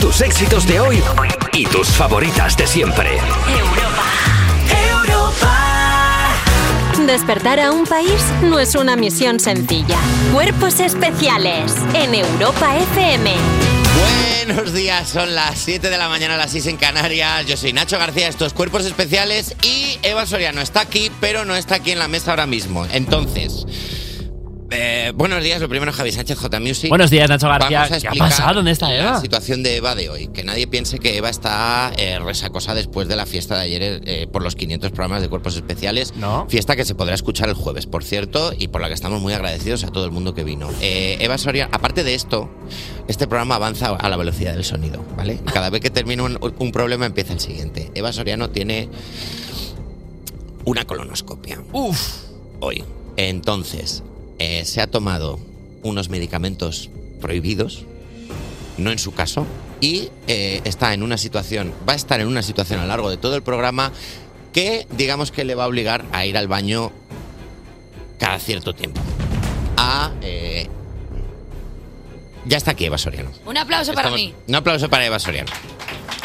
tus éxitos de hoy y tus favoritas de siempre. Despertar a un país no es una misión sencilla. Cuerpos especiales en Europa FM. Buenos días, son las 7 de la mañana, las 6 en Canarias. Yo soy Nacho García, estos cuerpos especiales y Eva Soriano está aquí, pero no está aquí en la mesa ahora mismo. Entonces, eh, buenos días, lo primero Javi Sánchez J Music. Buenos días, Nacho García. Vamos a ¿Qué ha explicar pasado en esta La Eva? situación de Eva de hoy. Que nadie piense que Eva está eh, resacosa después de la fiesta de ayer eh, por los 500 programas de cuerpos especiales. Fiesta que se podrá escuchar el jueves, por cierto, y por la que estamos muy agradecidos a todo el mundo que vino. Eh, Eva Soria, aparte de esto, este programa avanza a la velocidad del sonido, ¿vale? Cada vez que termina un, un problema empieza el siguiente. Eva Soriano tiene una colonoscopia. Uf. Hoy. Entonces, eh, se ha tomado unos medicamentos prohibidos, no en su caso, y eh, está en una situación, va a estar en una situación a lo largo de todo el programa que digamos que le va a obligar a ir al baño cada cierto tiempo. A... eh, ya está aquí Eva Soriano. Un aplauso para Estamos- mí. Un aplauso para Eva Soriano.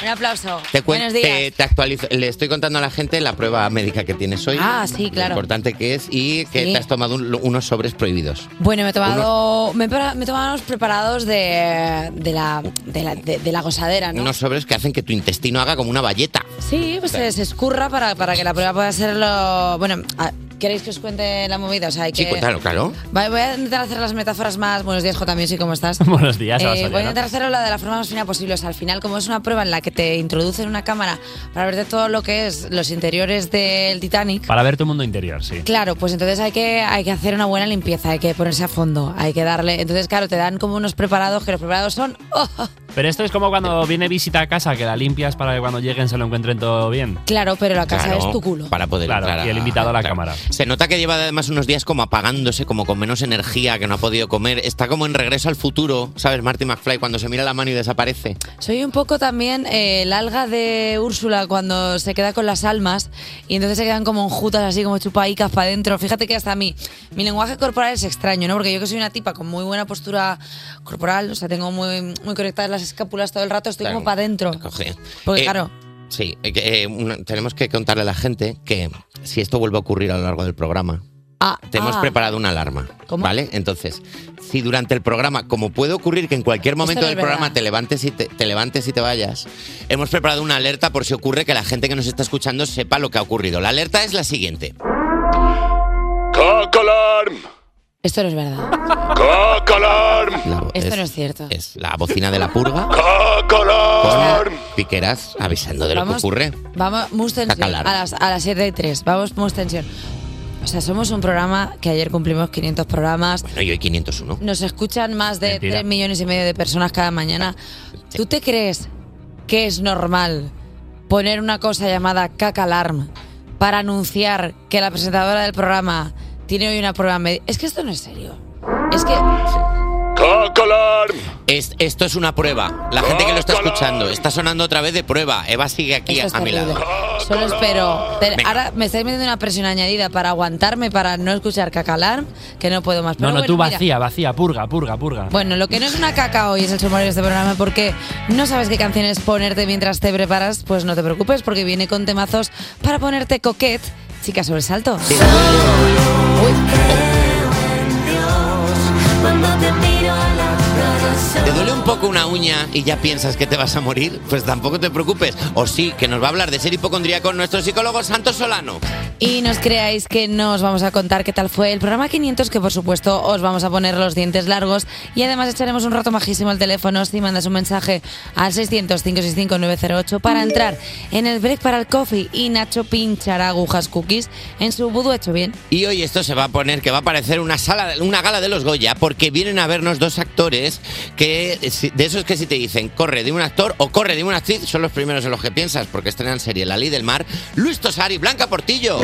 Un aplauso. Te, cuen- Buenos días. te, te actualizo. Le estoy contando a la gente la prueba médica que tienes hoy. Ah, sí, claro. Lo importante que es y que Sí. te has tomado un- unos sobres prohibidos. Bueno, me he tomado, me he, para- me he tomado unos preparados de, de, la, de, la, de- de la gozadera, ¿no? Unos sobres que hacen que tu intestino haga como una valleta. Sí, pues se, se escurra para, para que la prueba pueda ser lo... Bueno, a- ¿queréis que os cuente la movida? O sea, hay Sí, pues, que... claro, claro. Va- Voy a intentar hacer las metáforas más... Buenos días, J. Music, ¿cómo estás? Buenos días, Eh, Eva voy a Soriano. intentar hacerlo la de la forma más fina posible. O sea, al final, como es una prueba en la que te introducen una cámara para verte todo lo que es los interiores del Titanic, Para ver tu mundo interior, sí. Claro, pues entonces hay que, hay que hacer una buena limpieza, hay que ponerse a fondo, hay que darle. Entonces, claro, te dan como unos preparados, que los preparados son. ¡oh! Pero esto es como cuando viene visita a casa, que la limpias para que cuando lleguen se lo encuentren todo bien. Claro, pero la casa Claro, es tu culo. Para poder Claro, entrar y el invitado a la claro. cámara. Se nota que lleva además unos días como apagándose, como con menos energía, que no ha podido comer. Está como en regreso al futuro, ¿sabes? Marty McFly, cuando se mira la mano y desaparece. Soy un poco también eh, el alga de Úrsula cuando se queda con las almas y entonces se quedan como enjutas, así como chupaicas para adentro. Fíjate que hasta a mí, mi lenguaje corporal es extraño, ¿no? Porque yo que soy una tipa con muy buena postura corporal, o sea, tengo muy, muy conectadas las escápulas todo el rato, estoy Claro. como para adentro. Coge. Porque, Eh, Pues, claro. Sí, eh, que, eh, una- tenemos que contarle a la gente que si esto vuelve a ocurrir a lo largo del programa, Ah, Te hemos ah. preparado una alarma. ¿Cómo? ¿Vale? Entonces, si durante el programa, como puede ocurrir que en cualquier momento no del es verdad. programa te levantes y te, te levantes y te vayas, hemos preparado una alerta por si ocurre que la gente que nos está escuchando sepa lo que ha ocurrido. La alerta es la siguiente. ¡Cock alarm! Esto no es verdad. ¡Cock alarm! Esto no es cierto. Es la bocina de la purga. Con piqueras avisando de lo que Vamos- ocurre. Vamos, mus tensión. A Cacalar. las, a las 7 y 3. Vamos, mus tensión. O sea, somos un programa que ayer cumplimos 500 programas. Bueno, yo hay 501. Nos escuchan más de Mentira. 3 millones y medio de personas cada mañana. ¿Tú te crees que es normal poner una cosa llamada caca alarm para anunciar que la presentadora del programa tiene hoy una prueba médica? Es que esto no es serio. Es que Es, esto es una prueba. La gente que lo está escuchando está sonando otra vez de prueba. Eva sigue aquí Esto es a mi lado. Solo espero. Te- Venga. ahora me estáis metiendo una presión añadida para aguantarme, para no escuchar caca alarm, que no puedo más. No, Pero no, bueno, tú mira. vacía, vacía, purga, purga, purga. Bueno, lo que no es una caca hoy es el sumario de este programa porque no sabes qué canciones ponerte mientras te preparas, pues no te preocupes porque viene con temazos para ponerte coquet, chica sobresalto. ¿Te duele un poco una uña y ya piensas que te vas a morir? Pues tampoco te preocupes. O sí, que nos va a hablar de ser hipocondríaco nuestro psicólogo Santos Solano. Y nos creáis que no os vamos a contar qué tal fue el programa 500, que por supuesto os vamos a poner los dientes largos y además echaremos un rato majísimo al teléfono si mandas un mensaje al 600-565-908 para entrar en el break para el coffee y Nacho pinchará agujas cookies en su vudú hecho bien. Y hoy esto se va a poner que va a parecer una sala, una gala de los Goya, porque vienen a vernos dos actores que si- de esos que si te dicen corre de un actor o corre de una actriz, son los primeros en los que piensas, porque estrenan serie La Ley del Mar, Luis Tosar y Blanca Portillo.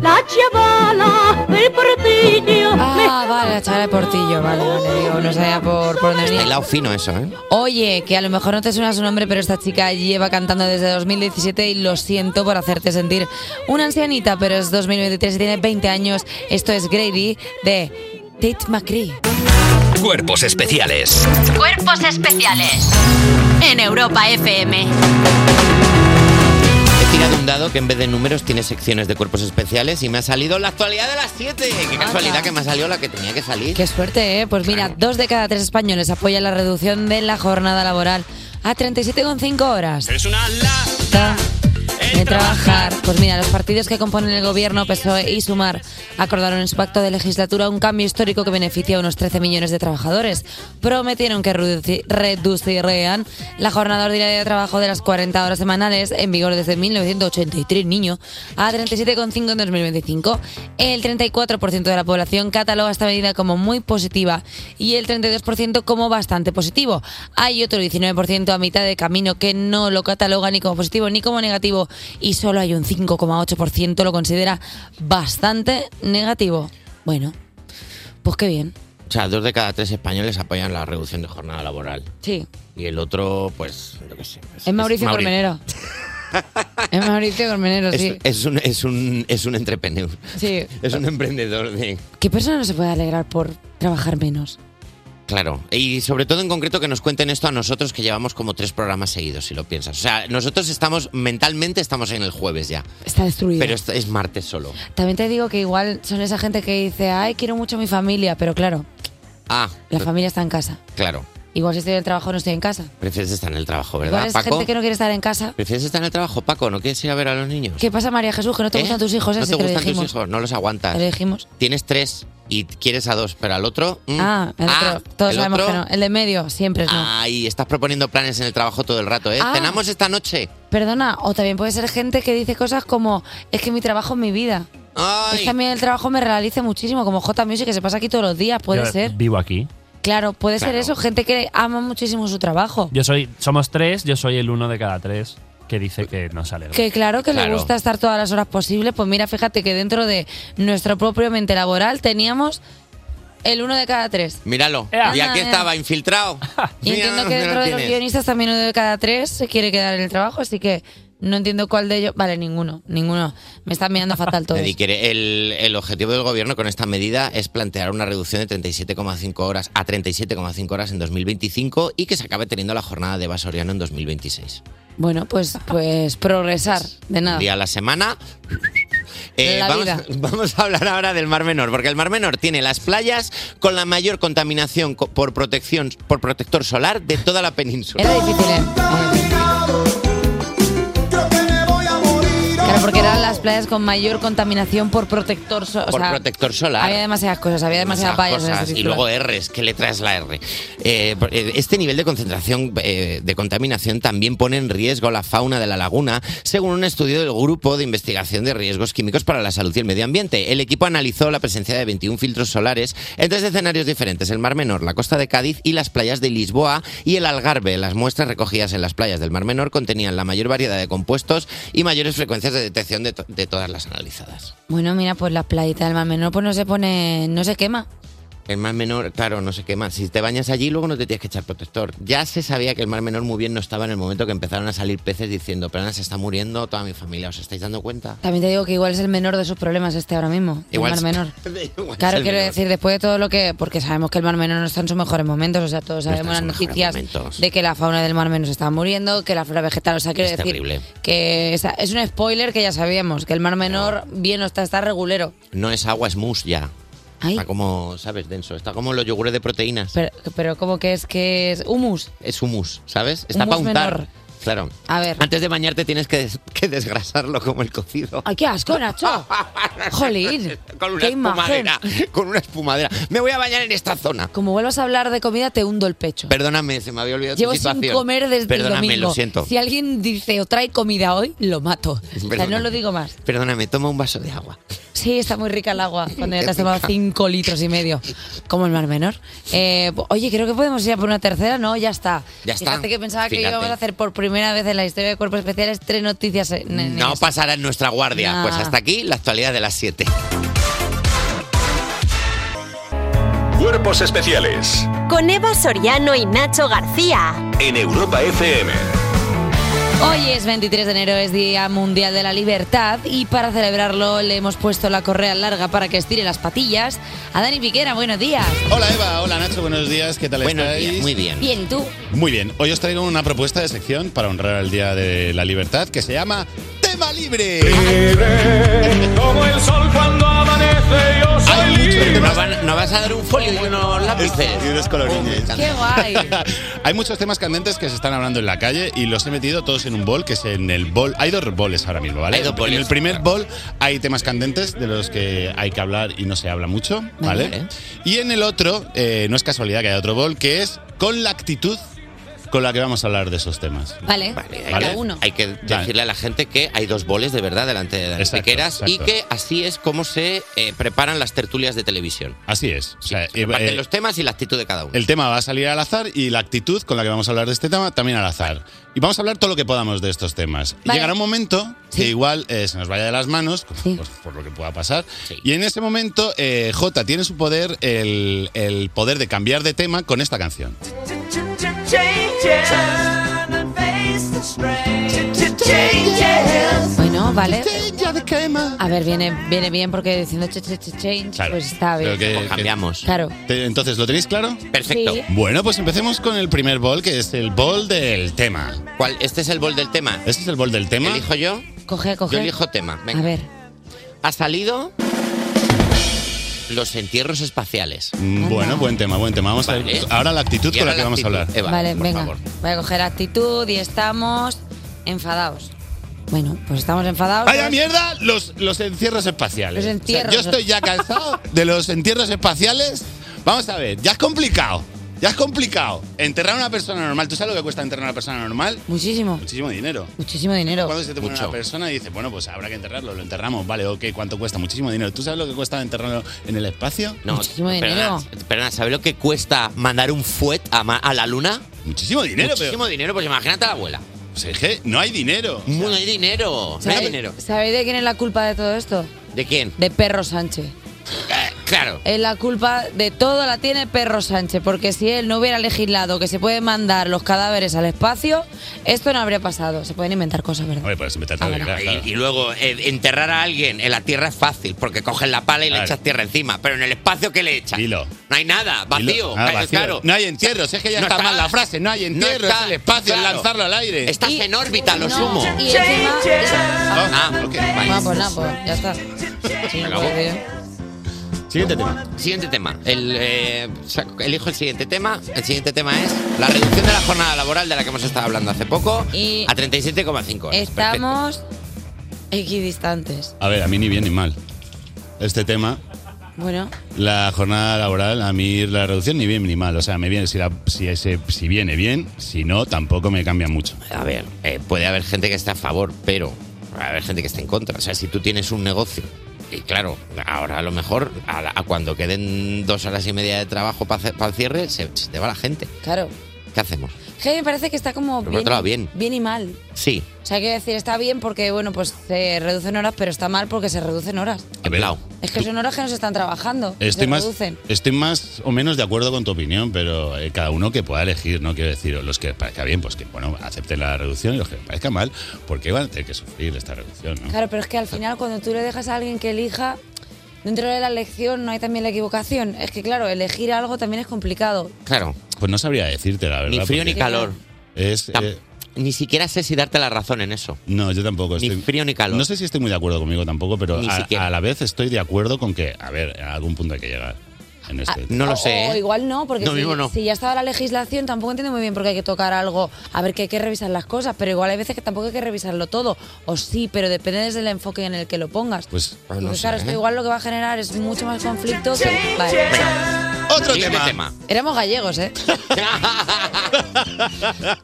La chavala del portillo. Ah, vale, la chavala de portillo, vale, vale, digo, no sabía por, por dónde venía. El lado fino eso, ¿eh? Oye, que a lo mejor no te suena su nombre, pero esta chica lleva cantando desde 2017 y lo siento por hacerte sentir una ancianita, pero es 2023 y tiene 20 años. Esto es Grady de Tate McCree. Cuerpos especiales Cuerpos especiales en Europa FM. He tirado un dado que en vez de números tiene secciones de cuerpos especiales y me ha salido la actualidad de las 7. Qué casualidad que me ha salido la que tenía que salir. Qué suerte, ¿eh? Pues mira, dos de cada tres españoles apoyan la reducción de la jornada laboral a 37,5 horas. Es una lata de trabajar. Pues mira, los partidos que componen el gobierno, PSOE E y Sumar, acordaron en su pacto de legislatura un cambio histórico que beneficia a unos 13 millones de trabajadores. Prometieron que reduci- reducirían la jornada ordinaria de trabajo de las 40 horas semanales, en vigor desde 1983, niño, a 37,5 en 2025. El 34% de la población cataloga esta medida como muy positiva y el 32% como bastante positivo. Hay otro 19% a mitad de camino que no lo cataloga ni como positivo ni como negativo y solo hay un 5,8% lo considera bastante negativo. Bueno, pues qué bien. O sea, dos de cada tres españoles apoyan la reducción de jornada laboral. Sí. Y el otro, pues, yo qué sé. Es Mauricio Mauri- Colmenero. Es Mauricio Colmenero, Es, sí. es un, es, un, es un entrepreneur. Sí. Es un emprendedor de... ¿Qué persona no se puede alegrar por trabajar menos? Claro. Y sobre todo en concreto que nos cuenten esto a nosotros que llevamos como tres programas seguidos, si lo piensas. O sea, nosotros estamos, mentalmente estamos en el jueves ya. Está destruido. Pero es, es martes solo. También te digo que igual son esa gente que dice, ay, quiero mucho a mi familia, pero claro, Ah, la familia está en casa. claro. Igual si estoy en el trabajo no estoy en casa. Prefieres estar en el trabajo, Igual ¿verdad, es Paco? gente que no quiere estar en casa. ¿Prefieres estar en el trabajo, Paco? ¿No quieres ir a ver a los niños? ¿Qué pasa, María Jesús? Que no te ¿Eh? gustan tus hijos, No ese te te lo gustan tus dijimos. hijos, no los aguantas. Te lo dijimos. Tienes tres y quieres a dos, pero al otro... mm, Ah, el ah, otro. Todos el sabemos otro, Ah. que no. El de medio siempre es no. Ay, estás proponiendo planes en el trabajo todo el rato, ¿eh? Ah. Cenamos esta noche. Perdona, o también puede ser gente que dice cosas como, es que mi trabajo es mi vida. Es que a mí el trabajo me realiza muchísimo, como J Music que se pasa aquí todos los días, puede Yo ser. Vivo aquí. Claro, puede ser Claro. eso, gente que ama muchísimo su trabajo. Yo soy, somos tres, yo soy el uno de cada tres que dice que no sale. Que claro que le gusta estar todas las horas posibles, pues mira, fíjate que dentro de nuestro propio mente laboral teníamos el uno de cada tres. Míralo. Ea. Y aquí Ea. estaba, infiltrado. Y Mira entiendo que dónde lo dentro de los tienes. guionistas también uno de cada tres se quiere quedar en el trabajo, así que no entiendo cuál de ellos. Vale, ninguno, ninguno. Me están mirando fatal todos. Nadie quiere. El, el objetivo del gobierno con esta medida es plantear una reducción de 37,5 horas a 37,5 horas en 2025 y que se acabe teniendo la jornada de Eva Soriano en 2026. Bueno, pues, pues progresar, de Un nada. día a la semana. Ah. Eh, La vamos, vida. vamos a hablar ahora del Mar Menor, porque el Mar Menor tiene las playas con la mayor contaminación co- por protección, por protector solar de toda la península. Era difícil, ¿eh? Claro, porque eran las playas con mayor contaminación por protector. so- o por sea, protector solar. había demasiadas cosas, había demasiadas vallas en cosas. ese y título. luego R's, ¿qué letra es la R? Eh, por- eh, este nivel de concentración eh, de contaminación también pone en riesgo la fauna de la laguna, según un estudio del Grupo de Investigación de Riesgos Químicos para la Salud y el Medio Ambiente. El equipo analizó la presencia de 21 filtros solares en tres escenarios diferentes, el Mar Menor, la costa de Cádiz y las playas de Lisboa y el Algarve. Las muestras recogidas en las playas del Mar Menor contenían la mayor variedad de compuestos y mayores frecuencias de detección de to- de todas las analizadas. Bueno, mira, pues las playitas del Mar Menor pues no se pone, no se quema. El mar menor, claro, no sé qué más. Si te bañas allí, luego no te tienes que echar protector. Ya se sabía que el mar menor muy bien no estaba en el momento que empezaron a salir peces diciendo, pero se está muriendo toda mi familia, ¿os estáis dando cuenta? También te digo que igual es el menor de sus problemas este ahora mismo, Igual el es- Mar Menor. Igual es Claro, el quiero menor. decir, después de todo lo que. Porque sabemos que el Mar Menor no está en sus mejores momentos, o sea, todos No está en sabemos las sus mejores noticias momentos. de que la fauna del Mar Menor se está muriendo, que la flora vegetal, o sea, quiero Es decir. terrible. Que esa- es un spoiler que ya sabíamos, que el Mar Menor bien no está, está regulero. No es agua, es mousse ya. Ay. Está como, ¿sabes? Denso. Está como los yogures de proteínas. Pero, pero como que es que es humus. es humus, ¿sabes? Está Hummus para untar. menor. Claro. A ver. Antes de bañarte tienes que, des- que desgrasarlo como el cocido. ¡Ay, qué asco, Nacho! ¡Jolín! Con una ¡Qué imagen! espumadera. Con una espumadera. Me voy a bañar en esta zona. Como vuelvas a hablar de comida, te hundo el pecho. Perdóname, se me había olvidado Llevo tu situación. sin comer desde Perdóname, el domingo. lo siento. Si alguien dice o trae comida hoy, lo mato. O sea, no Perdóname. lo digo más. Perdóname, toma un vaso de agua. Sí, está muy rica el agua cuando ya Qué te has tomado rica. 5 litros y medio, como el mar menor. Eh, oye, creo que podemos ir a por una tercera, ¿no? Ya está. Ya está. Fíjate que pensaba que Fíjate. íbamos a hacer por primera vez en la historia de Cuerpos Especiales tres noticias. eh, ne- ne- No pasará en nuestra guardia. Nah. Pues hasta aquí la actualidad de las 7. Cuerpos especiales Con Eva Soriano y Nacho García. en Europa FM. Hoy es 23 de enero, es Día Mundial de la Libertad y para celebrarlo le hemos puesto la correa larga para que estire las patillas a Dani Piquera. Buenos días. Hola Eva, hola Nacho, buenos días, ¿qué tal Buenos estáis? días, muy bien. Bien, tú. Muy bien, hoy os traigo una propuesta de sección para honrar el Día de la Libertad que se llama Tema Libre. Como el sol cuando amanece, yo soy libre. No, van- no vas a dar un folio y unos lápices. Y unos colorines. Qué guay. Hay muchos temas candentes que se están hablando en la calle y los he metido todos en un bol, que es en el bol. Hay dos boles ahora mismo, ¿vale? Hay dos boles, en el primer claro. bol hay temas candentes de los que hay que hablar y no se habla mucho, ¿vale? Vale. Y en el otro, eh, no es casualidad que haya otro bol, que es con la actitud con la que vamos a hablar de esos temas. Vale. Vale, hay, Vale. Cada uno. que, hay que decirle a la gente que hay dos boles de verdad delante de las Exacto, piqueras y exacto. que así es como se eh, preparan las tertulias de televisión. Así es. O sea, eh, Reparten eh, los temas y la actitud de cada uno. El tema va a salir al azar y la actitud con la que vamos a hablar de este tema también al azar. Y vamos a hablar todo lo que podamos de estos temas. Y Vale. Llegará un momento que igual eh, se nos vaya de las manos, como Sí. por, por lo que pueda pasar. Sí. Y en ese momento, eh, Jota tiene su poder, el, el poder de cambiar de tema con esta canción. Bueno, vale. Change de crema. A ver, viene, viene bien porque diciendo ch- ch- ch- change, Claro. pues está bien. Creo que- Pues que- cambiamos. Claro. te- entonces, ¿lo tenéis claro? Perfecto. Sí. Bueno, pues empecemos con el primer bol, que es el bol del tema. ¿Cuál- Este es el bol del tema. ¿Este es el bol del tema? ¿Elijo yo? Coge, coge. Yo elijo tema. Venga. A ver. Ha salido los entierros espaciales. Mm, Bueno, Anda. buen tema, buen tema. Vamos Vale. a ver. Ahora la actitud Y con la ahora que la vamos actitud. a hablar. Eva, vale, por venga. favor. Voy a coger actitud y estamos enfadados. Bueno, pues estamos enfadados. ¡Vaya mierda! Los, los encierros espaciales. Los entierros. yo estoy ya cansado de los entierros espaciales. Vamos a ver, ya es complicado. Ya es complicado. Enterrar a una persona normal. ¿Tú sabes lo que cuesta enterrar a una persona normal? Muchísimo. Muchísimo dinero. Muchísimo dinero. Cuando se te muere Mucho. una persona y dices, bueno, pues habrá que enterrarlo, lo enterramos, vale, ok, ¿cuánto cuesta? Muchísimo dinero. ¿Tú sabes lo que cuesta enterrarlo en el espacio? No, Muchísimo perdona, dinero. perdona, ¿sabes lo que cuesta mandar un fuet a, ma- a la luna? Muchísimo dinero, Muchísimo dinero, pues imagínate a la abuela. pero. Pues es que no hay dinero. No hay dinero. No hay dinero. ¿Sabéis de quién es la culpa de todo esto? ¿De quién? De Perro Sánchez. Eh, claro. Es la culpa de todo la tiene Perro Sánchez, porque si él no hubiera legislado que se pueden mandar los cadáveres al espacio, esto no habría pasado. Se pueden inventar cosas, ¿verdad? Hombre, puedes meterte Ah, de bueno, verdad, claro. Y, y luego, eh, enterrar a alguien en la tierra es fácil, porque coges la pala y le Claro. echas tierra encima. Pero en el espacio, ¿qué le echas? Dilo. No hay nada, Nada, vacío. claro, Ah, vacío. claro. No hay entierros, es que ya No está, está. mal la frase. No hay No entierros, está, es el espacio, es claro. lanzarlo al aire. Estás en órbita, lo No, sumo. Y encima... Ah, Ah, ok. vale. Bueno, pues nada, pues ya está. Sí, acabó. pues, bien. Siguiente tema. Siguiente tema. El, eh, saco- elijo el siguiente tema. El siguiente tema es la reducción de la jornada laboral de la que hemos estado hablando hace poco Y- a 37,5 horas. Estamos equidistantes. A ver, a mí ni bien ni mal. Este tema, Bueno, la jornada laboral, a mí la reducción ni bien ni mal. O sea, me viene, si, la- si, ese- si viene bien, si no, tampoco me cambia mucho. Perfecto. A ver, eh, puede haber gente que esté a favor, pero va a haber gente que esté en contra. O sea, si tú tienes un negocio. Y claro, ahora a lo mejor, a, la- a cuando queden dos horas y media de trabajo para el cierre, se, se te va la gente. claro. ¿Qué hacemos? Que me parece que está como Pero por bien, otro lado, bien. bien y mal. Sí, O sea, quiero decir, está bien porque, bueno, pues se reducen horas, pero está mal porque se reducen horas. A ver, Lao. Es que son horas que no se están trabajando. Estoy se más, reducen. estoy más o menos de acuerdo con tu opinión, pero eh, cada uno que pueda elegir, ¿no? Quiero decir, los que parezca bien, pues que, bueno, acepten la reducción y los que parezca mal, porque van a tener que sufrir esta reducción, ¿no? Claro, pero es que al final cuando tú le dejas a alguien que elija, dentro de la elección no hay también la equivocación. Es que claro, elegir algo también es complicado. claro. Pues no sabría decirte, la verdad. Ni frío ni porque calor. Es, Tam- eh, Ni siquiera sé si darte la razón en eso. No, yo tampoco. Ni frío ni calor. No sé si estoy muy de acuerdo conmigo tampoco, pero Ni a, siquiera. a la vez estoy de acuerdo con que, a ver, a algún punto hay que llegar. En este. No lo O- sé. O ¿eh? Oh, igual no, porque No, si, mismo no. si ya estaba la legislación, tampoco entiendo muy bien por qué hay que tocar algo. A ver, que hay que revisar las cosas, pero igual hay veces que tampoco hay que revisarlo todo. O sí, pero depende desde el enfoque en el que lo pongas. Pues, pues Porque, no sé, claro, ¿eh? esto igual lo que va a generar es mucho más conflicto que... Vale. Otro Siguiente tema. tema. Éramos gallegos, ¿eh?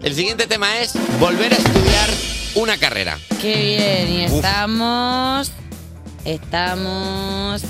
El siguiente tema es volver a estudiar una carrera. Qué bien, y Uf. estamos. Estamos.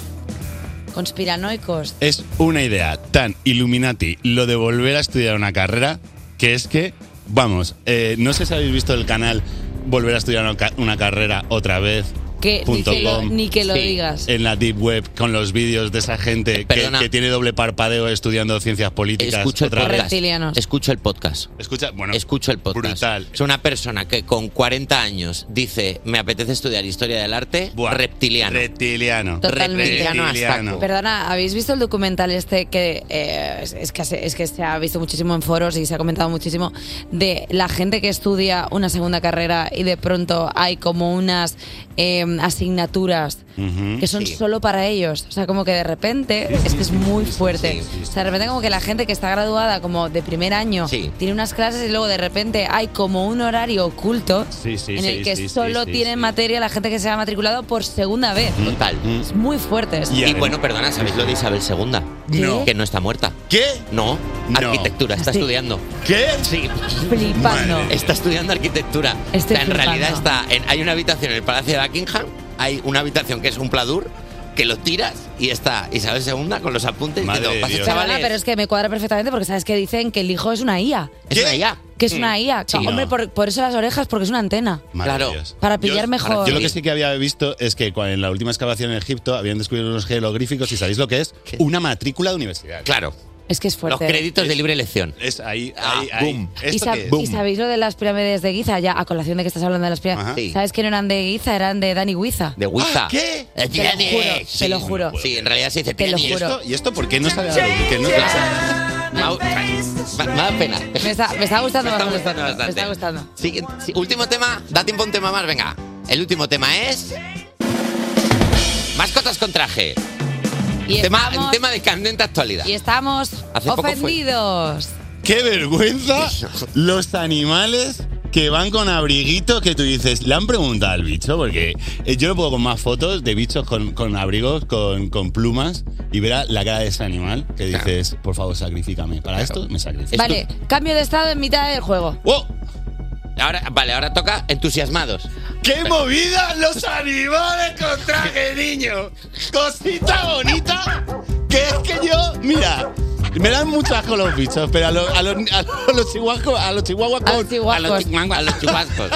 conspiranoicos. Es una idea tan Illuminati lo de volver a estudiar una carrera que es que, vamos, eh, no sé si habéis visto el canal Volver a estudiar una, ca- una carrera otra vez. que, ni Punto que lo, com. ni que lo Sí. digas. En la deep web con los vídeos de esa gente que, Eh, Perdona. que tiene doble parpadeo estudiando ciencias políticas. Escucho el otra vez. podcast. Escucho el podcast. Escucha, bueno, Escucho el podcast. Es una persona que con 40 años dice, me apetece estudiar historia del arte, reptiliano. Reptiliano. Totalmente. Reptiliano a saco. Perdona, ¿habéis visto el documental este que eh, es, es que se- es que se ha visto muchísimo en foros y se ha comentado muchísimo de la gente que estudia una segunda carrera y de pronto hay como unas eh, asignaturas Mm. que son solo para ellos. O sea, como que de repente, es que es muy fuerte. O sea, de repente como que la gente que está graduada como de primer año Sí. tiene unas clases y luego de repente hay como un horario oculto Sí, sí, en sí, el que sí, sí, solo sí, tiene sí. materia la gente que se ha matriculado por segunda vez. Total. Mm, Es muy fuerte. esto. Y, bueno, perdona, ¿sabéis lo de Isabel II? No. Que no está muerta. ¿Qué? No, arquitectura, está estudiando. ¿Qué? Sí. ¿Ah, Flipando. Está estudiando arquitectura. Estoy O sea, en realidad flipando. está. en- hay una habitación en el Palacio de Buckingham, hay una habitación que es un pladur, que lo tiras y está Isabel II con los apuntes y Madre de pasa, Dios. Perdona, chavales. pero es que me cuadra perfectamente porque sabes que dicen que el hijo es una IA. Es una IA. Que es una IA. Sí. Hombre, por, por eso las orejas, porque es una antena. Claro. Para pillar mejor. Yo lo que sí que había visto es que cuando- en la última excavación en Egipto habían descubierto unos jeroglíficos y ¿sabéis lo que es? Una matrícula de universidad. Claro. Es que es fuerte. de libre elección. Ah, Es ahí, ahí, ahí. ¿Y, ¿Esto sab- qué es? y sabéis lo de las pirámides de Giza? Ya, a colación de que estás hablando de las Ajá. pirámides. Sí. Ah, ¿Sabes que no eran de Giza? Eran de Dani Huiza. De Wiza. ¿Qué? Ah, Te lo Pirámide. juro, te Sí. lo juro. Sí, en realidad se dice Te lo pirámide. juro. ¿Y esto por qué no sale a la luz? Que no- o sea, Mau- Ma- Me da pena. Me está, me está gustando Me está bastante. gustando bastante. Me está gustando. Siguiente- sí, último tema, da tiempo a un tema más, venga. El último tema es. Mascotas con traje. Y tema, estamos- tema de candente actualidad. Y estamos Hace poco fue- ofendidos. ¡Qué vergüenza! Los animales que van con abriguitos que tú dices, le han preguntado al bicho, porque eh, yo lo puedo con más fotos de bichos con, con abrigos, con, con plumas, y verá la cara de ese animal que dices, por favor, sacrifícame. Para esto me sacrifico. Vale, cambio de estado en mitad del juego. ¡Wow! Ahora, vale, ahora toca entusiasmados. ¡Qué movida! ¡Los animales con traje, niño! ¡Cosita bonita! Que es que yo, mira, me dan mucho asco los bichos, pero a los, a los, a los chihuahuas, a los chihuahuas con. A los chihuahuas, a los chihuascos.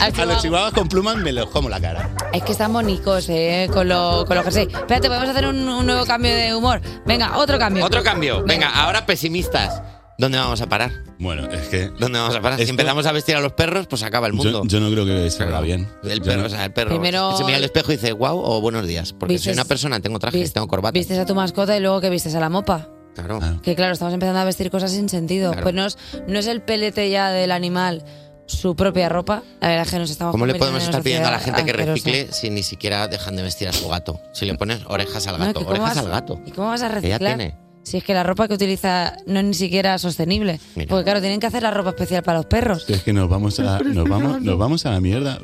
A los chihuahuas con plumas me los como la cara. Es que están bonicos, eh, con lo, con los jersey. Espérate, podemos hacer un, un nuevo cambio de humor. Venga, otro cambio. Otro cambio. Venga, ahora pesimistas. ¿Dónde vamos a parar? Bueno, es que. ¿Dónde vamos a parar? Si Esto- empezamos a vestir a los perros, pues acaba el mundo. Yo, yo no creo que salga bien. El perro, o sea, el perro Primero- se mira al espejo y dice, wow o buenos días. Porque soy Vistes- una persona, tengo trajes, tengo corbata. Vistes a tu mascota y luego que vistes a la mopa. Claro. Ah. Que claro, estamos empezando a vestir cosas sin sentido. Claro. Pues no es, no es el pelete ya del animal su propia ropa. La verdad es que nos estamos ¿Cómo le convirtiendo podemos en estar una pidiendo a la sociedad gente que asquerosa. recicle si ni siquiera dejan de vestir a su gato? Si le pones orejas al No, gato, que cómo orejas vas- al gato. ¿Y cómo vas a Que ya reciclar? tiene. Si es que la ropa que utiliza no es ni siquiera sostenible. Mira. Porque claro, tienen que hacer la ropa especial para los perros. Es que nos vamos a, nos vamos, nos vamos a la mierda.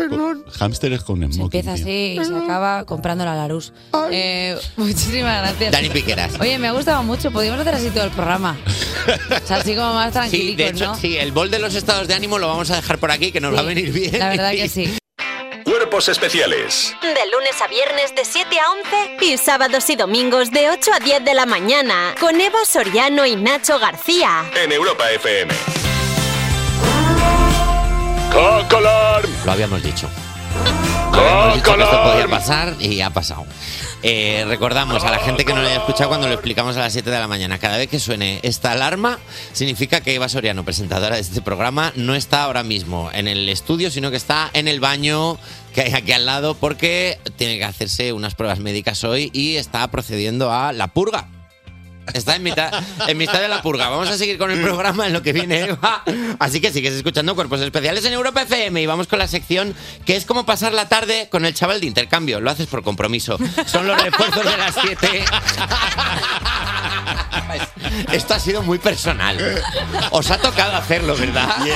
Hamsters con smoking. Empieza así y se acaba comprando la Larus. Eh, muchísimas gracias. Dani Piqueras. Oye, me ha gustado mucho. Podríamos hacer así todo el programa. O sea, así como más Sí, de tranquilicos, hecho, ¿no? sí, el bol de los estados de ánimo lo vamos a dejar por aquí, que nos va a venir bien. La verdad que sí. Cuerpos especiales De lunes a viernes de 7 a 11 y sábados y domingos de 8 a 10 de la mañana con Eva Soriano y Nacho García. en Europa FM. ¡Cocolor! Lo habíamos dicho. Habíamos dicho que esto podía pasar y ha pasado. Eh, recordamos a la gente que no lo haya escuchado cuando lo explicamos a las 7 de la mañana. Cada vez que suene esta alarma, significa que Eva Soriano, presentadora de este programa, no está ahora mismo en el estudio, sino que está en el baño que hay aquí al lado porque tiene que hacerse unas pruebas médicas hoy y está procediendo a la purga. Está en mitad, en mitad de la purga. Vamos a seguir con el programa en lo que viene Eva. Así que sigues escuchando Cuerpos Especiales en Europa FM y vamos con la sección que es como pasar la tarde con el chaval de intercambio. Lo haces por compromiso. Son los refuerzos de las 7. Esto ha sido muy personal. Os ha tocado hacerlo, ¿verdad?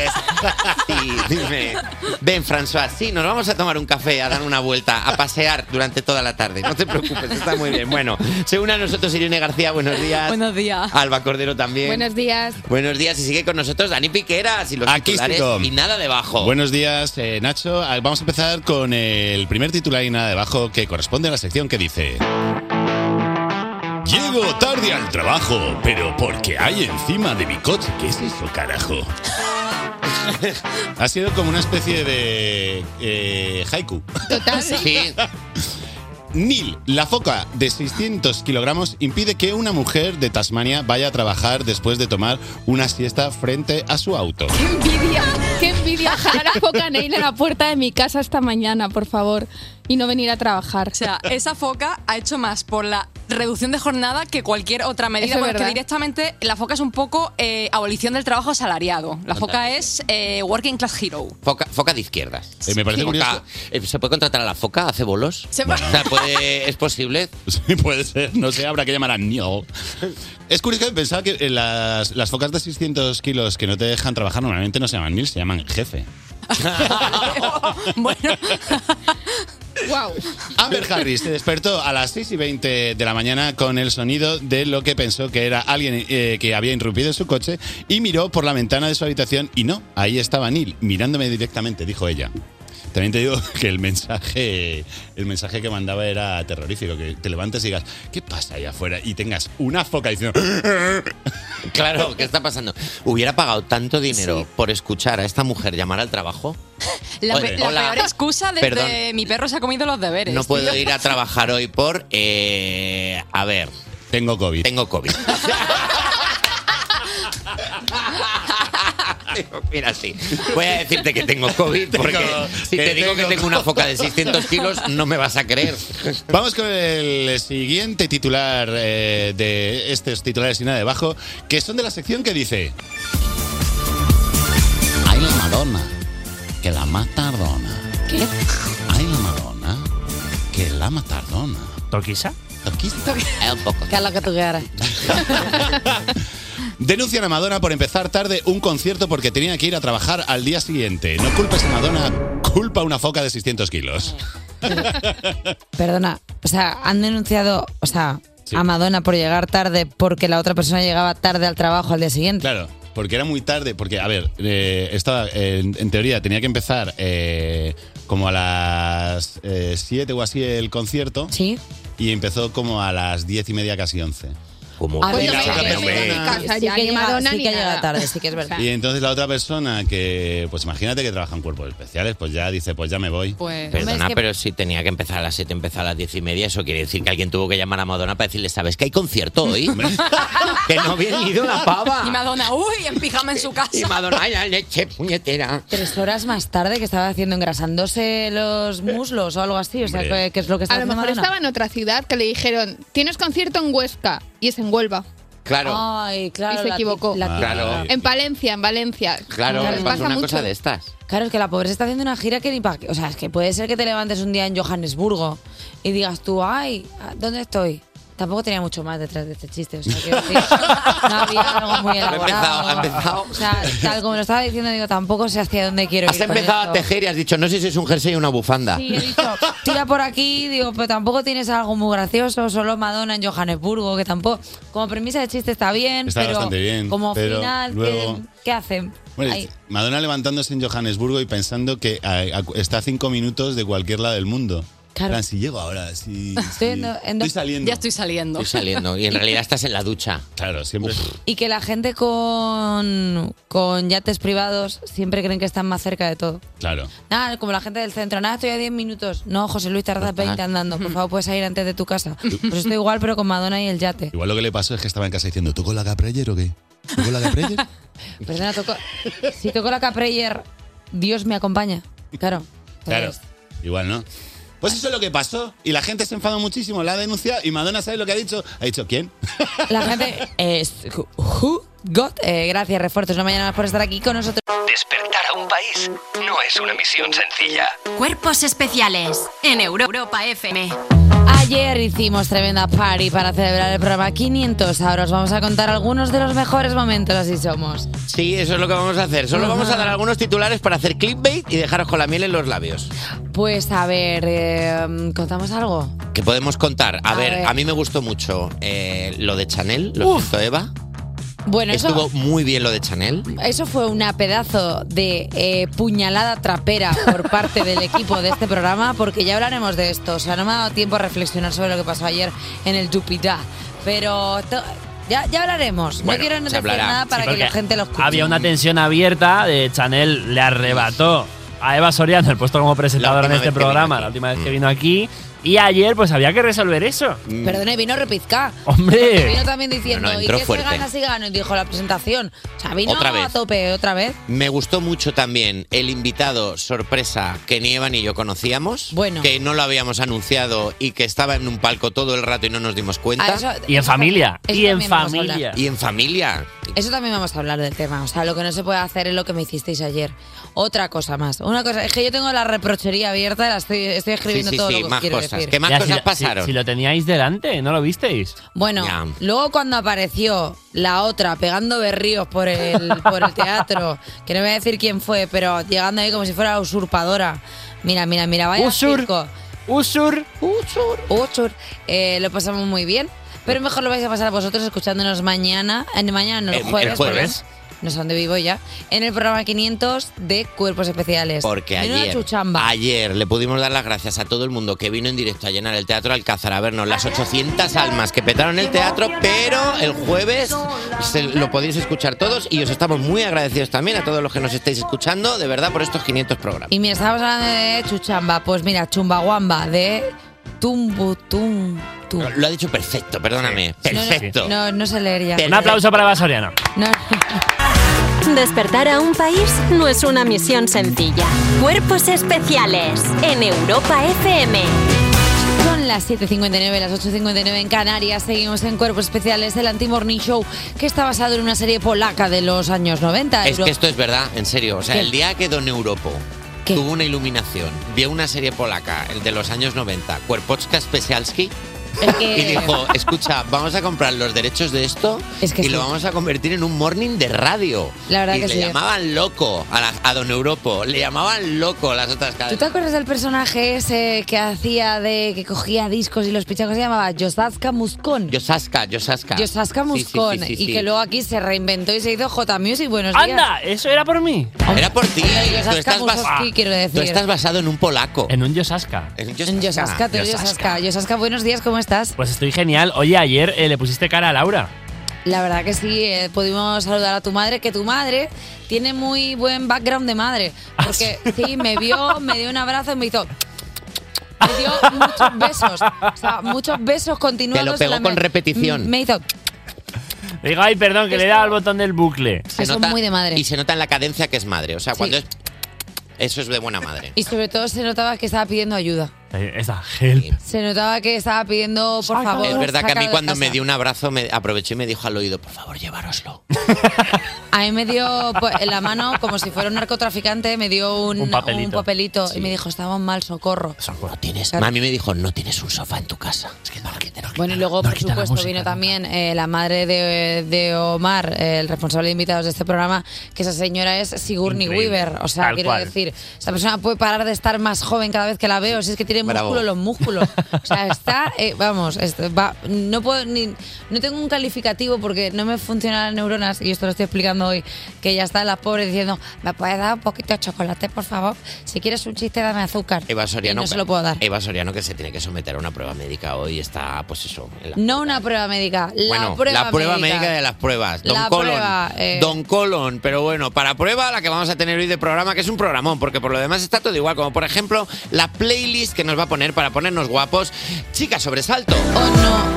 Sí, dime. Ven, François, sí, nos vamos a tomar un café, a dar una vuelta, a pasear durante toda la tarde. No te preocupes, está muy bien. Bueno, se une a nosotros Irene García, buenos días. Buenos días. Alba Cordero también. Buenos días. Buenos días y sigue con nosotros Dani Piqueras y los Aquí titulares estoy. y nada debajo. Buenos días, eh, Nacho. Ah, Vamos a empezar con el primer titular y nada debajo que corresponde a la sección que dice... Llego tarde al trabajo, pero porque hay encima de mi coche. ¿Qué es eso, carajo? ha sido como una especie de eh, haiku. Total. Neil, la foca de 600 kilogramos impide que una mujer de Tasmania vaya a trabajar después de tomar una siesta frente a su auto. envidia, qué envidia jalar a Foca Neil en la puerta de mi casa esta mañana, por favor, y no venir a trabajar. O sea, esa foca ha hecho más por la reducción de jornada que cualquier otra medida, Eso es porque verdad. directamente la foca es un poco eh, abolición del trabajo asalariado. La foca es eh, working class hero. Foca, foca de izquierdas. me parece Foca- curioso. eh, ¿Se puede contratar a la foca? ¿Hace bolos? Se va- O sea, puede- ¿Es posible? Sí, puede ser. No sé, habrá que llamar a Neil. Es curioso que pensaba que eh, las, las focas de 600 kilos que no te dejan trabajar normalmente no se llaman Neil, se llaman jefe. Wow. Amber Harris se despertó a las 6 y 20 de la mañana con el sonido de lo que pensó que era alguien eh, que había irrumpido en su coche y miró por la ventana de su habitación y no, ahí estaba Neil, mirándome directamente, dijo ella. También te digo que el mensaje, el mensaje que mandaba era terrorífico, que te levantes y digas, ¿qué pasa ahí afuera? Y tengas una foca diciendo... Claro, ¿qué está pasando? Hubiera pagado tanto dinero por escuchar a esta mujer llamar al trabajo. La, Oye, pe- la hola. peor excusa desde Perdón. mi perro se ha comido los deberes. No puedo tío. ir a trabajar hoy por. eh, a ver. Tengo COVID. Tengo COVID. Mira, sí. Voy a decirte que tengo COVID porque si que te digo que tengo tengo una foca de 600 kilos, no me vas a creer. Vamos con el siguiente titular eh, de estos titulares y nada debajo, que son de la sección que dice... Hay la Madonna, que la más tardona. ¿Qué? Hay la Madonna, que la más tardona. ¿Torquisa? ¿Torquisa? un poco. Que es lo que tú quieras. Denuncian a Madonna por empezar tarde un concierto porque tenía que ir a trabajar al día siguiente. No culpes a Madonna, culpa a una foca de 600 kilos. Perdona, o sea, han denunciado, o sea, a Madonna por llegar tarde porque la otra persona llegaba tarde al trabajo al día siguiente. Claro, porque era muy tarde, porque, a ver, eh, estaba, eh, en, en teoría tenía que empezar eh, como a las 7 o así el concierto. Sí. Y empezó como a las 10 y media, casi 11. Como Ah, y, bueno, la me- otra me- me- persona- Sí O sea, que ya ni llega- Madonna sí ni que llega nada. tarde, sí que es verdad. y entonces la otra persona que, pues imagínate que trabaja en cuerpos especiales, pues ya dice, pues ya me voy. Perdona, pero si tenía que empezar a las 7, empezar a las 10 y media, eso quiere decir que alguien tuvo que llamar a Madonna para decirle, ¿sabes que hay concierto hoy? que no había ido la pava. Y Madonna, uy, en pijama en su casa. Y Madonna, ay, la leche, puñetera. Tres horas más tarde que estaba haciendo engrasándose los muslos o algo así, o sea, Hombre. que, que Pues, es lo que está A lo haciendo mejor Madonna. estaba en otra ciudad que le dijeron, tienes concierto en Huesca y es en Huelva. Claro. Ay, claro, y se la- equivocó. la- Claro. En Palencia, en Valencia. Claro, Nos es pasa una mucho. cosa de estas. Claro, es que la pobre se está haciendo una gira que ni para... O sea, es que puede ser que te levantes un día en Johannesburgo y digas tú, ay, ¿dónde estoy? Tampoco tenía mucho más detrás de este chiste, o sea, quiero decir, no había algo muy Ha empezado, elaborado. ha empezado. O sea, tal como lo estaba diciendo, digo, tampoco sé hacia dónde quiero Has ir con empezado a esto. tejer y has dicho, no sé si es un jersey o una bufanda. Sí, he dicho, tira por aquí, digo, pero tampoco tienes algo muy gracioso, solo Madonna en Johannesburgo, que tampoco, como premisa de chiste está bien, Está pero bastante bien, como pero final, ¿qué- luego- ¿qué, hacen? Bueno, Ahí. Madonna levantándose en Johannesburgo y pensando que a- a- está a cinco minutos de cualquier lado del mundo. Claro. En plan, si llego ahora, si... Estoy en- en- Estoy saliendo. Ya estoy saliendo. Estoy saliendo y en realidad estás en la ducha. Claro, siempre... Y que la gente con, con yates privados siempre creen que están más cerca de todo. Claro. Nada, como la gente del centro, nada, estoy a 10 minutos. No, José Luis, tardas 20 andando. Por favor, puedes ir antes de tu casa. Pues estoy igual, pero con Madonna y el yate. Igual lo que le pasó es que estaba en casa diciendo, ¿tú con la Capreyer o qué? ¿Tú con la Capreyer? Perdona, toco, si toco la Capreyer, Dios me acompaña. Claro. Claro, igual no. Pues eso es lo que pasó y la gente se enfadó muchísimo, la ha denunciado y Madonna sabe lo que ha dicho. Ha dicho, ¿quién? La gente es... who got- eh, gracias, refuerzos. No mañana más por estar aquí con nosotros. Despertar a un país no es una misión sencilla. Cuerpos especiales en Euro- Europa FM. Ayer hicimos tremenda party para celebrar el programa 500. Ahora os vamos a contar algunos de los mejores momentos, así somos. Sí, eso es lo que vamos a hacer. Solo vamos a dar algunos titulares para hacer clickbait y dejaros con la miel en los labios. Pues a ver, eh, ¿contamos algo? ¿Qué podemos contar? A, A ver, ver. a mí me gustó mucho eh, lo de Chanel, lo Uf. hizo Eva. Bueno, Estuvo eso, muy bien lo de Chanel. eso fue una pedazo de eh, puñalada trapera por parte del equipo de este programa, porque ya hablaremos de esto. O sea, no me ha dado tiempo a reflexionar sobre lo que pasó ayer en el Dupidá, pero to- ya, ya hablaremos. No Bueno, quiero se decir hablará. nada para Sí, que la porque gente lo escuche. Había una tensión abierta de Chanel le arrebató a Eva Soriano, el puesto como presentadora en última este vez que vino programa, la última vez que vino aquí. Y ayer, pues había que resolver eso. Perdone, vino repizca. Hombre. Vino también diciendo, No, no, ¿y entró qué fuerte. se gana si gano? Y dijo la presentación. O sea, vino Otra vez. a tope otra vez. Me gustó mucho también el invitado sorpresa que ni Eva ni yo conocíamos, que no lo habíamos anunciado y que estaba en un palco todo el rato y no nos dimos A cuenta. eso- Y en eso familia. también- eso Y en también vamos a familia. hablar. Y en familia. Eso también vamos a hablar del tema. O sea, lo que no se puede hacer es lo que me hicisteis ayer. Otra cosa más. Una cosa, es que yo tengo la reprochería abierta, la estoy, estoy escribiendo todo lo que os quiero decir. Ya, si lo- si- Si, lo teníais delante, ¿no lo visteis? Bueno, luego cuando apareció la otra pegando berríos por el, por el teatro, que no voy a decir quién fue, pero llegando ahí como si fuera usurpadora. Mira, mira, mira, vaya Usur. circo. Usur. Usur. Usur. Eh, lo pasamos muy bien, pero mejor lo vais a pasar vosotros escuchándonos mañana, eh, mañana no, el Eh, el jueves. jueves. perdón. No sé dónde vivo ya. En el programa 500 de Cuerpos Especiales. Porque Menuda ayer, chuchamba. ayer le pudimos dar las gracias a todo el mundo que vino en directo a llenar el teatro Alcázar a vernos las 800 almas que petaron el teatro, pero el jueves se- lo podéis escuchar todos y os estamos muy agradecidos también a todos los que nos estáis escuchando, de verdad, por estos 500 programas. Y mira, estábamos hablando de chuchamba. Pues mira, chumbaguamba de tumbu tum. tum. Lo ha dicho perfecto, perdóname. Perfecto. No, no se leería. Un aplauso para Eva Soriano. Despertar a un país no es una misión sencilla. Cuerpos especiales en Europa FM. Son las 7.59, las 8.59 en Canarias. Seguimos en Cuerpos Especiales del Anti-Morning Show, que está basado en una serie polaca de los años 90. Es Euro- que esto es verdad, en serio. O sea, ¿Qué? el día que Don Europo tuvo una iluminación, vio una serie polaca, el de los años 90, Cuerpoczka Spesialski, Es que- y dijo, escucha, vamos a comprar los derechos de esto y lo vamos a convertir en un morning de radio. La verdad y que le sí. llamaban loco a, la- a Don Europo, le llamaban loco las otras ¿Tú cadenas. te acuerdas del personaje ese que hacía de que cogía discos y los pichacos se llamaba Josaska Muscón? Yosaska, Yosaska. Josaska Muscón, Sí, sí, sí, sí, y sí. que luego aquí se reinventó y se hizo J Music. Buenos ¡Anda! días. Eso era por mí. Era por ti. Yosaska Tú estás, bas- Musowski, quiero decir. tú estás basado en un polaco. En un Yosaska. En Yosaska, tú eres Yosaska. Yosaska, buenos días, ¿cómo estás? Pues estoy genial. Oye, ayer eh, le pusiste cara a Laura. La verdad que sí, eh, pudimos saludar a tu madre, que tu madre tiene muy buen background de madre. Ah, Porque sí, me vio, me dio un abrazo y me hizo. Me dio muchos besos. O sea, muchos besos continuados. Te lo pegó en la con repetición. Me hizo. Digo, ay, perdón, que le da al botón del bucle. Se Eso es nota- muy de madre. Y se nota en la cadencia que es madre. O sea, cuando es. Eso es de buena madre. Y sobre todo se notaba que estaba pidiendo ayuda. Esa, gel. Se notaba que estaba pidiendo, por favor. Ah, Es verdad que a mí sácalo de cuando casa. me dio un abrazo me aprovechó y me dijo al oído, por favor, llevároslo. A mí me dio pues, en la mano, como si fuera un narcotraficante, me dio un, Un papelito. un papelito Sí. y me dijo, estamos mal, socorro. No tienes. A mí me dijo, no tienes un sofá en tu casa. Es que no, Bueno, y luego, por supuesto, vino también eh, la madre de, de Omar, eh, el responsable de invitados de este programa, que esa señora es Sigourney Increíble. Weaver. O sea, Tal quiero cual. decir, esa persona puede parar de estar más joven cada vez que la veo, si es que tiene Bravo. músculo los músculos. O sea, está, eh, vamos, est- va- no puedo ni, no tengo un calificativo porque no me funcionan las neuronas, y esto lo estoy explicando hoy, que ya están las pobres diciendo, ¿me puedes dar un poquito de chocolate, por favor? Si quieres un chiste, dame azúcar. Eva Soriano, Y no se lo puedo dar. Eva Soriano que se tiene que someter a una prueba médica hoy está, pues eso. en la- No una prueba médica, la bueno, prueba la prueba médica. de las pruebas. Don La Colon. prueba, eh. Don Colon. Pero bueno, para prueba la que vamos a tener hoy de programa, que es un programón, porque por lo demás está todo igual. Como por ejemplo, la playlist que nos va a poner para ponernos guapos. Chica, sobresalto.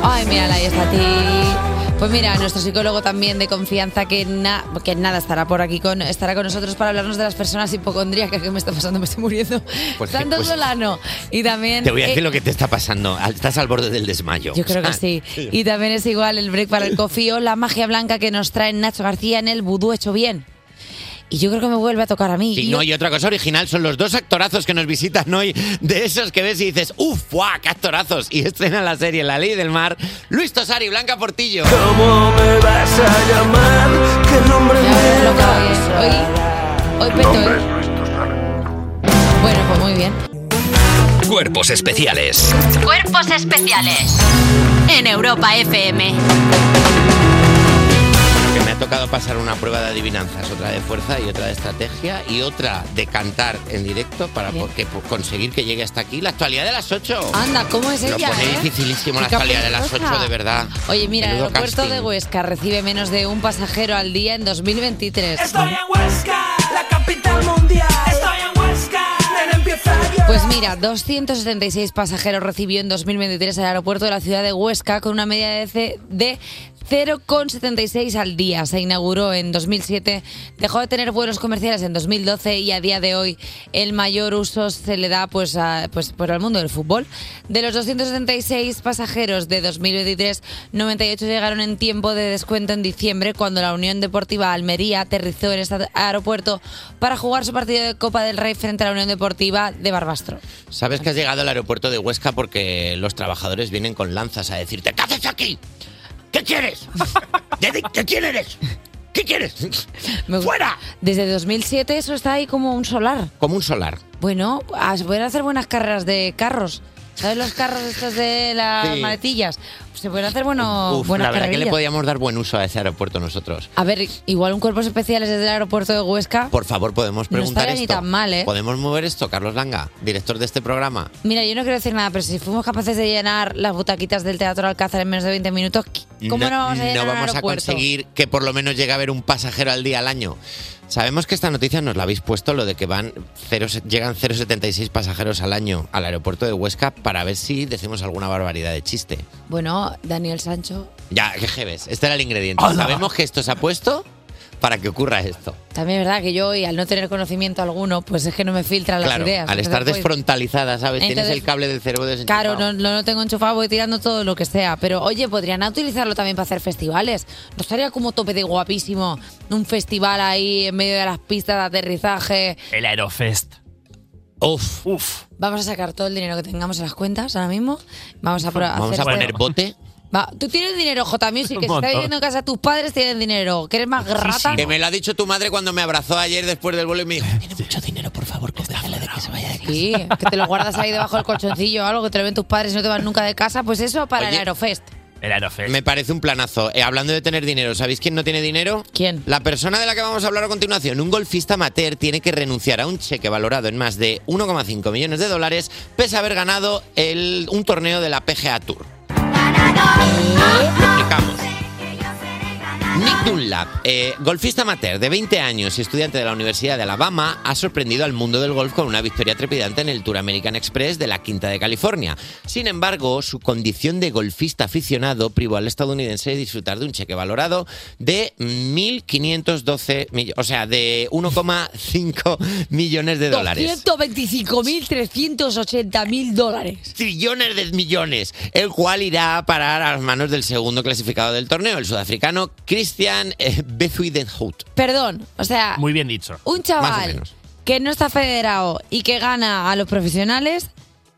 Ay, mírala, ahí está a ti. Pues mira, nuestro psicólogo también de confianza que, na- que nada estará por aquí con estará con nosotros para hablarnos de las personas hipocondríacas que me está pasando, me estoy muriendo. Pues, Santos pues, Solano y también Te voy a decir eh, lo que te está pasando. Al- Estás al borde del desmayo. yo creo que sí. Y también es igual el break para el cofío, la magia blanca que nos trae Nacho García en el vudú hecho bien. Y yo creo que me vuelve a tocar a mí. Y no, y otra cosa original son los dos actorazos que nos visitan hoy, de esos que ves y dices, uff, guau, qué actorazos. Y estrena la serie La Ley del Mar, Luis Tosar y Blanca Portillo. ¿Cómo me vas a llamar? ¿Qué nombre me eh. Hoy peto, ¿eh? Bueno, pues muy bien. Cuerpos especiales. Cuerpos especiales en Europa FM. Que me ha tocado pasar una prueba de adivinanzas, otra de fuerza y otra de estrategia y otra de cantar en directo para porque, por conseguir que llegue hasta aquí la actualidad de las 8. Anda, ¿cómo es Lo ella, pone eh? dificilísimo la Qué actualidad de las 8, caprichosa. de verdad. Oye, mira, el Menudo aeropuerto casting. de Huesca recibe menos de un pasajero al día en 2023. Estoy en Huesca, la capital mundial. Estoy en Huesca, Pues mira, 276 pasajeros recibió en 2023 el aeropuerto de la ciudad de Huesca con una media de, ce- de 0,76 al día. Se inauguró en 2007, dejó de tener vuelos comerciales en 2012 y a día de hoy el mayor uso se le da pues, a- pues, por el mundo del fútbol. De los 276 pasajeros de 2023, 98 llegaron en tiempo de descuento en diciembre cuando la Unión Deportiva Almería aterrizó en este aeropuerto para jugar su partido de Copa del Rey frente a la Unión Deportiva de Barbastro. Sabes Ah. que has llegado al aeropuerto de Huesca porque los trabajadores vienen con lanzas a decirte, ¿qué haces aquí? ¿Qué quieres? ¿De, de- de quién eres? ¿Qué quieres? ¡Fuera! Desde 2007 eso está ahí como un solar. Como un solar. Bueno, a- se pueden hacer buenas carreras de carros. ¿Sabes los carros estos de las Sí. maletillas? Se pueden hacer bueno, Uf, buenas la verdad que le carrerillas. podíamos dar buen uso a ese aeropuerto nosotros. A ver, igual un cuerpos especiales desde el aeropuerto de Huesca. Por favor, podemos No preguntar estaría ni esto. tan mal, ¿eh? Podemos mover esto, Carlos Langa, director de este programa. Mira, yo no quiero decir nada, pero si fuimos capaces de llenar las butaquitas del Teatro Alcázar en menos de 20 minutos, ¿cómo no, vamos a llenar no un vamos a aeropuerto? conseguir que por lo menos llegue a haber un pasajero al día al año. Sabemos que esta noticia nos la habéis puesto, lo de que van cero, llegan 0,76 pasajeros al año al aeropuerto de Huesca para ver si decimos alguna barbaridad de chiste. Bueno, Daniel Sancho, Ya, que jebes, este era el ingrediente. ¡Hala! Sabemos que esto se ha puesto para que ocurra esto. también es verdad que yo hoy, al no tener conocimiento alguno, pues es que no me filtran claro, las ideas. al estar Entonces, pues, desfrontalizada, ¿sabes? Tienes Entonces- el cable del cerebro desenchufado. Claro, no, no lo tengo enchufado, voy tirando todo lo que sea. Pero oye, podrían utilizarlo también para hacer festivales. ¿No estaría como tope de guapísimo un festival ahí en medio de las pistas de aterrizaje? El Aerofest. Uf. Uf. Vamos a sacar todo el dinero que tengamos en las cuentas ahora mismo. Vamos a, pro- Vamos hacer este- a poner bote. Va, Tú tienes dinero, J Music, que Un si estás montón. viviendo en casa de tus padres, tienes dinero. Que eres más rata. Que me lo ha dicho tu madre cuando me abrazó ayer después del vuelo y me dijo, tiene mucho dinero, por favor, cómprale de que se vaya de casa. Sí, que te lo guardas ahí debajo del colchoncillo o algo que te lo ven tus padres y no te van nunca de casa. Pues eso para el Aerofest. Me parece un planazo. Eh, hablando de tener dinero, ¿sabéis quién no tiene dinero? ¿Quién? La persona de la que vamos a hablar a continuación. Un golfista amateur tiene que renunciar a un cheque valorado en más de 1,5 millones de dólares pese a haber ganado el- un torneo de la PGA Tour. Explicamos. Nick Dunlap, eh, golfista amateur de 20 años y estudiante de la Universidad de Alabama, ha sorprendido al mundo del golf con una victoria trepidante en el Tour American Express de la Quinta de California. Sin embargo, su condición de golfista aficionado privó al estadounidense de disfrutar de un cheque valorado de 1.512 millones, o sea, de 1,5 millones de dólares. 125.380.000 dólares. trillones de millones, el cual irá a parar a las manos del segundo clasificado del torneo, el sudafricano Christian eh, Bezuidenhout. Perdón, o sea, Muy bien dicho. un Más o chaval menos. que no está federado y que gana a los profesionales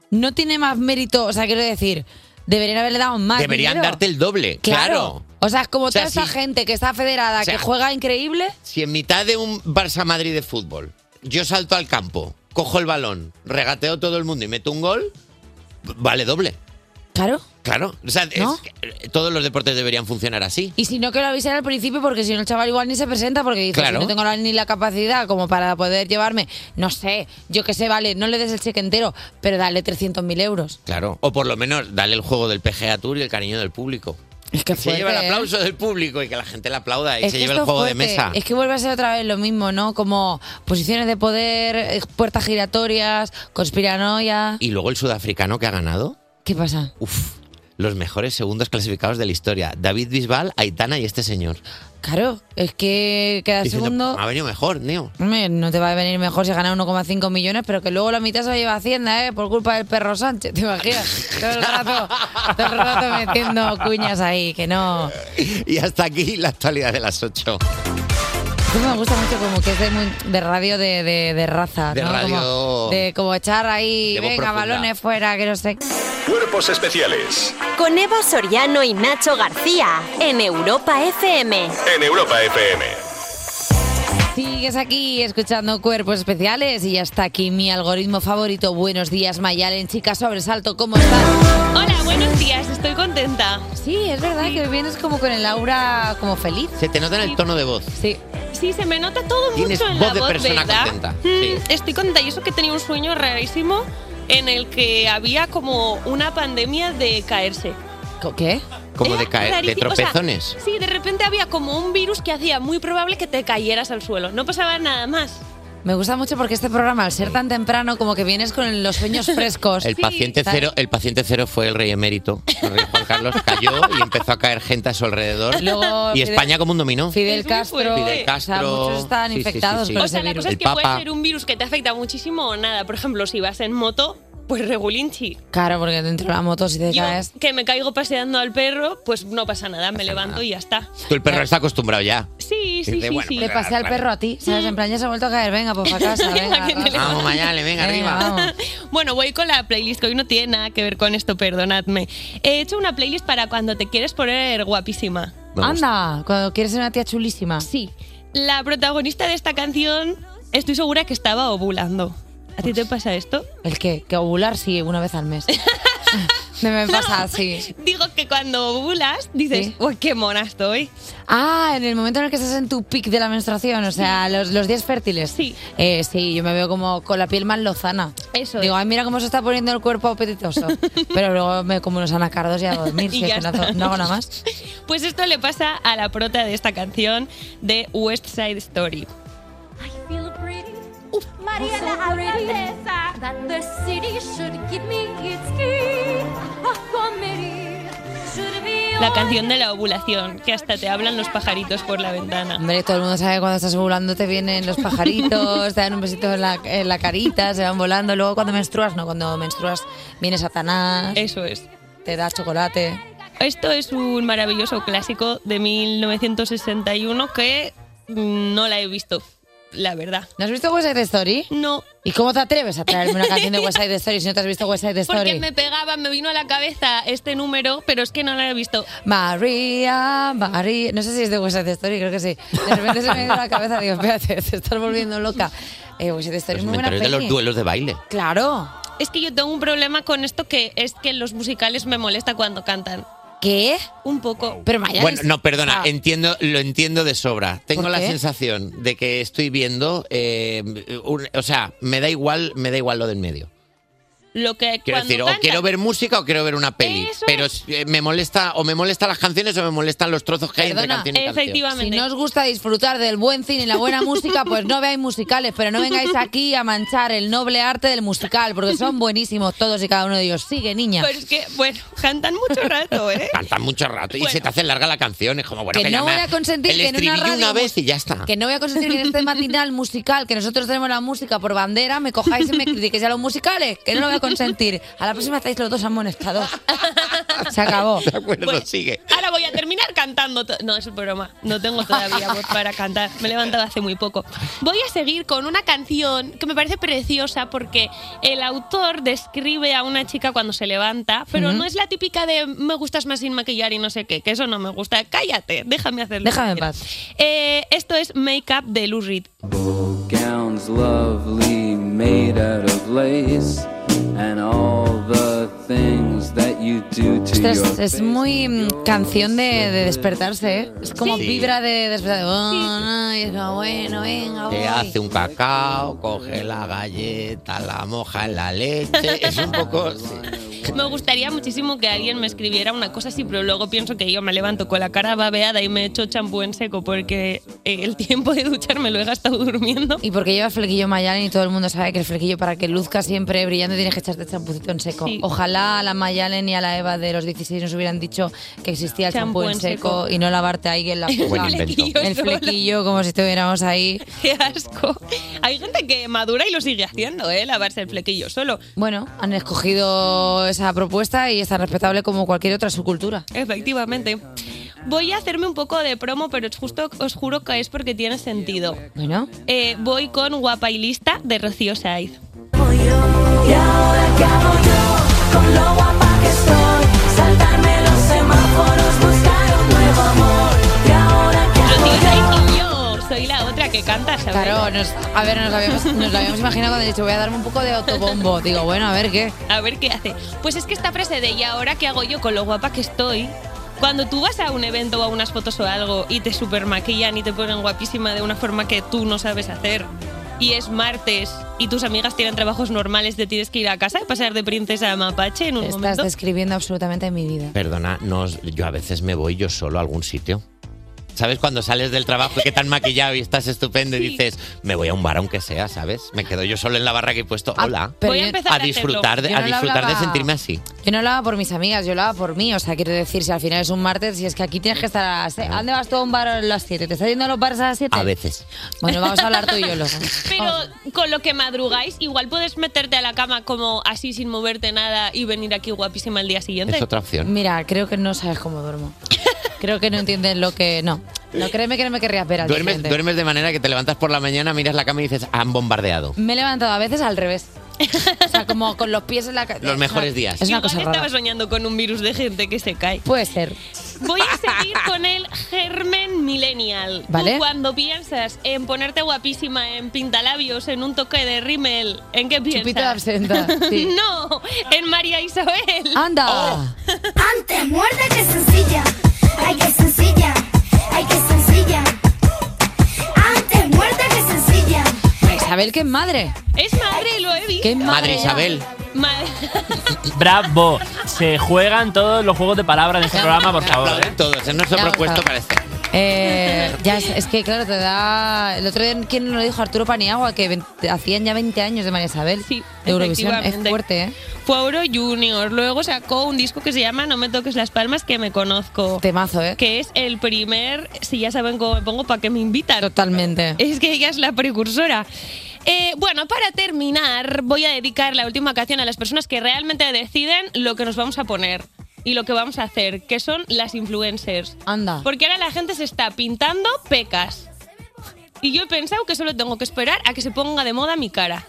no tiene más mérito. O sea, quiero decir, deberían haberle dado más. Deberían dinero. darte el doble, claro. O sea, es como O sea, toda esa si- gente que está federada, o sea, que juega increíble. Si en mitad de un Barça-Madrid de fútbol yo salto al campo, cojo el balón, regateo todo el mundo y meto un gol, vale doble. Claro. Claro. O sea, es que todos los deportes deberían funcionar así. Y si no, que lo avisen al principio, porque si no, el chaval igual ni se presenta, porque dice, Claro. "Si no tengo la- ni la capacidad como para poder llevarme, no sé, yo qué sé, vale, no le des el cheque entero, pero dale 300.000 euros. Claro. O por lo menos dale el juego del PGA Tour y el cariño del público. que se lleva fuerte, el ¿eh? aplauso del público y que la gente le aplauda y Es se que lleva el esto es juego de fuerte. mesa. Es que vuelve a ser otra vez lo mismo, ¿no? Como posiciones de poder, eh, puertas giratorias, conspiranoia. Y luego el sudafricano que ha ganado, ¿Qué pasa? los mejores segundos clasificados de la historia. David Bisbal, Aitana y este señor. Claro, es que cada Diciendo, segundo. "Me Ha venido mejor, Neo. Hombre, No te va a venir mejor si ganas 1,5 millones, pero que luego la mitad se lo lleva Hacienda, ¿eh? Por culpa del perro Sánchez, ¿te imaginas? Todo el rato, todo el rato metiendo cuñas ahí, que no. Y hasta aquí la actualidad de las 8. Tú me gusta mucho como que es de, muy- de radio de, de- de raza, De ¿no? radio- Como, de como echar ahí, De voz venga, profunda. balones fuera, que no sé. Cuerpos especiales Con Evo Soriano y Nacho García en Europa FM. en Europa FM. Sigues aquí escuchando Cuerpos Especiales y ya está aquí mi algoritmo favorito. Buenos días, Mayalen. Chicas, sobresalto, ¿cómo estás? Hola, buenos días, estoy contenta. Sí, es verdad que vienes como con el aura como feliz. Se te nota en el tono de voz. Sí. Sí, se me nota todo Tienes mucho en voz la de voz, persona ¿verdad? contenta, Mm, sí. Estoy contenta y eso que tenía un sueño rarísimo en el que había como una pandemia de caerse. ¿Qué? Como Ah, de Era caer, de rarísimo, o sea, tropezones. sí, de repente había como un virus que hacía muy probable que te cayeras al suelo. No pasaba nada más. Me gusta mucho porque este programa, al ser tan temprano, como que vienes con los sueños frescos. El paciente ¿Sabes? cero, el paciente cero fue el rey emérito. El rey Juan Carlos cayó y empezó a caer gente a su alrededor. Luego y Fidel- España como un dominó. Fidel Castro. Fidel Castro. O sea, muchos están Sí, sí, sí, infectados sí. por O sea, la cosa es el que puede Papa. ser un virus que te afecta muchísimo o nada. Por ejemplo, si vas en moto, pues regulinchi. Claro, porque dentro de la moto si te Yo, caes. que me caigo paseando al perro, pues no pasa nada, me levanto y ya está. Tú el perro está acostumbrado ya. Sí, sí, Dice, sí, bueno, pues sí. Le pasé al claro. perro a ti, ¿sabes? En plan, ya se ha vuelto a caer. Venga, pues para casa. Venga, Vamos, Mayale, venga, arriba. "Eh, Bueno, voy con la playlist que hoy no tiene nada que ver con esto, perdonadme. He hecho una playlist para cuando te quieres poner guapísima. Anda, cuando quieres ser una tía chulísima. Sí. La protagonista de esta canción, estoy segura que estaba ovulando. ¿A ti te pasa esto? El que, que ovular sí, una vez al mes. me, me pasa así. Digo que cuando ovulas dices, uy, qué mona estoy. Ah, en el momento en el que estás en tu pic de la menstruación, o sea, los, los días fértiles. Sí. Eh, sí, yo me veo como con la piel más lozana. Eso Digo, ay, mira cómo se está poniendo el cuerpo apetitoso. Pero luego me como unos anacardos y a dormir, Y si es ya que no, está. hago- no hago nada más. Pues esto le pasa a la prota de esta canción de West Side Story. Mariana Alvareza. That the city should give me its key. A comedy should be La canción de la ovulación, que hasta te hablan los pajaritos por la ventana. Hombre, todo el mundo sabe que cuando estás ovulando te vienen los pajaritos, te dan un besito en la, en la carita, se van volando. Luego cuando menstruas, no, cuando menstruas viene Satanás. Eso es. Te da chocolate. Esto es un maravilloso clásico de 1961 que mm, no la he visto, la verdad. ¿No has visto West Side Story? No. ¿Y cómo te atreves a traerme una canción de West Side Story si no te has visto West Side Story? Porque me pegaba, me vino a la cabeza este número, pero es que no la he visto. María, María. No sé si es de West Side Story, creo que sí. De repente se me vino a la cabeza, digo, espérate, te estás volviendo loca. Eh, West Side Story es muy buena Inventario de los peli. duelos de baile. Claro. Es que yo tengo un problema con esto que es que los musicales me molesta cuando cantan. ¿Qué? Un poco. Pero Bueno, no, Ah. perdona, entiendo, lo entiendo de sobra. Tengo ¿Por la qué? sensación de que estoy viendo, eh, un- o sea, me da igual, me da igual lo del medio. Lo que Quiero cuando decir, o cantan- quiero ver música o quiero ver una peli. Eso Pero eh, me molesta, o me molestan las canciones o me molestan los trozos que hay entre Perdona, canción y canción. Si no os gusta disfrutar del buen cine y la buena música, pues no veáis musicales, pero no vengáis aquí a manchar el noble arte del musical, porque son buenísimos todos y cada uno de ellos. Sigue, niña. Pero es que, bueno, cantan mucho rato, ¿eh? Cantan mucho rato y se te hace larga la canción. Es como, bueno, Que ya no me- voy a consentir el que en una estribillo radio una vez y ya está. Que no voy a consentir que en este matinal musical, que nosotros tenemos la música por bandera, me cojáis y me critiquéis a los musicales, que no lo voy a consentir. A la próxima estáis los dos amonestados. Se acabó. De acuerdo, sigue. Ahora voy a terminar cantando. to- No, es un broma. No tengo todavía voz para cantar. Me he levantado hace muy poco. Voy a seguir con una canción que me parece preciosa porque el autor describe a una chica cuando se levanta, pero Ujú. no es la típica de me gustas más sin maquillar y no sé qué, que eso no me gusta. Cállate, déjame hacerlo. Déjame en paz. Eh, esto es Make Up de Lou Reed. gowns lovely made out of lace and all the things that you do to your Ostras, es muy mm, canción de, de despertarse, ¿eh? Es como Sí. vibra de despertar. Oh, no, y es como, bueno, venga, voy. Te hace un cacao, coge la galleta, la moja en la leche. Es un poco. Me gustaría muchísimo que alguien me escribiera una cosa así, pero luego pienso que yo me levanto con la cara babeada y me echo champú en seco porque eh, el tiempo de ducharme lo he gastado durmiendo. Y porque lleva flequillo Mayalen y todo el mundo sabe que el flequillo para que luzca siempre brillante tienes que echarte champucito en seco. Sí. Ojalá a la Mayalen y a la Eva de los 16 nos hubieran dicho que existía el champú en seco, y no lavarte ahí en la El puta. flequillo El solo. flequillo como si estuviéramos ahí. ¡Qué asco! Hay gente que madura y lo sigue haciendo, ¿eh? Lavarse el flequillo solo. Bueno, han escogido esa propuesta y es tan respetable como cualquier otra subcultura. Efectivamente. Voy a hacerme un poco de promo, pero es justo, os juro que es porque tiene sentido. Bueno. Eh, voy con Guapa y Lista de Rocío Saiz. Saltarme los semáforos, buscar un nuevo amor. Y ahora que Rocío Saiz y yo soy la otra que canta, ¿sabes? Claro, nos- a ver, nos lo habíamos, nos lo habíamos imaginado cuando he dicho voy a darme un poco de autobombo. Digo, bueno, a ver qué. A ver qué hace. Pues es que esta frase de ¿y ahora qué hago yo con lo guapa que estoy? Cuando tú vas a un evento o a unas fotos o algo y te supermaquillan y te ponen guapísima de una forma que tú no sabes hacer y es martes y tus amigas tienen trabajos normales, te tienes que ir a casa y pasar de princesa a mapache en un Estás momento. describiendo absolutamente mi vida. Perdona, no os- yo a veces me voy yo solo a algún sitio. ¿Sabes? Cuando sales del trabajo y que tan maquillado y estás estupendo y dices, me voy a un bar aunque sea, ¿sabes? Me quedo yo solo en la barra que he puesto, Ah, hola. pero Voy a yo- empezar a a hacerlo. disfrutar, de, Yo a no lo disfrutar de hablaba- sentirme así. Yo no hablaba por mis amigas, yo hablaba por mí. O sea, quiero decir, si al final es un martes, si es que aquí tienes que estar a las... ¿A dónde vas tú a un bar a las 7? ¿Te estás yendo a los bares a las 7? A veces. Bueno, vamos a hablar tú y yo luego. Pero con lo que madrugáis, igual puedes meterte a la cama como así sin moverte nada y venir aquí guapísima el día siguiente. Mira, creo que no sabes cómo duermo. Creo que no entiendes lo que... No, no, créeme que no me querrías ver al día Eh, Duermes, siguiente. duermes de manera que te levantas por la mañana, miras la cama y dices, han bombardeado. Me he levantado a veces al revés. O sea, como con los pies en la... ca- Los mejores días. Es una Igual cosa estaba rara. soñando con un virus de gente que se cae. Puede ser. Voy a seguir con el germen millennial. Tú Vale. cuando piensas en ponerte guapísima, en pintalabios, en un toque de rímel, ¿en qué piensas? Chupito de absenta, sí. no, en María Isabel. ¡Anda! Antes muerde que sencilla. Ay, que sencilla. Ay, que sencilla. Antes muerde que sencilla. Isabel, que es madre. Es madre, lo he visto. ¿Qué Madre Isabel. Ma- Bravo. Se juegan todos los juegos de palabra en este programa, por favor. ¿eh? Todos, es nuestro Ya, propuesto está. para este. Eh, ya es, es que claro, te da. El otro día, ¿quién nos lo dijo? Arturo Paniagua, que vein- hacían ya 20 años de María Isabel. de Eurovisión. Es efectivamente. fuerte, ¿eh? Fue Euro Junior. Luego sacó un disco que se llama No me toques las palmas que me conozco. Temazo, ¿eh? Que es el primer, si ya saben cómo me pongo, para que me invitan. Totalmente. Es que ella es la precursora. Eh, bueno, para terminar, voy a dedicar la última canción a las personas que realmente deciden lo que nos vamos a poner y lo que vamos a hacer, que son las influencers. Anda. Porque ahora la gente se está pintando pecas. Y yo he pensado que solo tengo que esperar a que se ponga de moda mi cara.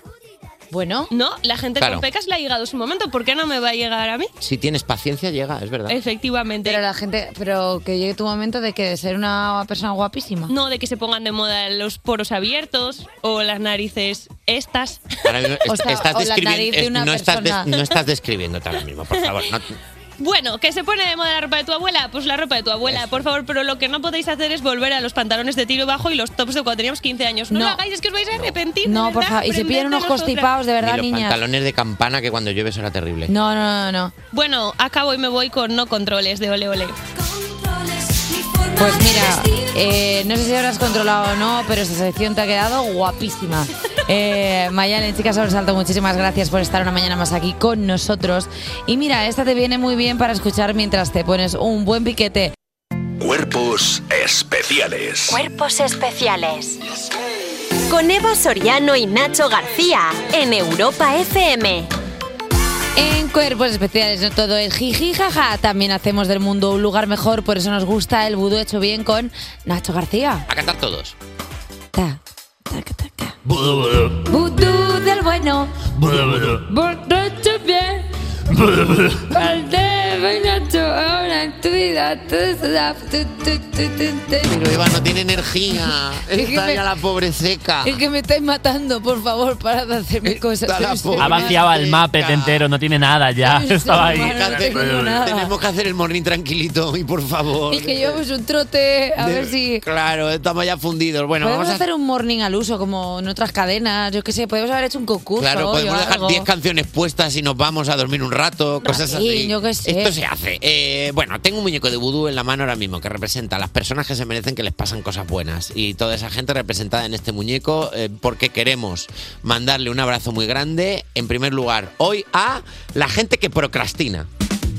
Bueno. No, la gente Claro. con pecas le ha llegado su momento. ¿Por qué no me va a llegar a mí? Si tienes paciencia, llega, es verdad. Efectivamente. Pero la gente. Pero que llegue tu momento de que de ser una persona guapísima. No de que se pongan de moda los poros abiertos o las narices estas. Ahora mismo O est- sea, estás o la describiendo- nariz de es- una no, estás des- persona. no estás describiéndote ahora mismo, por favor. no- Bueno, ¿que se pone de moda la ropa de tu abuela? Pues la ropa de tu abuela, por favor. Pero lo que no podéis hacer es volver a los pantalones de tiro bajo y los tops de cuando teníamos 15 años. No, No. lo hagáis, es que os vais a arrepentir. No, por favor. Y se piden unos constipados, de verdad, ni los niñas. pantalones de campana que cuando llueve será terrible. No, no, no, no. Bueno, acabo y me voy con no controles de Ole Ole. Pues mira, eh, no sé si habrás controlado o no, pero esta sección te ha quedado guapísima. Eh, Mayalen, chicas, salto, muchísimas gracias por estar una mañana más aquí con nosotros. Y mira, esta te viene muy bien para escuchar mientras te pones un buen piquete. Cuerpos especiales. Cuerpos especiales. Con Evo Soriano y Nacho García en Europa FM. En Cuerpos Especiales no todo es jiji, jaja. También hacemos del mundo un lugar mejor, por eso nos gusta el vudú hecho bien con Nacho García. A cantar todos. Vudú del bueno, vudú hecho bien. una actividad. Pero Eva no tiene energía. Es que Está me- ya la pobre seca. Es que me estáis matando, por favor, para de Eh, hacerme cosas. Soy Ha vaciado el mapa entero, no tiene nada ya. Estaba ahí. Tenemos que hacer el morning tranquilito y por favor. Es que llevamos un trote, a De- ver si... Claro, estamos ya fundidos. Bueno, podemos vamos a hacer un morning al uso, como en otras cadenas, yo qué sé, podemos haber hecho un concurso. Claro, hoy podemos o dejar algo. 10 canciones puestas y nos vamos a dormir un rato, cosas Sí, así. yo qué sé. Esto se hace. Eh, bueno, tengo un muñeco de vudú en la mano ahora mismo que representa a las personas que se merecen que les pasan cosas buenas. Y toda esa gente representada en este muñeco eh, porque queremos mandarle un abrazo muy grande, en primer lugar, hoy a la gente que procrastina.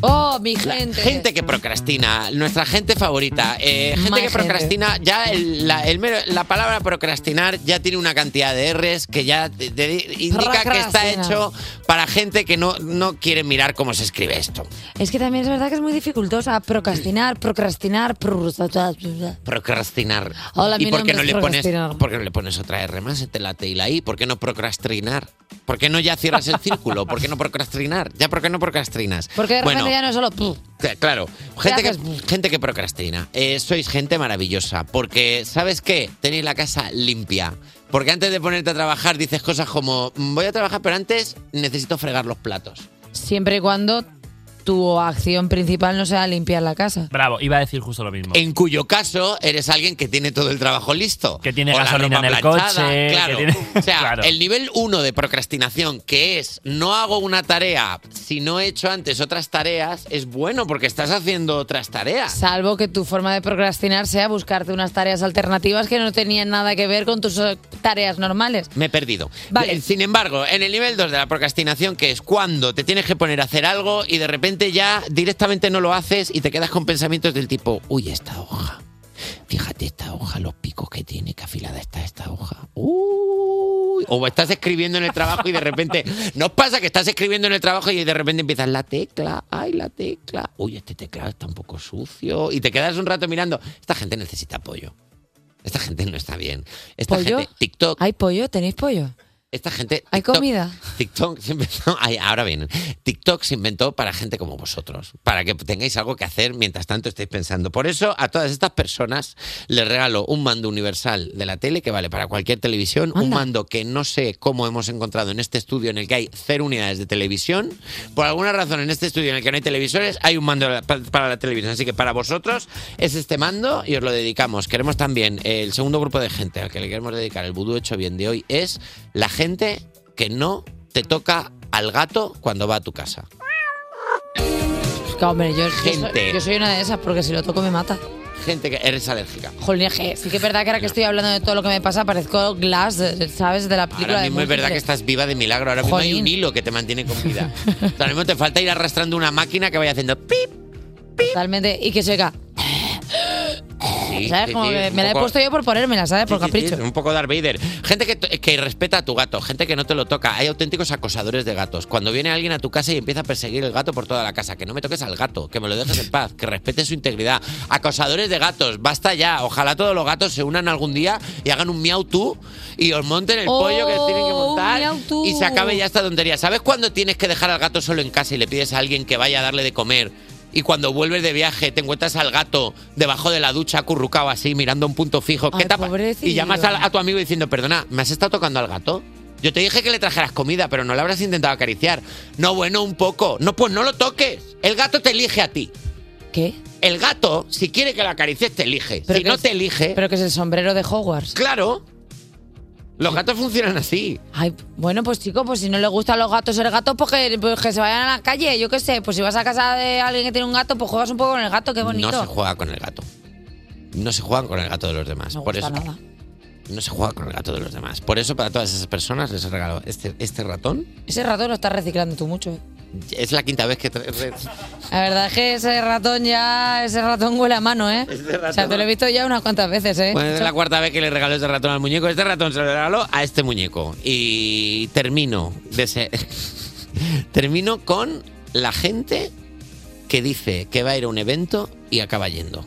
Oh, mi La gente. gente que procrastina, nuestra gente favorita, eh, gente My que gente. procrastina, ya el- la, el mero- la palabra procrastinar ya tiene una cantidad de R's que ya te- te indica que está Procrastina. hecho para gente que no, no quiere mirar cómo se escribe esto. Es que también es verdad que es muy dificultosa procrastinar, procrastinar, procrastinar. Procrastinar. Hola, ¿Y mi por nombre qué no es le pones, procrastinar. por qué no le pones otra R más entre la T y la I? ¿Por qué no procrastinar? ¿Por qué no ya cierras el círculo? ¿Por qué no procrastinar? ¿Ya por qué no procrastinas? Porque de repente Bueno, ya no es solo... "Puf". Cla- Claro, gente haces? que, gente que procrastina. Eh, sois gente maravillosa, porque ¿sabes qué? Tenéis la casa limpia. Porque antes de ponerte a trabajar dices cosas como, "Mm, voy a trabajar, pero antes necesito fregar los platos. Siempre y cuando tu acción principal no sea limpiar la casa. Bravo, iba a decir justo lo mismo. En cuyo caso eres alguien que tiene todo el trabajo listo. Que tiene gasolina en el coche, que Claro. tiene- O sea, el nivel uno de procrastinación, que es no hago una tarea si no he hecho antes otras tareas, es bueno porque estás haciendo otras tareas. Salvo que tu forma de procrastinar sea buscarte unas tareas alternativas que no tenían nada que ver con tus eh, tareas normales. Me he perdido. Vale. Eh, Sin embargo, en el nivel 2 de la procrastinación, que es cuando te tienes que poner a hacer algo y de repente ya directamente no lo haces y te quedas con pensamientos del tipo, uy, esta hoja. Fíjate esta hoja, los picos que tiene, qué afilada está esta hoja. Uy, O estás escribiendo en el trabajo y de repente. Nos pasa que estás escribiendo en el trabajo y de repente empiezas la tecla, ay, la tecla. Uy, este teclado está un poco sucio. Y te quedas un rato mirando. Esta gente necesita apoyo. Esta gente no está bien. Esta ¿Pollo? gente. TikTok. ¿Hay pollo? ¿Tenéis pollo? Esta gente. ¿Hay comida? TikTok se inventó, ay, ahora vienen. TikTok se inventó para gente como vosotros, para que tengáis algo que hacer mientras tanto estéis pensando. Por eso a todas estas personas les regalo un mando universal de la tele que vale para cualquier televisión, un mando que no sé cómo hemos encontrado en este estudio en el que hay cero unidades de televisión. Por alguna razón en este estudio en el que no hay televisores hay un mando pa- para la televisión, así que para vosotros es este mando y os lo dedicamos. Queremos también eh, el segundo grupo de gente al que le queremos dedicar el vudú hecho bien de hoy es la gente que no te toca al gato cuando va a tu casa. Pues que, hombre, yo, yo soy- Gente. yo soy una de esas porque si lo toco me mata. Gente que eres alérgica. Jolín, je, sí que es verdad que ahora que estoy hablando de todo lo que me pasa, parezco Glass, eh, ¿sabes? De la película Ahora de mismo es verdad que Múltiples. estás viva de milagro. Ahora mismo hay un hilo que te mantiene con vida. Ahora mismo te falta ir arrastrando una máquina que vaya haciendo pip. Totalmente. Y que se oiga, Sí, ¿sabes? sí, Como sí, que un me la he poco- puesto yo por ponérmela, ¿sabes? Por Sí, sí, capricho. sí, un poco Darth Vader. Gente que, to- que respeta a tu gato, gente que no te lo toca. Hay auténticos acosadores de gatos. Cuando viene alguien a tu casa y empieza a perseguir el gato por toda la casa, que no me toques al gato, que me lo dejes en paz, que respete su integridad. Acosadores de gatos, basta ya. Ojalá todos los gatos se unan algún día y hagan un miau tú y os monten el Oh, pollo que tienen un que montar miau tú. y se acabe ya esta tontería. ¿Sabes cuándo tienes que dejar al gato solo en casa y le pides a alguien que vaya a darle de comer? Y cuando vuelves de viaje te encuentras al gato debajo de la ducha acurrucado así, mirando a un punto fijo. ¿Qué te ha pa- Y llamas al- a, tu amigo diciendo, perdona, ¿me has estado tocando al gato? Yo te dije que le trajeras comida, pero no le habrás intentado acariciar. No, bueno, un poco. No, pues no lo toques. El gato te elige a ti. ¿Qué? El gato, si quiere que lo acaricies, te elige. si que no es- te elige... Pero que es el sombrero de Hogwarts. Claro. Los gatos funcionan así. Ay, bueno, pues chico, pues si no le gustan los gatos ser gatos, pues que, pues que se vayan a la calle, yo qué sé. Pues si vas a casa de alguien que tiene un gato, pues juegas un poco con el gato, qué bonito. No se juega con el gato. No se juegan con el gato de los demás. No Por gusta eso nada. no se juega con el gato de los demás. Por eso para todas esas personas les regalo este, este ratón. Ese ratón lo estás reciclando tú mucho. ¿eh? Es la quinta vez que tra- re- La verdad es que ese ratón ya, ese ratón huele a mano, ¿eh? O sea, te lo he visto ya unas cuantas veces, ¿eh? Bueno, es la cuarta vez que le regalo este ratón al muñeco. Este ratón se lo regaló a este muñeco. Y termino de ese- termino con la gente que dice que va a ir a un evento y acaba yendo.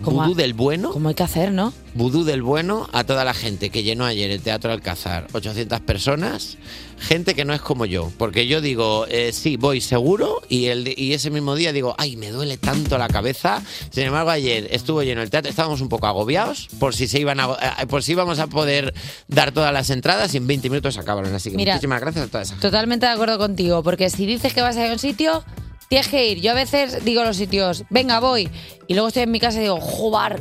Vudú del bueno. Como hay que hacer, ¿no? Vudú del bueno a toda la gente que llenó ayer el Teatro Alcázar. 800 personas, gente que no es como yo. Porque yo digo, eh, sí, voy seguro y, el, y ese mismo día digo, ay, me duele tanto la cabeza. Sin embargo, ayer estuvo lleno el teatro, estábamos un poco agobiados por si, se iban a, eh, por si íbamos a poder dar todas las entradas y en 20 minutos acabaron. Así que Mira, muchísimas gracias a toda esa gente. Totalmente de acuerdo contigo, porque si dices que vas a ir a un sitio, tienes que ir. Yo a veces digo a los sitios, venga, voy. Y luego estoy en mi casa y digo, jugar,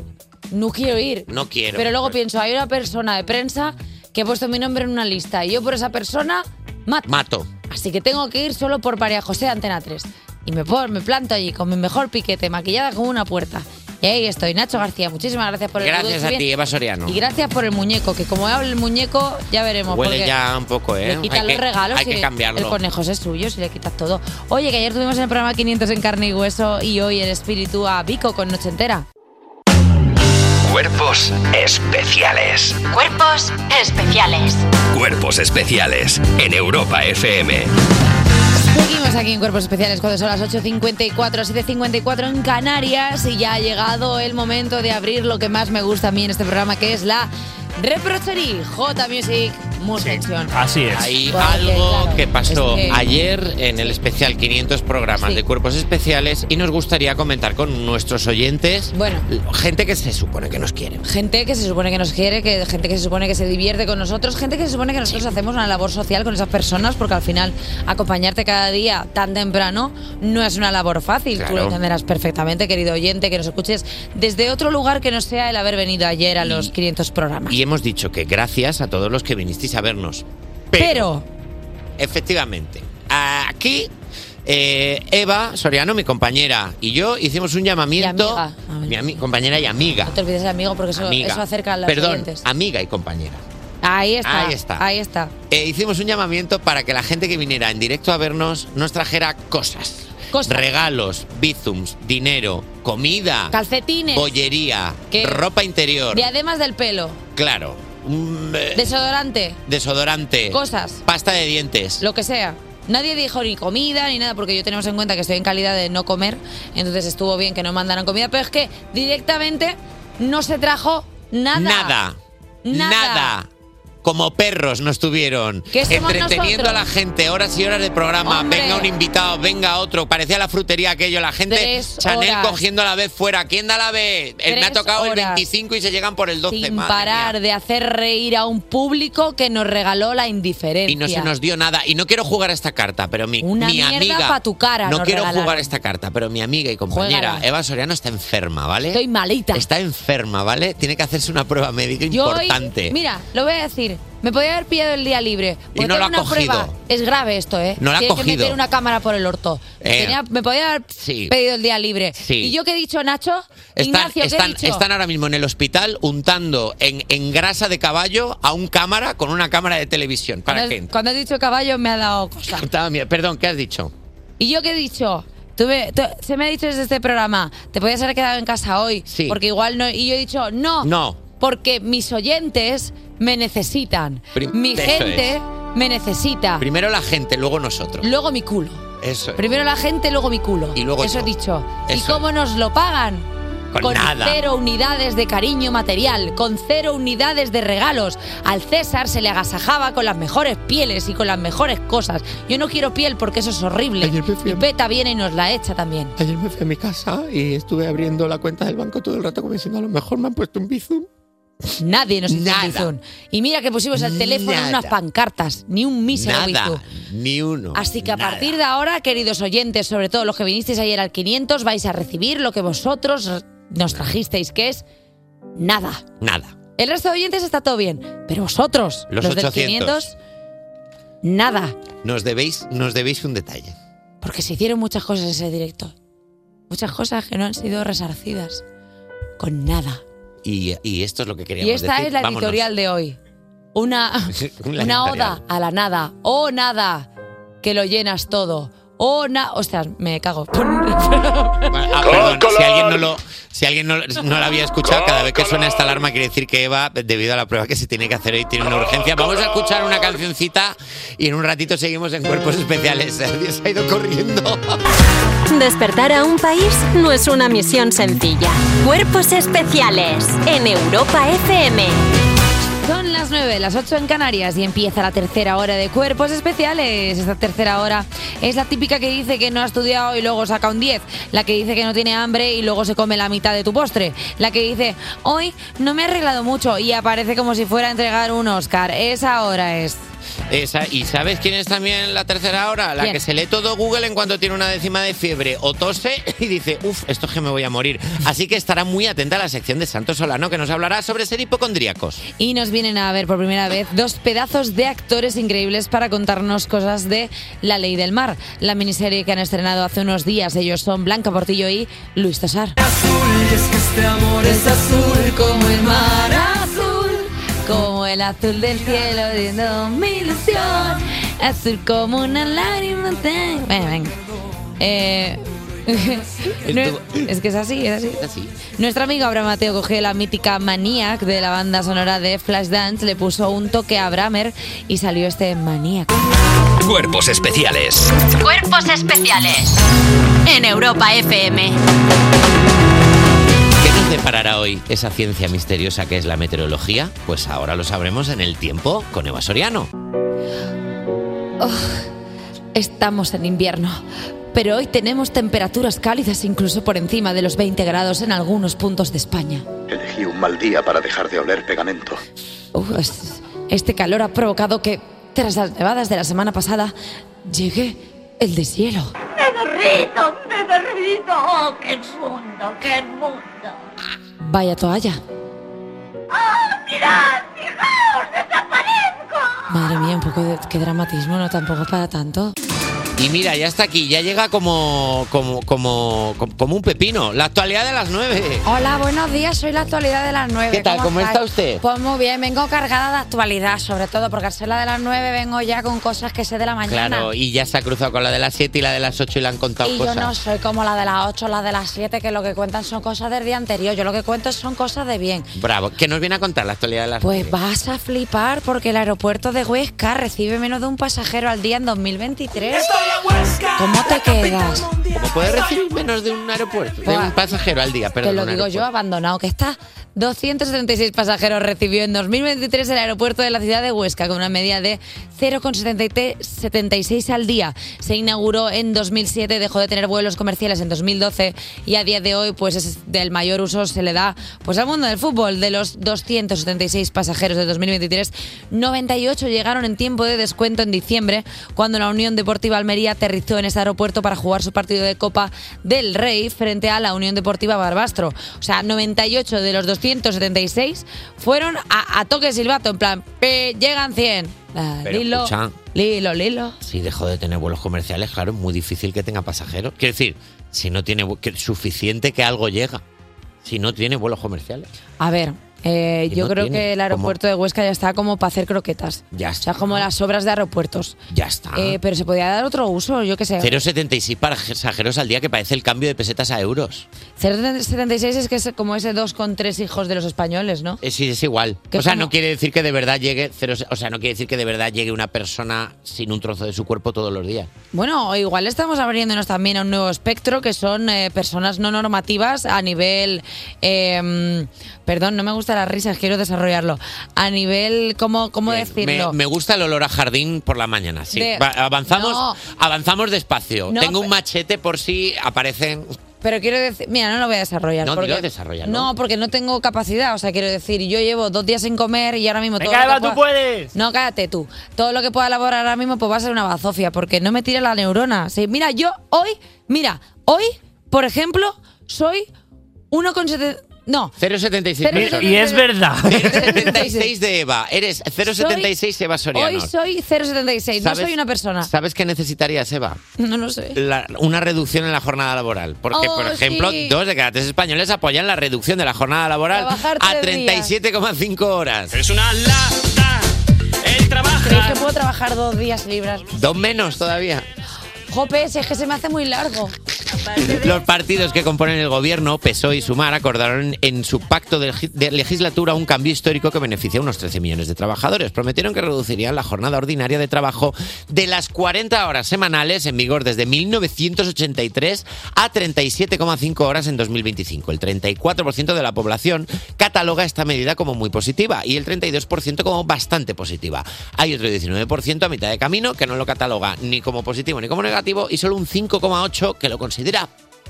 no quiero ir. No quiero. pues. Pero luego pienso, hay una persona de prensa que ha puesto mi nombre en una lista y yo por esa persona mato. Mato. Así que tengo que ir solo por María José de Antena 3. Y me, pongo- me planto allí con mi mejor piquete, maquillada como una puerta. Y ahí estoy, Nacho García, muchísimas gracias por el Gracias producto a bien. ti, Eva Soriano. Y gracias por el muñeco, que como hable el muñeco, ya veremos. Huele porque- ya un poco, ¿eh? le quitan Hay que- los regalos Hay y que cambiarlo. el conejo es suyo si le quitas todo. Oye, que ayer tuvimos en el programa 500 en carne y hueso y hoy el espíritu a Vico con Noche Entera. Cuerpos especiales. Cuerpos especiales. Cuerpos especiales en Europa FM. Seguimos aquí en Cuerpos Especiales cuando son las 8.54, 7.54 en Canarias y ya ha llegado el momento de abrir lo que más me gusta a mí en este programa que es la reprochería J Music Muspension. Así es. Hay Porque, algo claro, que pasó es que- ayer en el especial 500 programas de cuerpos especiales y nos gustaría comentar con nuestros oyentes, bueno, gente que se supone que nos quiere. Gente que se supone que nos quiere, que gente que se supone que se divierte con nosotros, gente que se supone que nosotros hacemos una labor social con esas personas, porque al final acompañarte cada día tan temprano no es una labor fácil. Tú lo Claro. entenderás perfectamente, querido oyente, que nos escuches desde otro lugar que no sea el haber venido ayer a los 500 programas. Y hemos dicho que gracias a todos los que vinisteis a vernos. Pero, Efectivamente, a aquí. eh, Eva Soriano, mi compañera, y yo hicimos un llamamiento. Mi ami- compañera y amiga. No te olvides de amigo porque Ah, eso, Amiga. eso acerca a los Perdón, oyentes. amiga y compañera. Ahí está. Ahí está. Ahí está. Eh, hicimos un llamamiento para que la gente que viniera en directo a vernos nos trajera cosas. Cosas. Regalos, bizums, dinero, comida, Calcetines. bollería, ¿Qué? ropa interior. Diademas del pelo. Claro. mm, eh, Desodorante. desodorante. Cosas. Pasta de dientes. Lo que sea. Nadie dijo ni comida ni nada, porque yo tenemos en cuenta que estoy en calidad de no comer, entonces estuvo bien que no mandaran comida, pero es que directamente no se trajo nada. Nada. Nada. Nada. Como perros nos tuvieron. ¿Qué somos Entreteniendo nosotros? a la gente horas y horas de programa. Hombre. Venga un invitado, venga otro. Parecía la frutería aquello. La gente Tres Chanel horas. cogiendo la vez fuera. ¿Quién da la vez? Eh, Me Tres ha tocado el horas. 25 y se llegan por el 12. Sin madre parar de hacer reír a un público que nos regaló la indiferencia. Y no se nos dio nada. Y no quiero jugar a esta carta, pero mi, Una mi mierda amiga. pa' tu cara no nos quiero regalaron. jugar a esta carta, pero mi amiga y compañera Juégala. Eva Soriano está enferma, ¿vale? Estoy malita. Está enferma, ¿vale? Tiene que hacerse una prueba médica Yo hoy- importante. mira, lo voy a decir. Me podía haber pillado el día libre. Y porque no tengo lo ha una cogido. prueba. Es grave esto, ¿eh? No lo ha Tiene que cogido. meter una cámara por el orto. Eh, Tenía- me podía haber sí. pedido el día libre. Sí. ¿Y yo qué he dicho, Nacho? Están, Ignacio, ¿qué están- he dicho? están ahora mismo en el hospital untando en, en grasa de caballo a un cámara con una cámara de televisión. ¿Para cuando, qué? cuando has dicho caballo me ha dado cosa. Estaba bien. Perdón, ¿qué has dicho? ¿Y yo qué he dicho? Tuve- tu- se me ha dicho desde este programa, te podías haber quedado en casa hoy. Porque igual no. Y yo he dicho, no. No. Porque mis oyentes me necesitan. Prim- Mi eso gente es. me necesita. Primero la gente, luego nosotros. Luego mi culo. Eso. es. Primero la gente, luego mi culo. Y luego Eso yo. he dicho. ¿Y Eso cómo nos lo pagan? Con nada. cero unidades de cariño material, con cero unidades de regalos. Al César se le agasajaba con las mejores pieles y con las mejores cosas. Yo no quiero piel porque eso es horrible. y Beta viene y nos la echa también. Ayer me fui a mi casa y estuve abriendo la cuenta del banco todo el rato como diciendo a lo mejor me han puesto un bizum. Nadie nos hizo un bizum. Y mira que pusimos al teléfono Nada. unas pancartas, ni un mísero bizum. Nada, ni uno. Así que a nada. partir de ahora, queridos oyentes, sobre todo los que vinisteis ayer al 500, vais a recibir lo que vosotros nos trajisteis, que es nada. Nada. El resto de oyentes está todo bien, pero vosotros, los, Los del 800. 500, nada, Nos debéis, nos debéis un detalle. porque se hicieron muchas cosas en ese directo. Muchas cosas que no han sido resarcidas con Pues nada. Y, y esto es lo que queríamos Y esta decir. es la Vámonos. editorial de hoy. Una, La una editorial. oda a la nada. Oh, nada, que lo llenas todo. Oh, na... Ostras, me cago. Ah, perdón, si alguien no lo, si alguien no, no lo había escuchado, cada vez que suena esta alarma quiere decir que Eva, debido a la prueba que se tiene que hacer hoy, tiene una urgencia. Vamos a escuchar una cancioncita y en un ratito seguimos en Cuerpos Especiales. Alguien se ha ido corriendo. Despertar a un país no es una misión sencilla. Cuerpos especiales en Europa FM. Son las 9, las 8 en Canarias y empieza la tercera hora de cuerpos especiales. Esta tercera hora es la típica que dice que no ha estudiado y luego saca un 10. La que dice que no tiene hambre y luego se come la mitad de tu postre. La que dice, hoy no me he arreglado mucho y aparece como si fuera a entregar un Oscar. Esa hora es. Esa- ¿Y sabes quién es también la tercera hora? La ¿Quién? que se lee todo Google en cuanto tiene una décima de fiebre o tose y dice, uff, esto es que me voy a morir. Así que estará muy atenta a la sección de Santos Solano que nos hablará sobre ser hipocondríacos. Y nos vienen a ver por primera vez dos pedazos de actores increíbles para contarnos cosas de La Ley del Mar, la miniserie que han estrenado hace unos días. Ellos son Blanca Portillo y Luis Tosar. azul, y es que este amor es azul como el mar azul. Como el azul del cielo de mi ilusión, azul como una lágrima. te- Venga, venga. Eh, nue- es que es así, es así. Nuestro amigo Abraham Mateo cogió la mítica Maniac de la banda sonora de Flashdance, le puso un toque a Bramer y salió este Maniac. Cuerpos especiales. Cuerpos especiales en Europa FM. ¿Qué nos deparará hoy esa ciencia misteriosa que es la meteorología? Pues ahora lo sabremos en el tiempo con Eva Soriano. Oh, estamos en invierno, pero hoy tenemos temperaturas cálidas incluso por encima de los 20 grados en algunos puntos de España. Elegí un mal día para dejar de oler pegamento. Uf, es- este calor ha provocado que, tras las nevadas de la semana pasada, llegue el deshielo. Me derrito, me derrito. Oh, qué mundo, qué mundo. Vaya toalla. ¡Ah, mirad, fijaos, desaparezco! Madre mía, un poco de qué dramatismo, no tampoco para tanto. Y mira, ya está aquí, ya llega como, como, como, como, como un pepino. La actualidad de las 9. Hola, buenos días, soy la actualidad de las 9. ¿Qué tal? ¿Cómo está estáis? usted? Pues muy bien, vengo cargada de actualidad, sobre todo, porque al ser la de las 9 vengo ya con cosas que sé de la mañana. Claro, y ya se ha cruzado con la de las 7 y la de las 8 y le han contado Y yo cosas. no soy como la de las 8, la de las 7, que lo que cuentan son cosas del día anterior. Yo lo que cuento son cosas de bien. Bravo, ¿qué nos viene a contar la actualidad de las Pues 9? vas a flipar porque el aeropuerto de Huesca recibe menos de un pasajero al día en 2023. ¿Cómo te quedas? ¿Cómo puede recibir menos de un aeropuerto? De un pasajero al día, perdón. Te lo un digo yo, aeropuerto. abandonado que está. 276 pasajeros recibió en 2023 el aeropuerto de la ciudad de Huesca con una media de 0,76 al día. Se inauguró en 2007, dejó de tener vuelos comerciales en 2012 y a día de hoy pues es del mayor uso se le da pues al mundo del fútbol. De los 276 pasajeros de 2023, 98 llegaron en tiempo de descuento en diciembre cuando la Unión Deportiva Almería aterrizó en ese aeropuerto para jugar su partido de Copa del Rey frente a la Unión Deportiva Barbastro. O sea, 98 de los 276 fueron a, a toque de silbato, en plan, "Pe, llegan 100. Ah, Pero lilo, escucha. lilo, lilo. Si dejó de tener vuelos comerciales, claro, es muy difícil que tenga pasajeros. Quiero decir, si no tiene vu- que suficiente que algo llega. Si no tiene vuelos comerciales. A ver, eh, Y yo no creo tiene, que el ¿cómo? aeropuerto de Huesca ya está como para hacer croquetas. Ya O sea, como las obras de aeropuertos. Ya está. Eh, pero se podía dar otro uso, yo qué sé. 0,76 pasajeros al día que parece el cambio de pesetas a euros. 0,76 es que es como ese 2,3 hijos de los españoles, ¿no? Eh, Sí, es igual. Que O sea, como- no quiere decir que de verdad llegue cero, o sea, no quiere decir que de verdad llegue una persona sin un trozo de su cuerpo todos los días. Bueno, o igual estamos abriéndonos también a un nuevo espectro que son eh, personas no normativas a nivel. eh, perdón, no me gustan las risas, quiero desarrollarlo. A nivel, ¿cómo, cómo Me, decirlo? me gusta el olor a jardín por la mañana, sí. De- Va- avanzamos, No. avanzamos despacio. No, Tengo pe- un machete por si aparecen. Pero quiero decir, mira, no lo voy a desarrollar. No, porque, dilo, desarrollalo. No, porque no tengo capacidad. O sea, quiero decir, yo llevo dos días sin comer y ahora mismo. Venga, todo lo que Eva, tú puedes. No, cállate tú. Todo lo que pueda elaborar ahora mismo, pues va a ser una bazofia, porque no me tire la neurona. Sí, mira, yo hoy, mira, hoy, por ejemplo, soy 1,7. No. 0,76. personas. Y es verdad. 0,76 de Eva. Eres 0,76 Eva Soriano. Hoy soy 0,76. No ¿Sabes? soy una persona. ¿Sabes qué necesitarías, Eva? No lo sé. La- una reducción en la jornada laboral. Porque, Oh, por ejemplo, sí. dos de cada tres españoles apoyan la reducción de la jornada laboral Trabajar a tres días. 37,5 horas. Es una ¿Creéis que puedo trabajar dos días libras? Dos menos todavía. Jope, si es que se me hace muy largo. Los partidos que componen el gobierno, PSOE E y Sumar, acordaron en su pacto de, legi- de legislatura un cambio histórico que beneficia a unos 13 millones de trabajadores. Prometieron que reducirían la jornada ordinaria de trabajo de las 40 horas semanales en vigor desde 1983 a 37,5 horas en 2025. El 34% de la población cataloga esta medida como muy positiva y el 32% como bastante positiva. Hay otro 19% a mitad de camino que no lo cataloga ni como positivo ni como negativo y solo un 5,8% que lo considera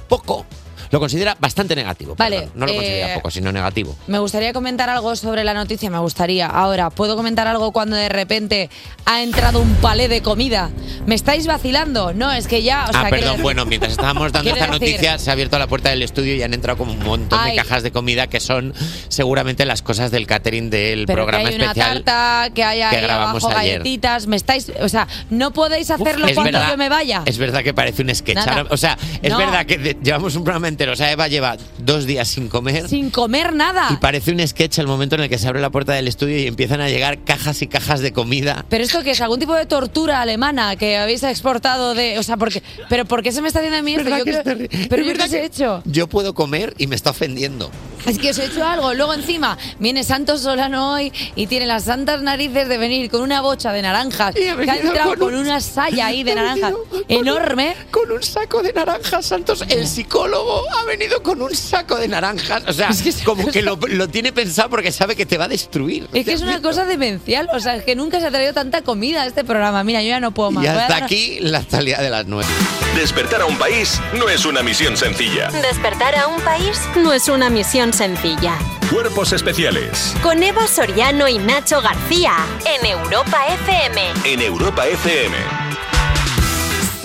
poco. Lo considera bastante negativo. Vale, perdón. No lo eh, considera poco, sino negativo. Me gustaría comentar algo sobre la noticia, me gustaría. Ahora, ¿puedo comentar algo cuando de repente ha entrado un palé de comida? ¿Me estáis vacilando? No, es que ya... O sea, ah, quiero perdón, decir- bueno, mientras estábamos dando Quiero esta decir- noticia, se ha abierto la puerta del estudio y han entrado como un montón Ay. de cajas de comida que son seguramente las cosas del catering del Pero que programa hay una especial. tarta, que hay ahí grabamos abajo ayer. galletitas, me estáis... O sea, no podéis hacerlo Es cuando verdad, yo me vaya. Es verdad que parece un sketch. Nada. Ahora- O sea, es No. verdad que de- llevamos un programa entero. O sea, Eva lleva dos días sin comer. Sin comer nada. Y parece un sketch el momento en el que se abre la puerta del estudio y empiezan a llegar cajas y cajas de comida. Pero esto que es algún tipo de tortura alemana que habéis exportado de, o sea, porque pero ¿por qué se me está haciendo a mí esto? Yo creo- pero yo qué os he hecho? Yo puedo comer y me está ofendiendo. Es que os he hecho algo. Luego encima viene Santos Solano hoy y tiene las santas narices de venir con una bocha de naranjas. Que ha venido entrado con con un- una saya ahí de ha naranjas enorme. Con un saco de naranjas, Santos. El psicólogo ha venido con un saco de naranjas. O sea, como que lo, lo tiene pensado porque sabe que te va a destruir. Es que es una cosa demencial. O sea, es que nunca se ha traído tanta comida a este programa. Mira, yo ya no puedo más. Y Voy a hasta dar- aquí la actualidad de las nueve. Despertar a un país no es una misión sencilla. Despertar a un país no es una misión sencilla. Cuerpos especiales Con Eva Soriano y Nacho García en Europa FM. en Europa FM.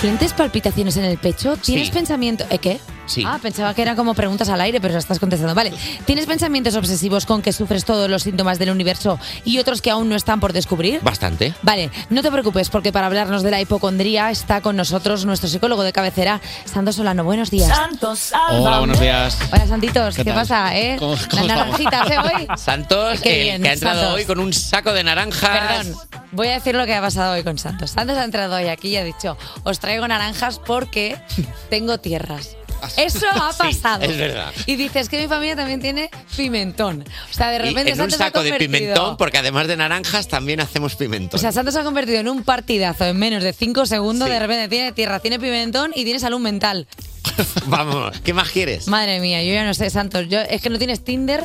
¿Sientes palpitaciones en el pecho? ¿Tienes Sí. pensamiento? ¿Eh, qué? Sí. Ah, pensaba que eran como preguntas al aire, pero las estás contestando. Vale. ¿Tienes pensamientos obsesivos con que sufres todos los síntomas del universo y otros que aún no están por descubrir? Bastante. Vale, no te preocupes, porque para hablarnos de la hipocondría está con nosotros nuestro psicólogo de cabecera, Santos Solano. Buenos días. Santos, Hola, buenos días. Hola, Santitos. ¿Qué, ¿Qué tal? pasa, eh? ¿Cómo- Las cómo estamos? naranjitas, ¿eh? Hoy. Santos, Qué eh, el bien, que ha entrado Santos. hoy con un saco de naranjas. Perdón, voy a decir lo que ha pasado hoy con Santos. Santos ha entrado hoy aquí y ha dicho, os traigo naranjas porque tengo tierras. Eso ha Sí, pasado. es verdad. Y dices que mi familia también tiene pimentón. O sea, de Y repente en un Santos se ha saco de convertido- pimentón, porque además de naranjas también hacemos pimentón. O sea, Santos se ha convertido en un partidazo en menos de 5 segundos. De repente tiene tierra, tiene pimentón y tiene salud mental. Vamos, ¿qué más quieres? Madre mía, yo ya no sé, Santos. Yo, es que no tienes Tinder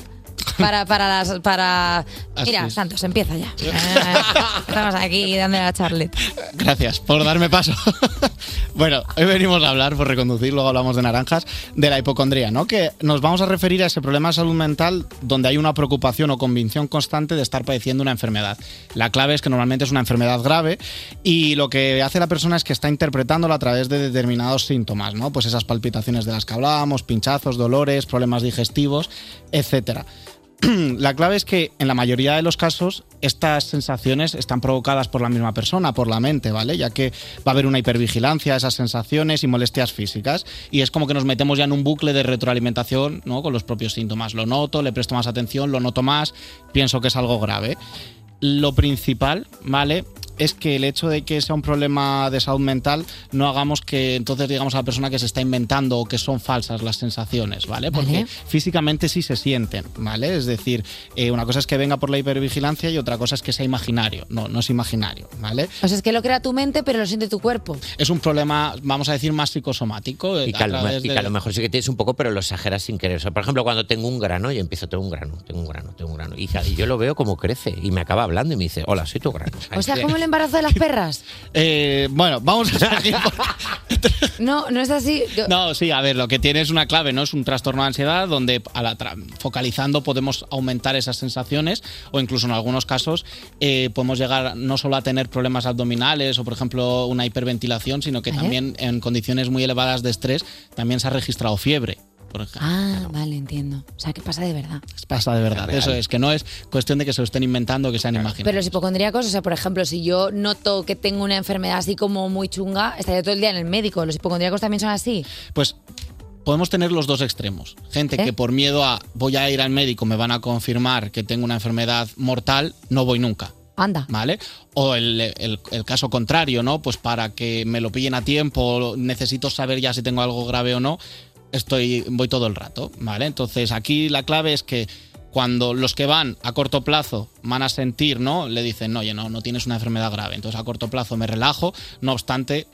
para, para las. Para... Ah, Así Mira, es. Santos, empieza ya. Eh, Estamos aquí dándole a Charlotte. Gracias por darme paso. Bueno, hoy venimos a hablar, por reconducir, luego hablamos de naranjas, de la hipocondría, ¿no? Que nos vamos a referir a ese problema de salud mental donde hay una preocupación o convicción constante de estar padeciendo una enfermedad. La clave es que normalmente es una enfermedad grave y lo que hace la persona es que está interpretándola a través de determinados síntomas, ¿no? Pues esas palpitaciones de las que hablábamos, pinchazos, dolores, problemas digestivos, etcétera. la clave es que en la mayoría de los casos estas sensaciones están provocadas por la misma persona, por la mente, ¿vale? Ya que va a haber una hipervigilancia, a esas sensaciones y molestias físicas. Y es como que nos metemos ya en un bucle de retroalimentación, ¿no? Con los propios síntomas. Lo noto, le presto más atención, lo noto más, pienso que es algo grave. Lo principal, ¿vale? Es que el hecho de que sea un problema de salud mental no hagamos que entonces digamos a la persona que se está inventando o que son falsas las sensaciones, ¿vale? Porque Vale. físicamente sí se sienten, ¿vale? Es decir, eh, una cosa es que venga por la hipervigilancia y otra cosa es que sea imaginario. No, no es imaginario, ¿vale? O sea, es que lo crea tu mente, pero lo siente tu cuerpo. Es un problema, vamos a decir, más psicosomático. eh, Y a que, a lo, me- través y que de- a lo mejor sí que tienes un poco, pero lo exageras sin querer. O sea, por ejemplo, cuando tengo un grano, yo empiezo, tengo un grano, tengo un grano, tengo un grano. Y, ca- y yo lo veo como crece y me acaba hablando y me dice, hola, soy tu grano. O sea, como el embarazo de las perras. Eh, bueno, vamos a seguir No, no es así. Yo- No, sí, a ver, lo que tiene es una clave, ¿no? Es un trastorno de ansiedad donde a la tra- focalizando podemos aumentar esas sensaciones o incluso en algunos casos eh, podemos llegar no solo a tener problemas abdominales o, por ejemplo, una hiperventilación, sino que Ajá. también en condiciones muy elevadas de estrés también se ha registrado fiebre, por ejemplo. Ah, vale, entiendo. O sea, que pasa de verdad. Pasa de verdad, eso es, que no es cuestión de que se lo estén inventando o que sean imaginarios. Pero los hipocondríacos, o sea, por ejemplo, si yo noto que tengo una enfermedad así como muy chunga, estaría todo el día en el médico. Los hipocondríacos también son así. pues podemos tener los dos extremos. Gente ¿Eh? que por miedo a voy a ir al médico, me van a confirmar que tengo una enfermedad mortal, no voy nunca. Anda. ¿Vale? O el, el- el caso contrario, ¿no? Pues para que me lo pillen a tiempo, necesito saber ya si tengo algo grave o no, estoy, voy todo el rato, ¿vale? Entonces aquí la clave es que cuando los que van a corto plazo van a sentir, ¿no? Le dicen, oye, no, no tienes una enfermedad grave, entonces a corto plazo me relajo, no obstante,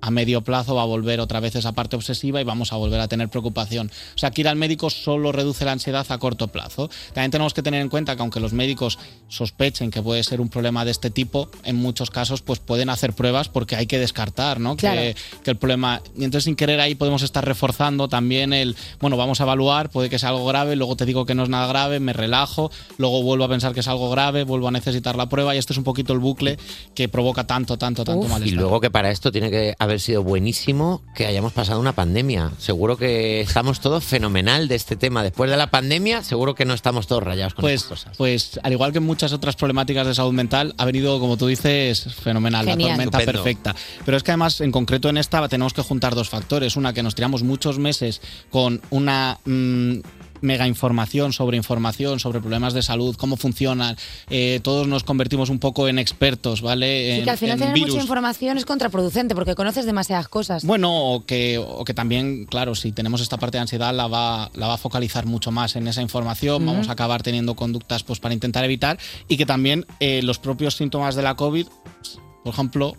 a medio plazo va a volver otra vez esa parte obsesiva y vamos a volver a tener preocupación. O sea, que ir al médico solo reduce la ansiedad a corto plazo. También tenemos que tener en cuenta que aunque los médicos sospechen que puede ser un problema de este tipo, en muchos casos pues pueden hacer pruebas porque hay que descartar, ¿no? Claro. Que, que el problema... Y entonces sin querer ahí podemos estar reforzando también el, bueno, vamos a evaluar, puede que sea algo grave, luego te digo que no es nada grave, me relajo, luego vuelvo a pensar que es algo grave, vuelvo a necesitar la prueba y este es un poquito el bucle que provoca tanto, tanto, tanto Uf. malestar. y luego que para esto tiene que haber sido buenísimo que hayamos pasado una pandemia. Seguro que estamos todos fenomenal de este tema. Después de la pandemia, seguro que no estamos todos rayados con Pues, estas cosas. pues al igual que muchas otras problemáticas de salud mental, ha venido, como tú dices, fenomenal, Genial. la tormenta Estupendo. perfecta. Pero es que además, en concreto en esta, tenemos que juntar dos factores. Una, que nos tiramos muchos meses con una... mm, Mega información sobre información, sobre problemas de salud, cómo funcionan. Eh, todos nos convertimos un poco en expertos, ¿vale? Y En- que al final en tener mucha virus. información es contraproducente porque conoces demasiadas cosas. Bueno, o que, o que también, claro, si tenemos esta parte de ansiedad, la va, la va a focalizar mucho más en esa información, Ujú. vamos a acabar teniendo conductas pues, para intentar evitar y que también eh, los propios síntomas de la COVID, por ejemplo,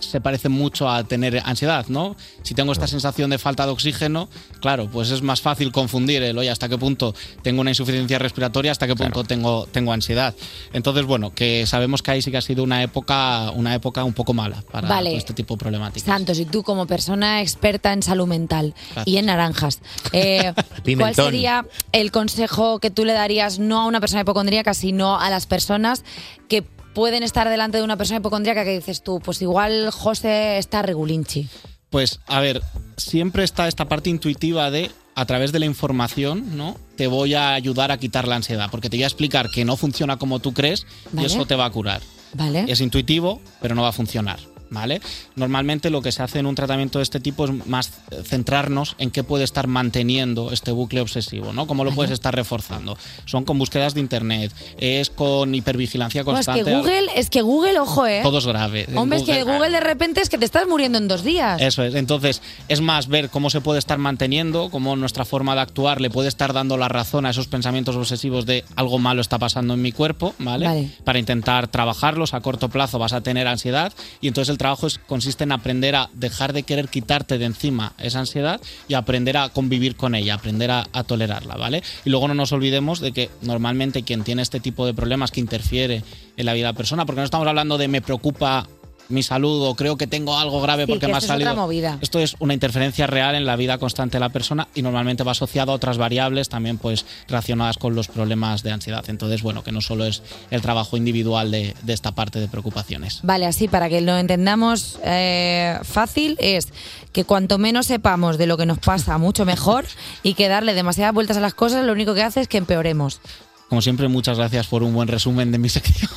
se parecen mucho a tener ansiedad, ¿no? Si tengo esta sensación de falta de oxígeno, claro, pues es más fácil confundir el, oye, hasta qué punto tengo una insuficiencia respiratoria, hasta qué punto tengo, tengo ansiedad. Entonces, bueno, que sabemos que ahí sí que ha sido una época, una época un poco mala para Vale. todo este tipo de problemáticas. Santos, y tú como persona experta en salud mental Gracias. y en naranjas, eh, ¿cuál Pimentón. sería el consejo que tú le darías no a una persona hipocondríaca, sino a las personas que pueden estar delante de una persona hipocondríaca que dices tú, pues igual José está regulinchi? Pues, a ver, siempre está esta parte intuitiva de a través de la información, ¿no? Te voy a ayudar a quitar la ansiedad, porque te voy a explicar que no funciona como tú crees Vale. ¿Eh? y eso te va a curar. Vale. Es intuitivo, pero no va a funcionar. ¿Vale? Normalmente lo que se hace en un tratamiento de este tipo es más eh, centrarnos en qué puede estar manteniendo este bucle obsesivo, ¿no? Cómo lo puedes estar reforzando. Son con búsquedas de internet, es con hipervigilancia Buah, es Pues que constante. Google, es que Google, ojo, eh. Todo es grave. En Eh, Hombre, es que Google de repente es que te estás muriendo en dos días. Eso es. Entonces, es más ver cómo se puede estar manteniendo, cómo nuestra forma de actuar le puede estar dando la razón a esos pensamientos obsesivos de algo malo está pasando en mi cuerpo, ¿vale? Vale. Para intentar trabajarlos. A corto plazo vas a tener ansiedad y entonces el trabajo es- consiste en aprender a dejar de querer quitarte de encima esa ansiedad y aprender a convivir con ella, aprender a, a tolerarla, ¿vale? Y luego no nos olvidemos de que normalmente quien tiene este tipo de problemas que interfiere en la vida de la persona, porque no estamos hablando de me preocupa mi salud o creo que tengo algo grave Sí, porque que me ha esto es salido. otra movida. Esto es una interferencia real en la vida constante de la persona y normalmente va asociado a otras variables también pues relacionadas con los problemas de ansiedad. Entonces, bueno, que no solo es el trabajo individual de, de esta parte de preocupaciones. Vale, así para que lo entendamos eh, fácil es que cuanto menos sepamos de lo que nos pasa, mucho mejor y que darle demasiadas vueltas a las cosas lo único que hace es que empeoremos. Como siempre, muchas gracias por un buen resumen de mi sección.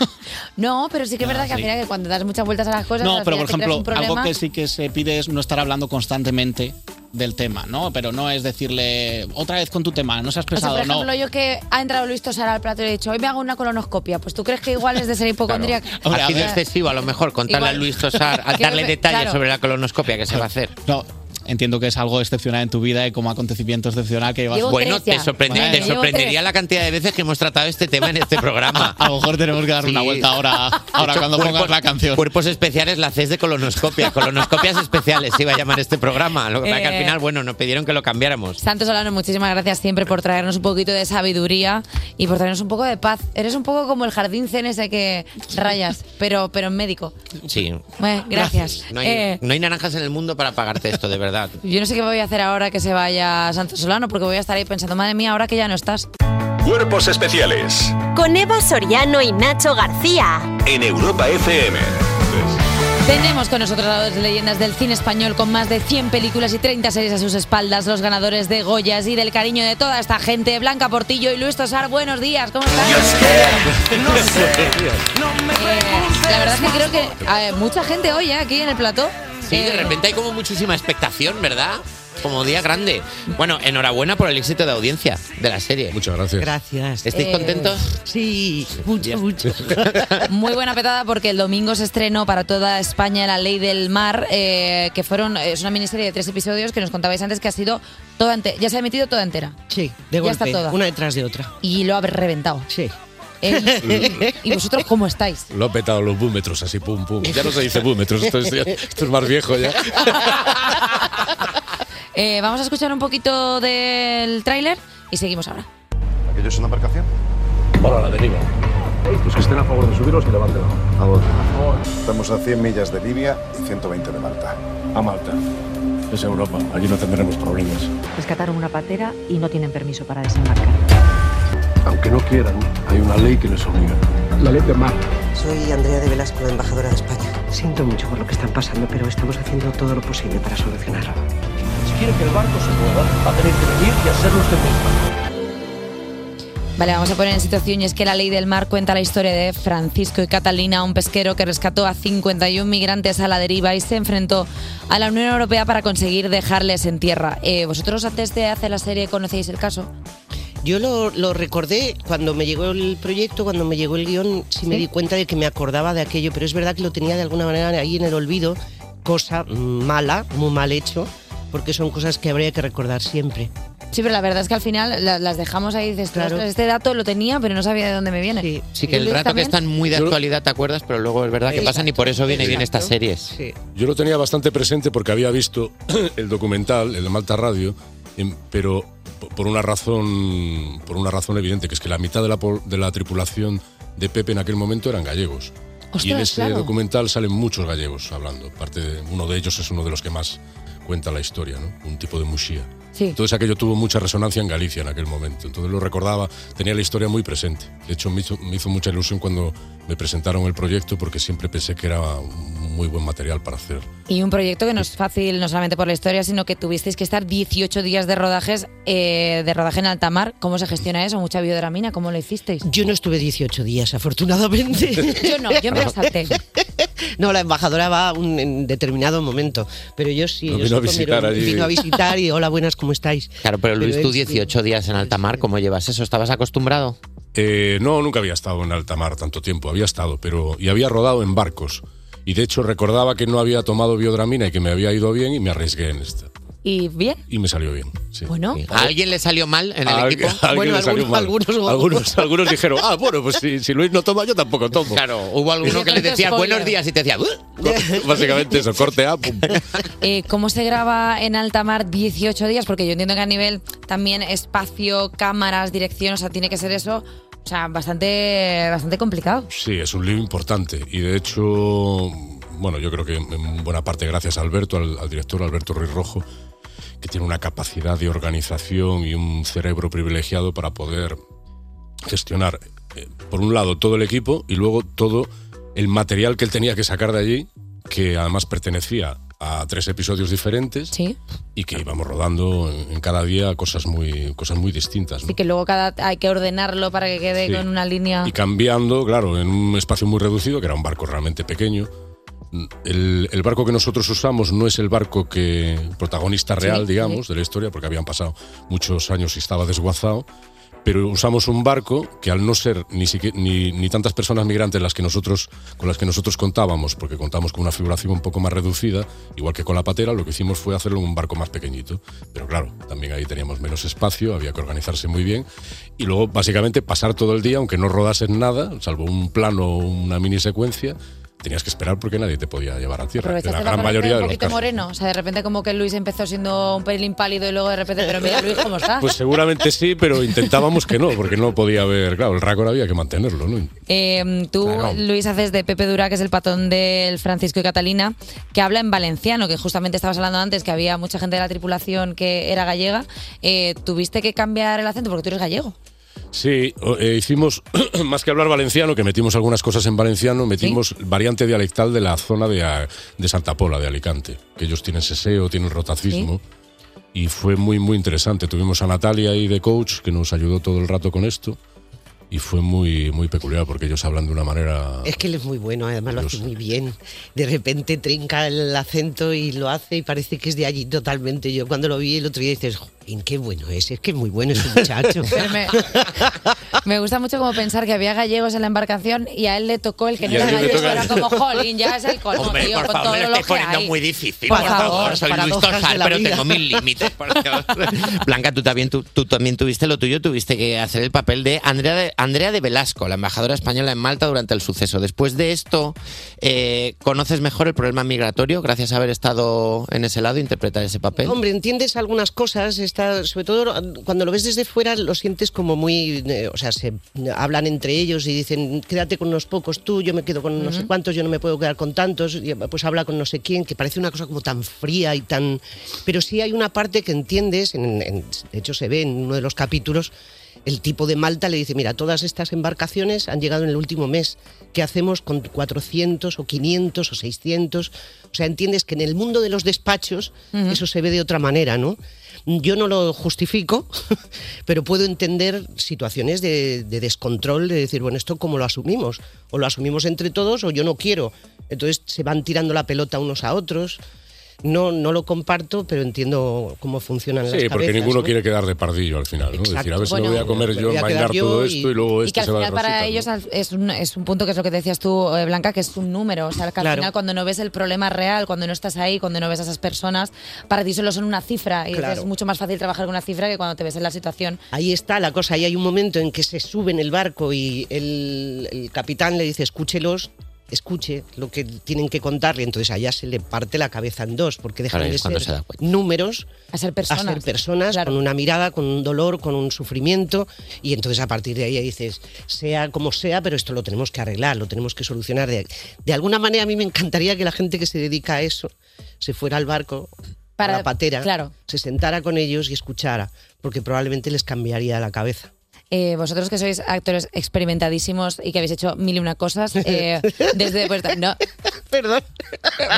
No, pero sí que es Ah, verdad que al sí. final que cuando das muchas vueltas a las cosas, No, al pero final te creas por ejemplo, un problema. algo que sí que se pide es no estar hablando constantemente del tema, ¿no? Pero no es decirle otra vez con tu tema, no seas O sea, pesado, por ejemplo, no. yo que ha entrado Luis Tosar al plato y le he dicho, hoy me hago una colonoscopia. Pues tú crees que igual es de ser hipocondríaca. ha sido excesivo, a lo mejor, contarle Igual. a Luis Tosar, al Que darle me- detalles claro. sobre la colonoscopia que se va a hacer. No, entiendo que es algo excepcional en tu vida y como acontecimiento excepcional que llevas. bueno, te, sorprende- te sorprendería la cantidad de veces que hemos tratado este tema en este programa. A lo mejor tenemos que dar una vuelta ahora, ahora Hecho, cuando pongas cuerpos- la canción. Cuerpos especiales, la haces de colonoscopia. Colonoscopias especiales se iba a llamar este programa. Lo que pasa que Eh. al final, bueno, nos pidieron que lo cambiáramos. Santos Solano, muchísimas gracias siempre por traernos un poquito de sabiduría y por traernos un poco de paz. Eres un poco como el jardín zen ese que rayas, pero, pero en médico. Sí. Bueno, gracias. No hay, Eh, no hay naranjas en el mundo para pagarte esto, de verdad. yo no sé qué voy a hacer ahora que se vaya Santos Solano, porque voy a estar ahí pensando, madre mía, ahora que ya no estás. Cuerpos especiales Con Eva Soriano y Nacho García. en Europa FM. Tenemos con nosotros a dos leyendas del cine español con más de 100 películas y 30 series a sus espaldas, los ganadores de Goyas y del cariño de toda esta gente, Blanca Portillo y Luis Tosar. Buenos días, ¿cómo estás? No sé. La verdad es que creo que a ver, mucha gente hoy ¿eh? aquí en el plató. Sí, de eh, repente hay como muchísima expectación, ¿verdad? Como día grande. Bueno, enhorabuena por el éxito de audiencia de la serie. Muchas gracias. Gracias. ¿Estáis Eh, contentos? Sí, mucho, mucho. Muy buena petada porque el domingo se estrenó para toda España La Ley del Mar, eh, que fueron es una miniserie de tres episodios que nos contabais antes que ha sido toda ente- ya se ha emitido toda entera Sí, de Ya golpe, está toda. una detrás de otra. y lo ha reventado. Sí. ¿Y vosotros cómo estáis? Lo he petado los búmetros, así pum pum. Ya no se dice búmetros, esto es, esto es más viejo ya. Eh, vamos a escuchar un poquito del tráiler y seguimos ahora. ¿Aquello es una embarcación? Para la deriva. Los que estén a favor de subirlos, que levanten la mano. ¿A dónde? Estamos a 100 millas de Libia y 120 de Malta. A Malta. Es Europa. Allí no tendremos problemas. Rescataron una patera y no tienen permiso para desembarcar. Aunque no quieran, hay una ley que les obliga. La ley de mar. Soy Andrea de Velasco, la embajadora de España. Siento mucho por lo que están pasando, pero estamos haciendo todo lo posible para solucionarlo. Si quieren que el barco se mueva, va a tener que venir y hacerlo usted misma. Vale, vamos a poner en situación y es que la ley del mar cuenta la historia de Francisco y Catalina, un pesquero que rescató a 51 migrantes a la deriva y se enfrentó a la Unión Europea para conseguir dejarles en tierra. Eh, ¿Vosotros antes de hacer la serie conocéis el caso? Yo lo, lo recordé cuando me llegó el proyecto, cuando me llegó el guión, sí, me Sí. di cuenta de que me acordaba de aquello, pero es verdad que lo tenía de alguna manera ahí en el olvido, cosa mala, muy mal hecho, porque son cosas que habría que recordar siempre. Sí, pero la verdad es que al final la- las dejamos ahí y dices, Claro. "Ostras, este dato lo tenía, pero no sabía de dónde me viene. Sí, Sí, que el rato que están muy de actualidad, ¿te acuerdas? Pero luego es verdad que Exacto. pasan y por eso viene bien Exacto. estas series. Yo lo tenía bastante presente porque había visto el documental, el de Malta Radio, em, pero po- por una razón, por una razón evidente, que es que la mitad de la, pol- de la tripulación de Pepe en aquel momento eran gallegos. y en Ostras, ese claro. documental salen muchos gallegos hablando. Parte de- uno de ellos es uno de los que más cuenta la historia, ¿no? Un tipo de Muxía. Entonces aquello tuvo mucha resonancia en Galicia en aquel momento. Entonces lo recordaba, tenía la historia muy presente. De hecho, me hizo, me hizo mucha ilusión cuando me presentaron el proyecto porque siempre pensé que era un muy buen material para hacer. Y un proyecto que no es fácil, no solamente por la historia, sino que tuvisteis que estar 18 días de rodajes, eh, de rodaje en alta mar. ¿Cómo se gestiona eso? ¿Mucha biodramina? ¿Cómo lo hicisteis? Yo no estuve 18 días, afortunadamente. Yo no, yo me lo salté. No, la embajadora va un- en determinado momento, pero yo sí. Nos yo sí vino a con mi visitar hermano, allí. Vino a visitar y hola, buenas, ¿cómo estáis? Claro, pero Luis, Pero tú él sí. 18 días en alta mar, ¿cómo llevas Pues eso? ¿Estabas acostumbrado? Eh, no, nunca había estado en alta mar tanto tiempo, había estado, pero. Y había rodado en barcos. Y de hecho recordaba que no había tomado biodramina y que me había ido bien y me arriesgué en esta. ¿Y bien? Y me salió bien. sí. Bueno. Sí. ¿A alguien le salió mal en el A alguien- equipo? a alguien le salió mal. algunos, algunos dijeron, ah, bueno, pues si, si Luis no toma, yo tampoco tomo. Claro, hubo alguno que le decía buenos días y te decía, "Uh". Básicamente eso, corte A, pum. Eh, ¿Cómo se graba en alta mar 18 días? Porque yo entiendo que a nivel también espacio, cámaras, dirección, o sea, tiene que ser eso, o sea, bastante, bastante complicado. Sí, es un lío importante. Y de hecho, bueno, yo creo que en buena parte gracias a Alberto, al, al director Alberto Ruiz Rojo, que tiene una capacidad de organización y un cerebro privilegiado para poder gestionar, eh, por un lado, todo el equipo y luego todo el material que él tenía que sacar de allí, que además pertenecía a tres episodios diferentes y que íbamos rodando en, en cada día cosas muy, cosas muy distintas. ¿no? Así que luego cada, hay que ordenarlo para que quede Sí. con una línea. Y cambiando, claro, en un espacio muy reducido, que era un barco realmente pequeño. El, el barco que nosotros usamos no es el barco que protagonista real, Sí, digamos, sí. de la historia, porque habían pasado muchos años y estaba desguazado. Pero usamos un barco que al no ser ni, sique- ni, ni tantas personas migrantes las que nosotros, con las que nosotros contábamos, porque contamos con una figuración un poco más reducida, igual que con la patera, lo que hicimos fue hacerlo en un barco más pequeñito. Pero claro, también ahí teníamos menos espacio, había que organizarse muy bien y luego básicamente pasar todo el día, aunque no rodases nada, salvo un plano o una mini secuencia, tenías que esperar porque nadie te podía llevar a tierra. En Aprovechaste la para gran ponerte mayoría de un los poquito casos. moreno. O sea, de repente como que Luis empezó siendo un pelín pálido y luego de repente, pero mira Luis cómo está. Pues seguramente sí, pero intentábamos que no, porque no podía haber, claro, el récord había que mantenerlo, ¿no? Eh, tú, Claro. Luis, haces de Pepe Dura, que es el patón del Francisco y Catalina, que habla en valenciano, que justamente estabas hablando antes, que había mucha gente de la tripulación que era gallega. Eh, ¿Tuviste que cambiar el acento porque tú eres gallego? Sí, o- eh, hicimos, más que hablar valenciano, que metimos algunas cosas en valenciano, metimos variante dialectal de la zona de, a- de Santa Pola, de Alicante, que ellos tienen seseo, tienen rotacismo. Y fue muy, muy interesante. Tuvimos a Natalia ahí de coach, que nos ayudó todo el rato con esto. Y fue muy, muy peculiar, porque ellos hablan de una manera... Es que él es muy bueno, además lo hace muy bien. De repente trinca el acento y lo hace y parece que es de allí totalmente. Yo cuando lo vi el otro día dices, "Jolín, qué bueno es! Es que es muy bueno ese muchacho. Pero me, me gusta mucho como pensar que había gallegos en la embarcación y a él le tocó el que Y no a era Luis le gallego, toca- era como jolín, ya es el colmo, Hombre, tío, por con favor, todo lo me estoy que poniendo hay. muy difícil. Por Por, favor, favor, soy Luis paradojas de Tosal, la pero vida. tengo mil límites. por Dios. Blanca, tú también, tú, tú también tuviste lo tuyo, tuviste que hacer el papel de Andrea, de Andrea de Velasco, la embajadora española en Malta durante el suceso. Después de esto, eh, ¿conoces mejor el problema migratorio gracias a haber estado en ese lado e interpretar ese papel? Hombre, entiendes algunas cosas, está, sobre todo cuando lo ves desde fuera lo sientes como muy, eh, o sea, se hablan entre ellos y dicen, quédate con unos pocos tú, yo me quedo con no sé Ujú. cuántos, yo no me puedo quedar con tantos, y, pues habla con no sé quién, que parece una cosa como tan fría y tan... Pero sí hay una parte que entiendes, en- en- de hecho se ve en uno de los capítulos, el tipo de Malta le dice, mira, todas estas embarcaciones han llegado en el último mes. ¿Qué hacemos con 400 o 500 o 600? O sea, entiendes que en el mundo de los despachos eso se ve de otra manera, ¿no? Yo no lo justifico, pero puedo entender situaciones de, de descontrol, de decir, bueno, ¿esto cómo lo asumimos? O lo asumimos entre todos o yo no quiero. Entonces se van tirando la pelota unos a otros. No, no lo comparto, pero entiendo cómo funcionan las Sí, porque cabezas, ninguno ¿no? quiere quedar de pardillo al final, ¿no? Decir, a ver si Bueno, me voy a comer me yo, voy a envainar quedar yo todo y- esto y luego Y que este al se va de final para rositas, ¿no? ellos al- es un, es un punto que es lo que decías tú, eh, Blanca, que es un número. O sea, que al Claro. final cuando no ves el problema real, cuando no estás ahí, cuando no ves a esas personas, para ti solo son una cifra. Y dices, Claro. es mucho más fácil trabajar con una cifra que cuando te ves en la situación. Ahí está la cosa, ahí hay un momento en que se sube en el barco y el, el capitán le dice, escúchelos, escuche lo que tienen que contarle. Entonces allá se le parte la cabeza en dos, porque dejan Claro, de es cuando ser se da números a ser personas, personas con una mirada, con un dolor, con un sufrimiento. Y entonces a partir de ahí dices, sea como sea, pero esto lo tenemos que arreglar, lo tenemos que solucionar. De, de alguna manera a mí me encantaría que la gente que se dedica a eso se fuera al barco para, Para- la patera, claro. se sentara con ellos y escuchara, porque probablemente les cambiaría la cabeza. Eh, vosotros que sois actores experimentadísimos y que habéis hecho mil y una cosas, eh, desde vuestra- No. Perdón.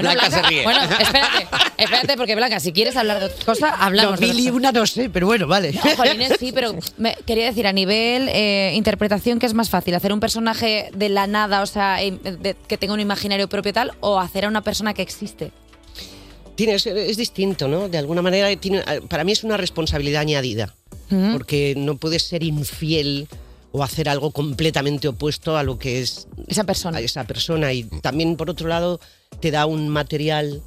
Blanca se ríe. Bueno, espérate, espérate, porque Blanca, si quieres hablar de otra cosa, hablamos. No, de mil y otra una no sé, pero bueno, vale. cosa. No, jolines, sí, pero me- quería decir, a nivel eh, interpretación, que es más fácil? ¿Hacer un personaje de la nada, o sea, em, de- que tenga un imaginario propio y tal, o hacer a una persona que existe? Tiene- es, es distinto, ¿no? De alguna manera, tiene- para mí es una responsabilidad añadida, ¿Mm? porque no puedes ser infiel o hacer algo completamente opuesto a lo que es esa persona. esa persona. Y también, por otro lado, te da un material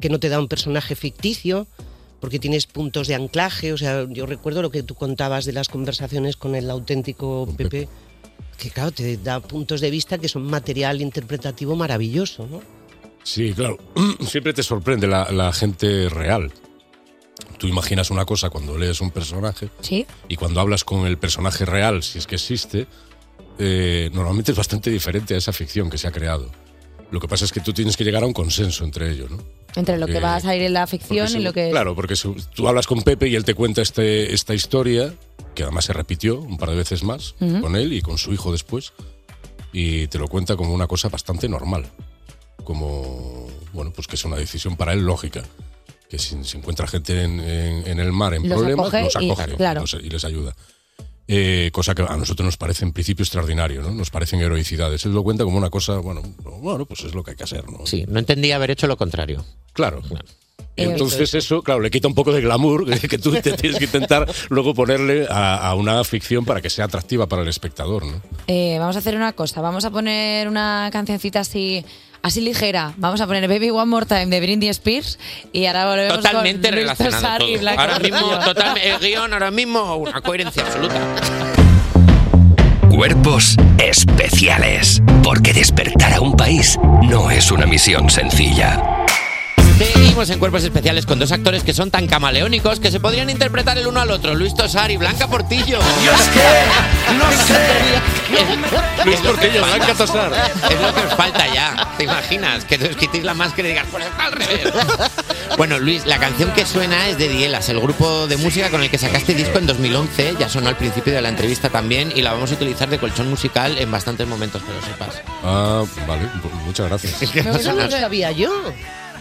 que no te da un personaje ficticio, porque tienes puntos de anclaje. O sea, yo recuerdo lo que tú contabas de las conversaciones con el auténtico Pepe, que claro, te da puntos de vista que son material interpretativo maravilloso, ¿no? Sí, claro. Siempre te sorprende la, la gente real. Tú imaginas una cosa cuando lees un personaje Sí. y cuando hablas con el personaje real, si es que existe, eh, normalmente es bastante diferente a esa ficción que se ha creado. Lo que pasa es que tú tienes que llegar a un consenso entre ellos, ¿no? Entre lo que Eh, va a salir en la ficción Porque y si- lo que. Claro, porque si tú hablas con Pepe y él te cuenta este, esta historia, que además se repitió un par de veces más Ujú. con él y con su hijo después, y te lo cuenta como una cosa bastante normal. Como, bueno, pues que es una decisión para él lógica. Que si se encuentra gente en, en- en el mar en Los problemas, acoge los y- acoge claro. los- y les ayuda. Eh, cosa que a nosotros nos parece en principio extraordinario, ¿no? Nos parecen heroicidades. Él lo cuenta como una cosa, bueno, bueno, pues es lo que hay que hacer, ¿no? Sí, no entendía haber hecho lo contrario. Claro. Entonces eso, claro, le quita un poco de glamour que que tú te tienes que intentar luego ponerle a, a una ficción para que sea atractiva para el espectador, ¿no? Eh, vamos a hacer una cosa, vamos a poner una cancioncita así, así ligera. Vamos a poner Baby One More Time de Britney Spears y ahora volvemos Totalmente con Luis relacionado Tosar y todo. Blanca Ahora Gordillo. mismo, total, el guión ahora mismo, una coherencia absoluta. Cuerpos especiales. Porque despertar a un país no es una misión sencilla. Seguimos en Cuerpos Especiales con dos actores que son tan camaleónicos que se podrían interpretar el uno al otro, Luis Tosar y Blanca Portillo. Yo es que no sé. Luis Portillo, Blanca Tosar. Es lo que os falta ya. ¿Te imaginas? Que os quitéis la máscara y digas, pues está al revés. Bueno, Luis, la canción que suena es de Dielas, el grupo de música con el que sacaste disco en 2011. Ya sonó al principio de la entrevista también y la vamos a utilizar de colchón musical en bastantes momentos, que lo sepas. Ah, vale, bu- muchas gracias. Es que no Eso no sonar. lo sabía yo.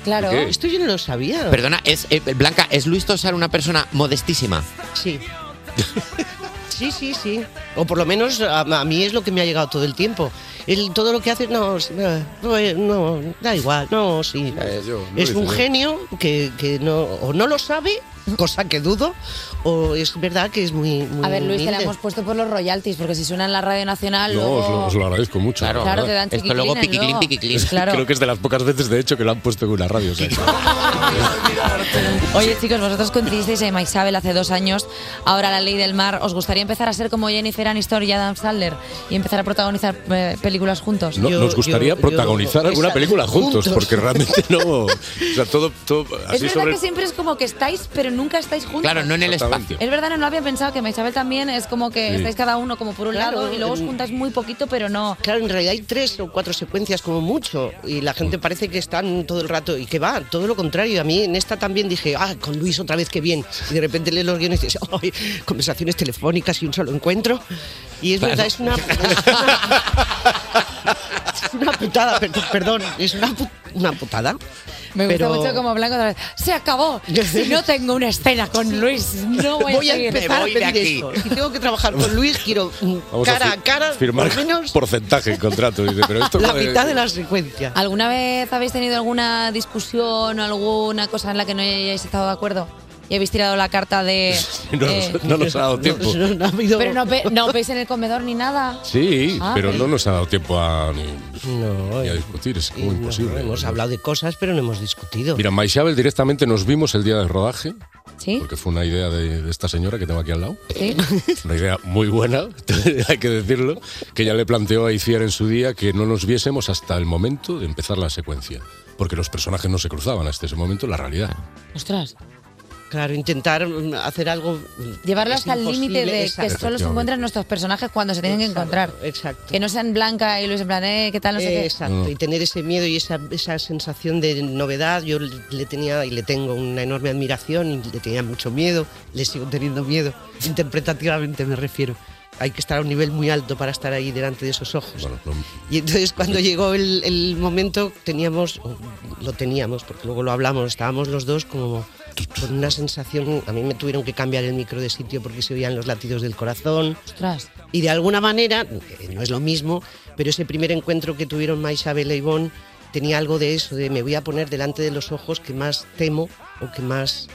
Claro. ¿Qué? Esto yo no lo sabía. Perdona, es, eh, Blanca, ¿es Luis Tosar una persona modestísima? Sí. Sí, sí, sí. O por lo menos a, a mí es lo que me ha llegado todo el tiempo. Él, todo lo que hace, no, sí, no, no, eh, no, da igual, no, sí. no es hice un yo. genio que, que no, o no lo sabe, cosa que dudo, o es verdad que es muy. muy A ver, Luis, te la humilde. hemos puesto por los royalties, porque si suena en la Radio Nacional, No, Ah, luego- os lo, os lo agradezco mucho. Claro, la verdad. claro, te dan Esto chiquiclines luego piquiclín, luego. piquiclín. Claro. Creo que es de las pocas veces, de hecho, que lo han puesto en una radio. o sea, Oye, chicos, vosotros coincidisteis en Isabel hace dos años, ahora La Ley del Mar. ¿Os gustaría empezar a ser como Jennifer Aniston y Adam Sandler y empezar a protagonizar eh, películas juntos? No, nos gustaría protagonizar alguna película juntos, porque realmente no. O sea, todo, todo Es así verdad sobre. que siempre es como que estáis, pero nunca estáis juntos. Claro, no en el Exactamente. espacio. Es verdad, no lo había pensado, que en Isabel también es como que Sí. estáis cada uno como por un Claro, lado y luego os en- juntáis muy poquito, pero no. Claro, en realidad hay tres o cuatro secuencias como mucho y la gente parece que están todo el rato y que va, todo lo contrario. A mí en esta también dije, ah, con Luis otra vez, qué bien. Y de repente lees los guiones y dices, ay, conversaciones telefónicas y un solo encuentro. Y es Claro. verdad, es una... Es una putada, per- perdón, es una, pu- una putada. Me gusta Pero- mucho como Blanco otra vez. Se acabó. Si no tengo una escena con Luis, no voy, Voy a a seguir. empezar a pedir esto. Si tengo que trabajar con Luis, quiero mm, Vamos cara a, a, fi- cara, firmar por lo menos porcentaje en contrato. Dice, pero esto la no es- mitad de la secuencia. ¿Alguna vez habéis tenido alguna discusión o alguna cosa en la que no hayáis estado de acuerdo? Y habéis tirado la carta de. No, eh, nos- no nos ha dado tiempo. Pero no, pe- no veis en el comedor ni nada. Sí, Ah, eh. pero pero- no nos ha dado tiempo a, ni- ni a discutir, es como imposible. Hemos hablado de cosas, pero no hemos discutido. Mira, en Maishabel directamente nos vimos el día del rodaje, ¿Sí? porque fue una idea de, de esta señora que tengo aquí al lado. ¿Sí? Una idea muy buena, hay que decirlo, que ya le planteó a Iciar en su día que no nos viésemos hasta el momento de empezar la secuencia, porque los personajes no se cruzaban hasta ese momento, la realidad. Ostras. Claro, intentar mm, hacer algo. mm, Llevarlo es hasta el imposible, límite de que exacto. solo se encuentran nuestros personajes cuando se tienen que encontrar. Exacto. Que no sean Blanca y Luis en plan, eh, ¿qué tal? No sé qué. Exacto, y tener ese miedo y esa, esa sensación de novedad, yo le tenía y le tengo una enorme admiración y le tenía mucho miedo, le sigo teniendo miedo, interpretativamente me refiero. Hay que estar a un nivel muy alto para estar ahí delante de esos ojos. Y entonces cuando llegó el, el momento teníamos, o lo teníamos, porque luego lo hablamos, estábamos los dos como con una sensación, a mí me tuvieron que cambiar el micro de sitio porque se oían los latidos del corazón. Ostras. Y de alguna manera, eh, no es lo mismo, pero ese primer encuentro que tuvieron Maisabel e Ivonne tenía algo de eso, de me voy a poner delante de los ojos que más temo o que más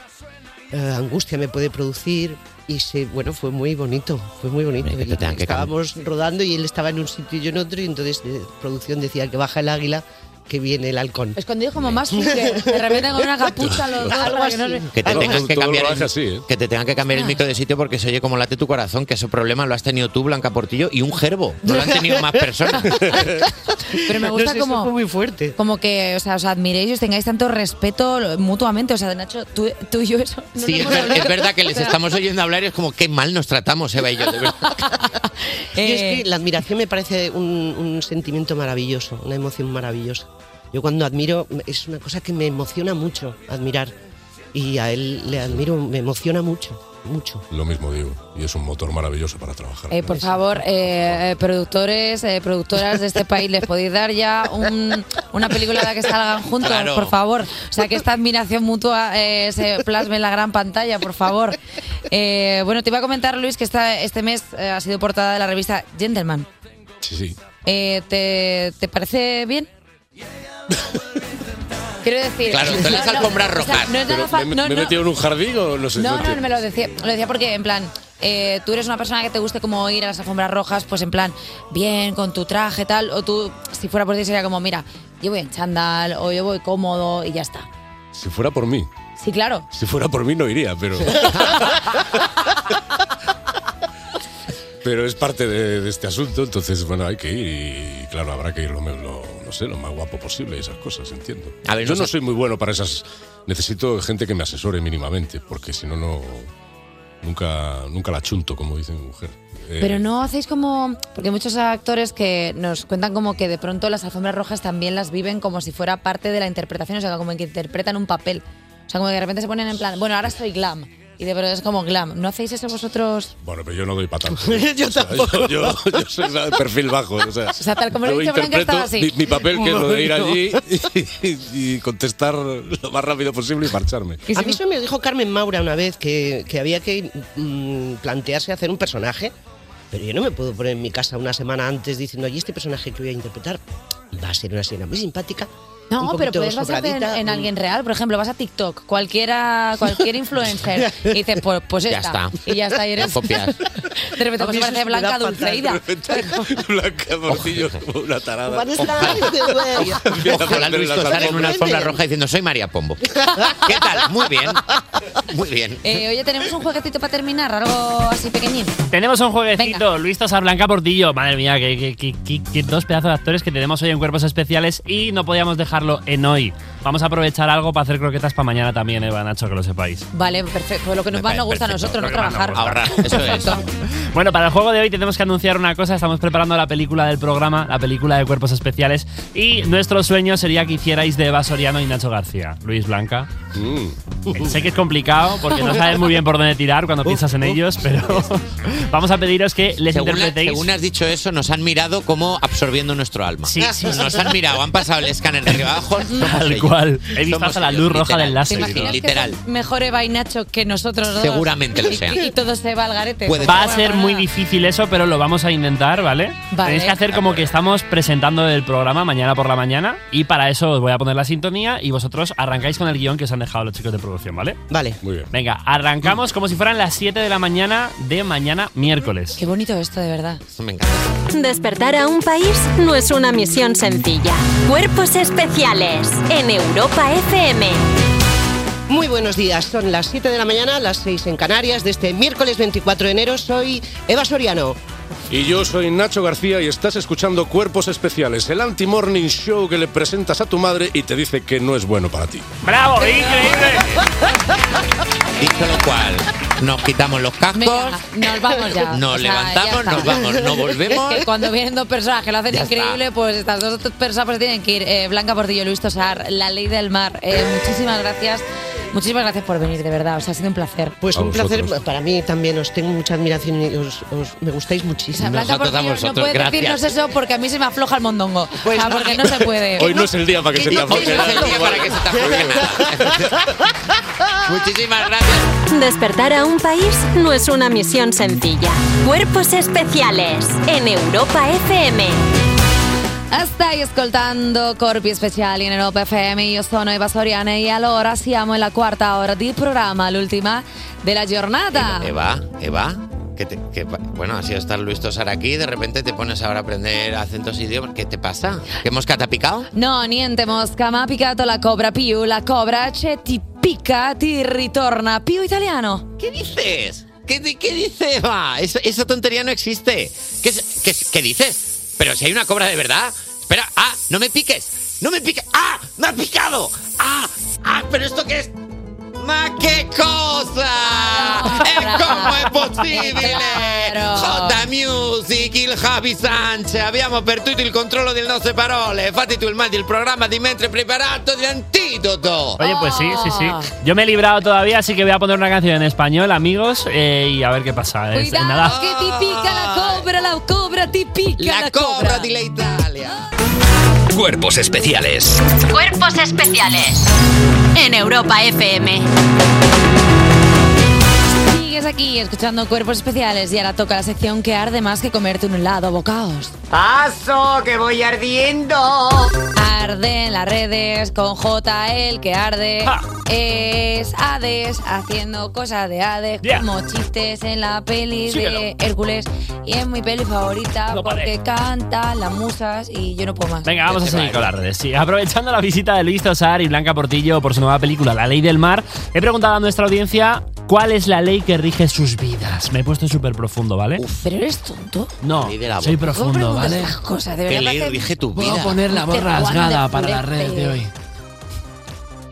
eh, angustia me puede producir. Y se, bueno, fue muy bonito, fue muy bonito. que te Y tengan que Estábamos rodando y él estaba en un sitio y yo en otro, y entonces eh, producción decía que baja el águila, que viene el halcón. Es cuando dijo Mm. como más que de repente con una capucha los dos, Algo para que no así. le- Que te, Todo- tengas que, todo cambiar lo el, hace ¿eh? Ah. que te tengan que cambiar el micro de sitio porque se oye como late tu corazón, que ese problema lo has tenido tú, Blanca Portillo, y un gerbo. No lo han tenido más personas. Pero me gusta No sé, eso como. fue muy fuerte. Como que, o sea, os admiréis y os tengáis tanto respeto lo- mutuamente. O sea, Nacho, tú, tú y yo eso. no Sí, lo es, hemos ver- hablado. es verdad que O les sea, estamos oyendo hablar y es como qué mal nos tratamos, Eva y yo. de verdad. Yo Eh, es que la admiración me parece un, un sentimiento maravilloso, una emoción maravillosa. Yo cuando admiro, es una cosa que me emociona mucho admirar. Y a él le admiro, me emociona mucho, mucho. Lo mismo digo. Y es un motor maravilloso para trabajar. Eh, por favor, eh, eh, productores, eh, productoras de este país, ¿les podéis dar ya un- una película en la que salgan juntos, Claro. por favor? O sea, que esta admiración mutua eh, se plasme en la gran pantalla, por favor. Eh, bueno, te iba a comentar, Luis, que esta, este mes eh, ha sido portada de la revista Gentleman. Sí, sí. Eh, ¿te, te parece bien? Quiero decir... Claro, son las alfombras o sea, rojas. no es nada Pero fa- ¿Me, no, me he no. metido en un jardín o no sé? No, entiendo. no, me lo decía, lo decía porque, en plan, eh, tú eres una persona que te guste como ir a las alfombras rojas, pues en plan, bien, con tu traje, tal, o tú, si fuera por ti, sería como, mira, yo voy en chándal, o yo voy cómodo, y ya está. Si fuera por mí. Sí, claro. Si fuera por mí no iría, pero... pero es parte de, de este asunto, entonces, bueno, hay que ir y, claro, habrá que ir lo, me- lo- no sé, lo más guapo posible y esas cosas, entiendo. A ver, Yo nos no ha- soy muy bueno para esas... Necesito gente que me asesore mínimamente, porque si no, no... Nunca, nunca la chunto, como dice mi mujer. Eh, Pero no hacéis como. Porque muchos actores que nos cuentan como que de pronto las alfombras rojas también las viven como si fuera parte de la interpretación, o sea, como que interpretan un papel. O sea, como que de repente se ponen en plan, bueno, ahora soy glam. Y de verdad es como glam. ¿No hacéis eso vosotros? Bueno, pero yo no doy para tanto. Yo O sea, tampoco. Yo, yo- yo soy de perfil bajo. O sea, O sea, tal como lo ha yo dicho Blanca, interpreto estaba así. Mi, mi papel, que es lo de ir Bueno. allí y, y contestar lo más rápido posible y marcharme. A mí eso me dijo Carmen Maura una vez, que, que había que mm, plantearse hacer un personaje, pero yo no me puedo poner en mi casa una semana antes diciendo, oye, este personaje que voy a interpretar va a ser una escena muy simpática. un No, pero poquito puedes basarte en, sobradita, en mm, alguien real. Por ejemplo, vas a TikTok, cualquiera, cualquier influencer, y dices, pues, pues Ya esta. está. Y ya está, y eres. Ya copias. De repente, A pues mí eso parece se me da Blanca fatal. Dulceida. Blanca Portillo como una tarada. Van a estar de huevo. Ojalá Luis Tosar en una alfombra roja diciendo soy María Pombo. ¿Qué tal? Muy bien. Muy bien. Eh, oye, tenemos un jueguecito para terminar, algo así pequeñín. Tenemos un jueguecito, Luis Tosar Blanca Portillo. Madre mía, que, que- que- que- que dos pedazos de actores que tenemos hoy en cuerpos especiales y no podíamos dejarlo en hoy. Vamos a aprovechar algo para hacer croquetas para mañana también, Eva Nacho, que lo sepáis. Vale, perfecto. Pues lo que nos más nos gusta a nosotros, no trabajar. Bueno, para el juego de hoy tenemos que anunciar una cosa. Estamos preparando la película del programa, la película de cuerpos especiales. Y nuestro sueño sería que hicierais de Eva Soriano y Nacho García. Luis Blanca. Mm. Eh, Sé que es complicado porque no sabes muy bien por dónde tirar cuando piensas en ellos, pero vamos a pediros que les Según, la- interpretéis. según has dicho eso, nos han mirado como absorbiendo nuestro alma. Sí, sí, sí. Nos han mirado, han pasado el escáner de arriba abajo. somos Tal ellos. cual. He visto Somos hasta la ellos, luz roja literal. del láser. Literal. Mejor Eva y Nacho que nosotros dos. Seguramente lo Y- sean. Y, todo se va al garete. Va a ser muy difícil eso, pero lo vamos a intentar, ¿vale? Vale. Tenéis que hacer como que estamos presentando el programa mañana por la mañana y para eso os voy a poner la sintonía y vosotros arrancáis con el guión que os han dejado los chicos de producción, ¿vale? Vale. Muy bien. Venga, arrancamos como si fueran las 7 de la mañana de mañana miércoles. Qué bonito esto, de verdad. Despertar a un país no es una misión sencilla. Cuerpos especiales en Europa FM. Muy buenos días, son las 7 de la mañana, las 6 en Canarias, de este miércoles 24 de enero. Soy Eva Soriano. Y yo soy Nacho García y estás escuchando Cuerpos Especiales, el anti-morning show que le presentas a tu madre y te dice que no es bueno para ti. ¡Bravo! ¡Increíble! Dicho lo cual, nos quitamos los cascos, Nos vamos ya. nos O sea, levantamos, ya está. nos vamos, no volvemos. Es que cuando vienen dos personas que lo hacen Ya está. increíble, pues estas dos personas pues tienen que ir. Eh, Blanca Portillo, Luis Tosar, La Ley del Mar. Eh, muchísimas gracias. Muchísimas gracias por venir, de verdad. O sea, ha sido un placer. Pues un placer para mí también, os tengo mucha admiración y os, os- me gustáis muchísimo. Blanca Portillo no puede decirnos eso porque a mí se me afloja el mondongo. Pues, O sea, porque no se puede. Hoy no es el día para que se te afloje. Hoy no es el día para que se te afloje nada. Muchísimas gracias. Despertar a un país no es una misión sencilla. Cuerpos especiales en Europa FM. Stai ascoltando Corpi Speciali in Europa FM, io sono Eva Soriana e allora siamo alla quarta ora di programma, l'ultima della giornata. Eva, Eva, que te- que pa- bueno, ha sido estar Luis Tosar aquí, de repente te pones ahora a aprender acentos e idiomas. ¿Qué te pasa? ¿Qué mosca te ha picado? No, niente mosca, ma ha piccato la cobra più, la cobra c'è, ti picca, ti ritorna più italiano. ¿Qué dices? ¿Qué, di- qué dice Eva? Eso- esa tontería no existe. ¿Qué, es- qué, es- qué dices? Pero si hay una cobra de verdad. Espera, ah, no me piques. No me piques. ¡Ah! ¡Me ha picado! ¡Ah! ¡Ah! ¿Pero esto qué es? ¡Ma qué cosa! ¡Es como es posible! Ah. J Music, il Javi Sanchez, abbiamo perduto il controllo delle nostre parole. Fate tu il mal del programma di mentre preparato di antidoto. Oye, pues sí, sí, sí. Ah. Yo me he librado todavía, así que voy a poner una canción en español, amigos, eh, y a ver qué pasa. Es- Cuidado nada. che ti picca la cobra, la cobra ti picca la, cobra. di lei Italia. Cuerpos especiales. Cuerpos especiales en Europa FM. Sigues aquí escuchando Cuerpos Especiales y ahora toca la sección que arde más que comerte un helado a bocaos. ¡Paso, que voy ardiendo! Arde en las redes con JL que arde. Es Hades haciendo cosas de Hades Yeah. como chistes en la peli de Síguelo. Hércules. Y es mi peli favorita No paré. porque canta las musas y yo no puedo más. Venga, Este vamos a seguir con las redes. Sí, aprovechando la visita de Luis Tosar y Blanca Portillo por su nueva película La Ley del Mar, he preguntado a nuestra audiencia cuál es la ley que rige sus vidas. Me he puesto súper profundo, ¿vale? Pero eres tonto. No, Ah, soy boca. profundo, ¿Cómo preguntas ¿vale? esas cosas? De verdad que- Voy a poner la voz rasgada para las redes de hoy.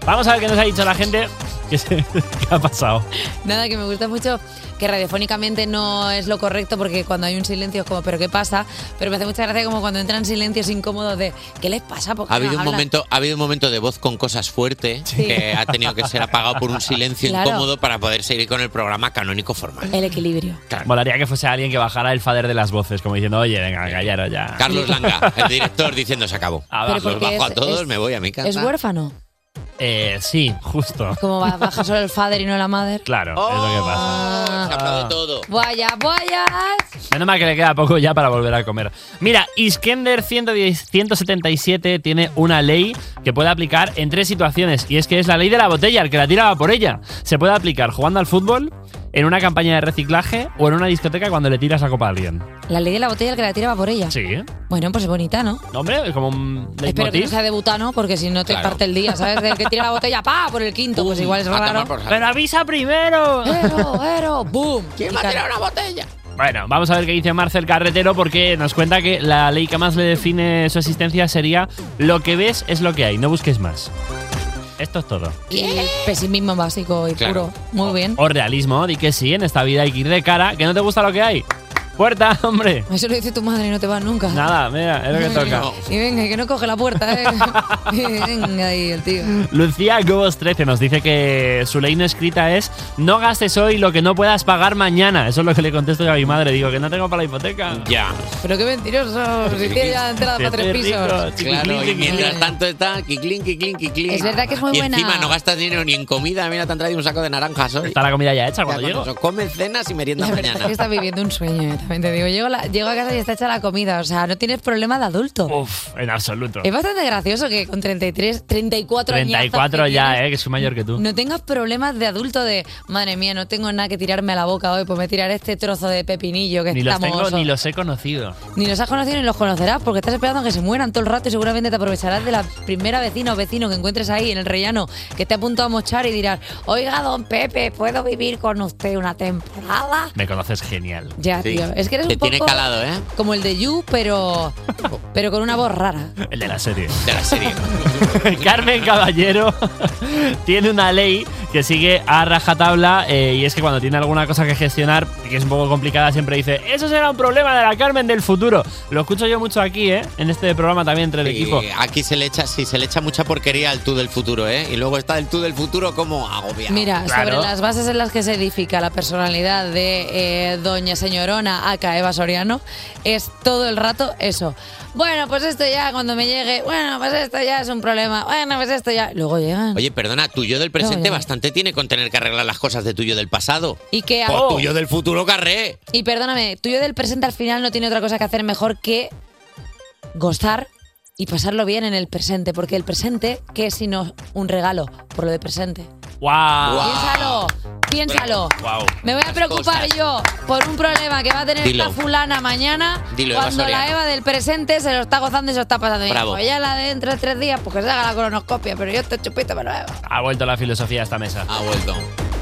Vamos a ver qué nos ha dicho la gente. ¿Qué, se- qué ha pasado? Nada, que me gusta mucho que radiofónicamente no es lo correcto porque cuando hay un silencio es como, ¿pero qué pasa? Pero me hace mucha gracia como cuando entran silencios incómodos de, ¿qué les pasa? ¿Por qué Ha no habido, un hablan?". momento, ha habido un momento de voz con cosas fuertes que ha tenido que ser apagado por un silencio Claro. incómodo para poder seguir con el programa canónico formal. El equilibrio. Molaría que fuese alguien que bajara el fader de las voces, como diciendo, oye, venga, callaros ya. Carlos Langa, el director, diciendo se acabó. Abajo. Los bajo a todos, me voy a mi casa. ¿Es huérfano? Eh, sí, justo. Como va- baja solo el father y no la mother. Claro, es lo que pasa. todo. Vaya, vaya. Menos mal que le queda poco ya para volver a comer. Mira, Iskender 110 177 tiene una ley que puede aplicar en tres situaciones y es que es la ley de la botella, el que la tiraba por ella. Se puede aplicar jugando al fútbol, en una campaña de reciclaje o en una discoteca cuando le tiras la copa a alguien. La ley de la botella el que la tiraba por ella. Sí. Bueno, pues es bonita, ¿no? No, Hombre, es como un Espero que leitmotiv. no sea de butano, porque si no te Claro. parte el día, ¿sabes? Del que tira la botella, pa, por el quinto, pues igual es raro. Pero avisa primero. Ero, ero, boom. ¿Quién va a tirar una botella? Bueno, vamos a ver qué dice Marcel Carretero porque nos cuenta que la ley que más le define su existencia sería lo que ves es lo que hay, no busques más. Esto es todo. El pesimismo básico y Claro. Oh. puro. Muy bien. O realismo, di que sí, en esta vida hay que ir de cara, que no te gusta lo que hay. Puerta, hombre. Eso lo dice tu madre y no te vas nunca. Nada, mira, es lo que toca. Y venga, y que no coge la puerta, ¿eh? Y venga ahí el tío. Lucía Gobos 13 nos dice que su ley no escrita es no gastes hoy lo que no puedas pagar mañana. Eso es lo que le contesto yo a mi madre. Digo que no tengo para la hipoteca. Ya. Pero qué mentiroso. Si tiene Pues ya entrada para tres pisos. Claro, y mientras tanto está, kikling, kikling, kikling. Es verdad que es muy y buena. encima no gastas dinero ni en comida. Mira, te han traído un saco de naranjas hoy. Está la comida ya hecha cuando llego. Come cenas y merienda La verdad es mañana. que está viviendo un sueño, eh, también te digo. Llego, la- llego a casa y está hecha la comida. O sea, no tienes problema de adulto. Uf, en absoluto. Es bastante gracioso que con 33, 34 añazos 34 que ya, tienes, eh, que soy mayor que tú. No tengas problemas de adulto de, madre mía, no tengo nada que tirarme a la boca hoy, pues me tiraré este trozo de pepinillo que Ni está los tengo mohoso". ni los he conocido. Ni los has conocido ni los conocerás porque estás esperando a que se mueran todo el rato y seguramente te aprovecharás de la primera vecina o vecino que encuentres ahí en el rellano que te ha apuntado a mochar y dirás, oiga, don Pepe, ¿puedo vivir con usted una temporada? Me conoces genial. Ya, tío, Es que eres Te un poco tiene calado, ¿eh? como el de You, pero, pero con una voz rara. El de la serie. De la serie. Carmen Caballero tiene una ley que sigue a rajatabla eh, y es que cuando tiene alguna cosa que gestionar, que es un poco complicada, siempre dice, eso será un problema de la Carmen del futuro. Lo escucho yo mucho aquí, ¿eh? En este programa también entre el equipo. Y aquí se le echa, sí, se le echa mucha porquería al tú del futuro, ¿eh? Y luego está el tú del futuro como agobiado. Mira, sobre las bases en las que se edifica la personalidad de eh, Doña Señorona Aca Eva Soriano, es todo el rato eso. Bueno, pues esto ya cuando me llegue, bueno, pues esto ya es un problema, bueno, pues esto ya. Luego llegan. Oye, perdona, tu yo del presente ya. bastante tiene con tener que arreglar las cosas de tuyo del pasado. ¿Y qué Pues hago? tu yo del futuro carré. Y perdóname, tuyo del presente al final no tiene otra cosa que hacer mejor que gozar y pasarlo bien en el presente, porque el presente, ¿qué es sino un regalo por lo de presente? ¡Guau! Piénsalo, piénsalo. Guau. Me voy a preocupar yo por un problema que va a tener Dilo. esta fulana mañana Dilo, Eva cuando la Soriano. Eva del presente se lo está gozando y se lo está pasando bien. Bravo. Pues ya la de dentro de tres días, pues que se haga la colonoscopia, pero yo te chupito, pero Eva. Ha vuelto la filosofía a esta mesa. Ha vuelto.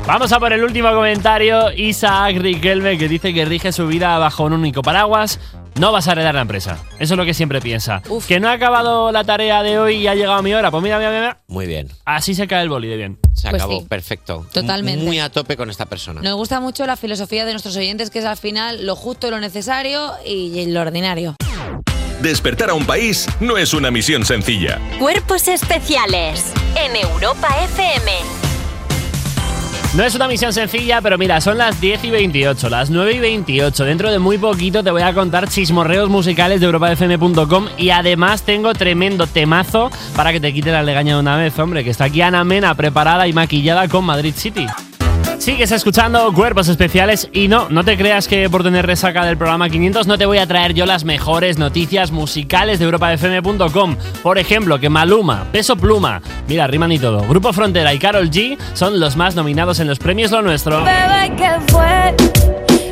Vamos a por el último comentario. Isaac Riquelme que dice que rige su vida bajo un único paraguas. No vas a heredar la empresa. Eso es lo que siempre piensa. Que no ha acabado la tarea de hoy y ha llegado mi hora. Pues mira, mira, mira. mira. Muy bien. Así se cae el boli de bien. Se Pues acabó, sí. perfecto. Totalmente. Muy a tope con esta persona. Nos gusta mucho la filosofía de nuestros oyentes, que es al final lo justo, lo necesario y lo ordinario. Despertar a un país no es una misión sencilla. Cuerpos especiales en Europa FM. No es una misión sencilla, pero mira, son las 10 y 28, las 9 y 28. Dentro de muy poquito te voy a contar chismorreos musicales de europafm.com y además tengo tremendo temazo para que te quite la legaña de una vez, hombre, que está aquí Ana Mena preparada y maquillada con Madrid City. Sigues escuchando Cuerpos Especiales y no, no te creas que por tener resaca del programa 500 no te voy a traer yo las mejores noticias musicales de europafm.com. Por ejemplo, que Maluma, Peso Pluma, mira, riman y todo, Grupo Frontera y Carol G son los más nominados en los premios Lo Nuestro. Bebé, ¿qué fue?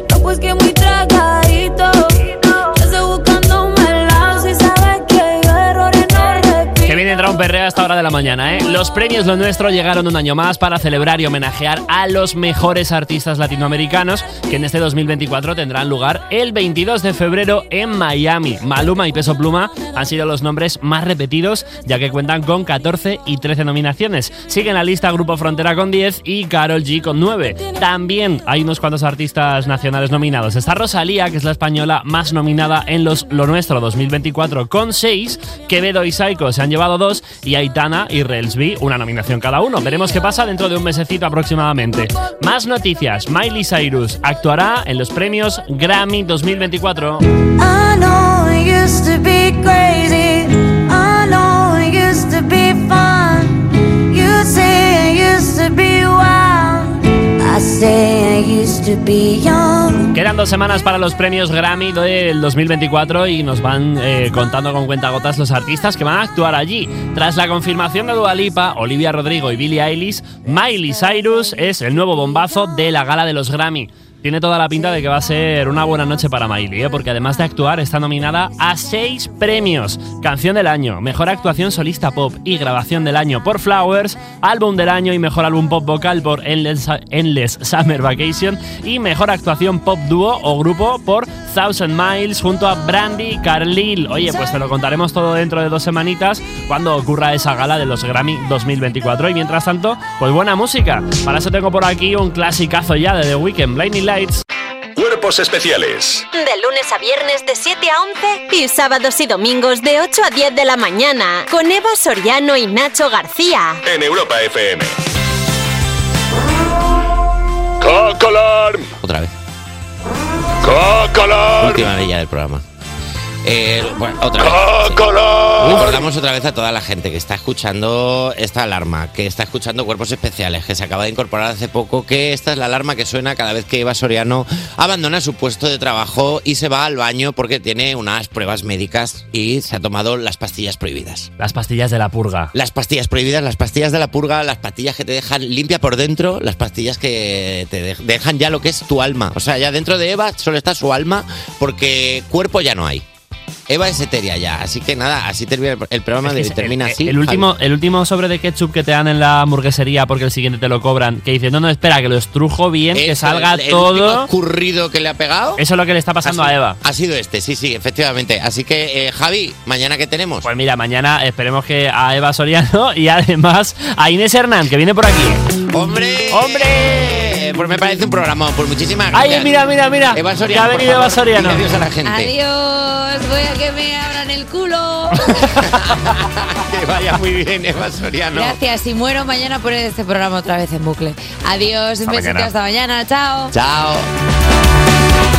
Lo busqué muy tragadito. Yo estoy buscando un melado. Si sabes que yo errores no repito. Que bien entra un perreo a esta hora de la mañana, ¿eh? Los premios Lo Nuestro llegaron un año más para celebrar y homenajear a los mejores artistas latinoamericanos que en este 2024 tendrán lugar el 22 de febrero en Miami. Maluma y Peso Pluma han sido los nombres más repetidos, ya que cuentan con 14 y 13 nominaciones. Siguen la lista Grupo Frontera con 10 y Carol G con 9. También hay unos cuantos artistas nacionales nominados. Está Rosalía, que es la española más nominada en los Lo Nuestro 2024 con 6. Quevedo y Saiko se han llevado dos y Aitana y Relsby una nominación cada uno. Veremos qué pasa dentro de un mesecito aproximadamente. Más noticias. Miley Cyrus actuará en los premios Grammy 2024. I know it used to be crazy. I know it used to be fun. You say it used to be wild. I say it used to be young. Quedan dos semanas para los premios Grammy del 2024 y nos van eh, contando con cuentagotas los artistas que van a actuar allí. Tras la confirmación de Dua Lipa, Olivia Rodrigo y Billie Eilish, Miley Cyrus es el nuevo bombazo de la gala de los Grammy. Tiene toda la pinta de que va a ser una buena noche para Miley, ¿eh? porque además de actuar está nominada a seis premios. Canción del año, Mejor Actuación Solista Pop y Grabación del Año por Flowers, Álbum del Año y Mejor Álbum Pop Vocal por Endless, Endless Summer Vacation y Mejor Actuación Pop Dúo o Grupo por Thousand Miles junto a Brandy Carlil. Oye, pues te lo contaremos todo dentro de dos semanitas cuando ocurra esa gala de los Grammy 2024. Y mientras tanto, pues buena música. Para eso tengo por aquí un clasicazo ya de The Weeknd, Blinding Lights. Cuerpos especiales De lunes a viernes de 7 a 11 y sábados y domingos de 8 a 10 de la mañana con Evo Soriano y Nacho García. en Europa FM. ¡Cocolar! Otra vez. ¡Cocolar! Última vez ya del programa. Eh, bueno, otra vez. ¡Cocolar! Recordamos otra vez a toda la gente que está escuchando esta alarma, que está escuchando cuerpos especiales, que se acaba de incorporar hace poco, que esta es la alarma que suena cada vez que Eva Soriano abandona su puesto de trabajo y se va al baño porque tiene unas pruebas médicas y se ha tomado las pastillas prohibidas. Las pastillas de la purga. Las pastillas prohibidas, las pastillas de la purga, las pastillas que te dejan limpia por dentro, las pastillas que te de- dejan ya lo que es tu alma. O sea, ya dentro de Eva solo está su alma porque cuerpo ya no hay. Eva es etérea ya, así que nada, así termina el, el programa Es que de hoy, es el- termina así. El último, el último sobre de ketchup que te dan en la hamburguesería porque el siguiente te lo cobran, que dice, no, no, espera, que lo estrujo bien, que salga el- el último todo. escurrido que le ha pegado. Eso es lo que le está pasando Ha a sido- Eva. Ha sido este, sí, sí, efectivamente. Así que, eh, Javi, mañana qué tenemos. Pues mira, mañana esperemos que a Eva Soriano y además a Inés Hernán, que viene por aquí. ¡Hombre! ¡Hombre! Pues me parece un programa, pues muchísimas Ay, gracias. mira, mira, mira. Eva Ya ha Soriano, por venido Eva favor, Soriano. dile adiós a la gente. Adiós, voy a que me abran el culo. Que vaya muy bien, Eva Soriano. Gracias, y muero mañana por este programa otra vez en bucle. Adiós, un Hasta besito, mañana. hasta mañana, chao. Chao.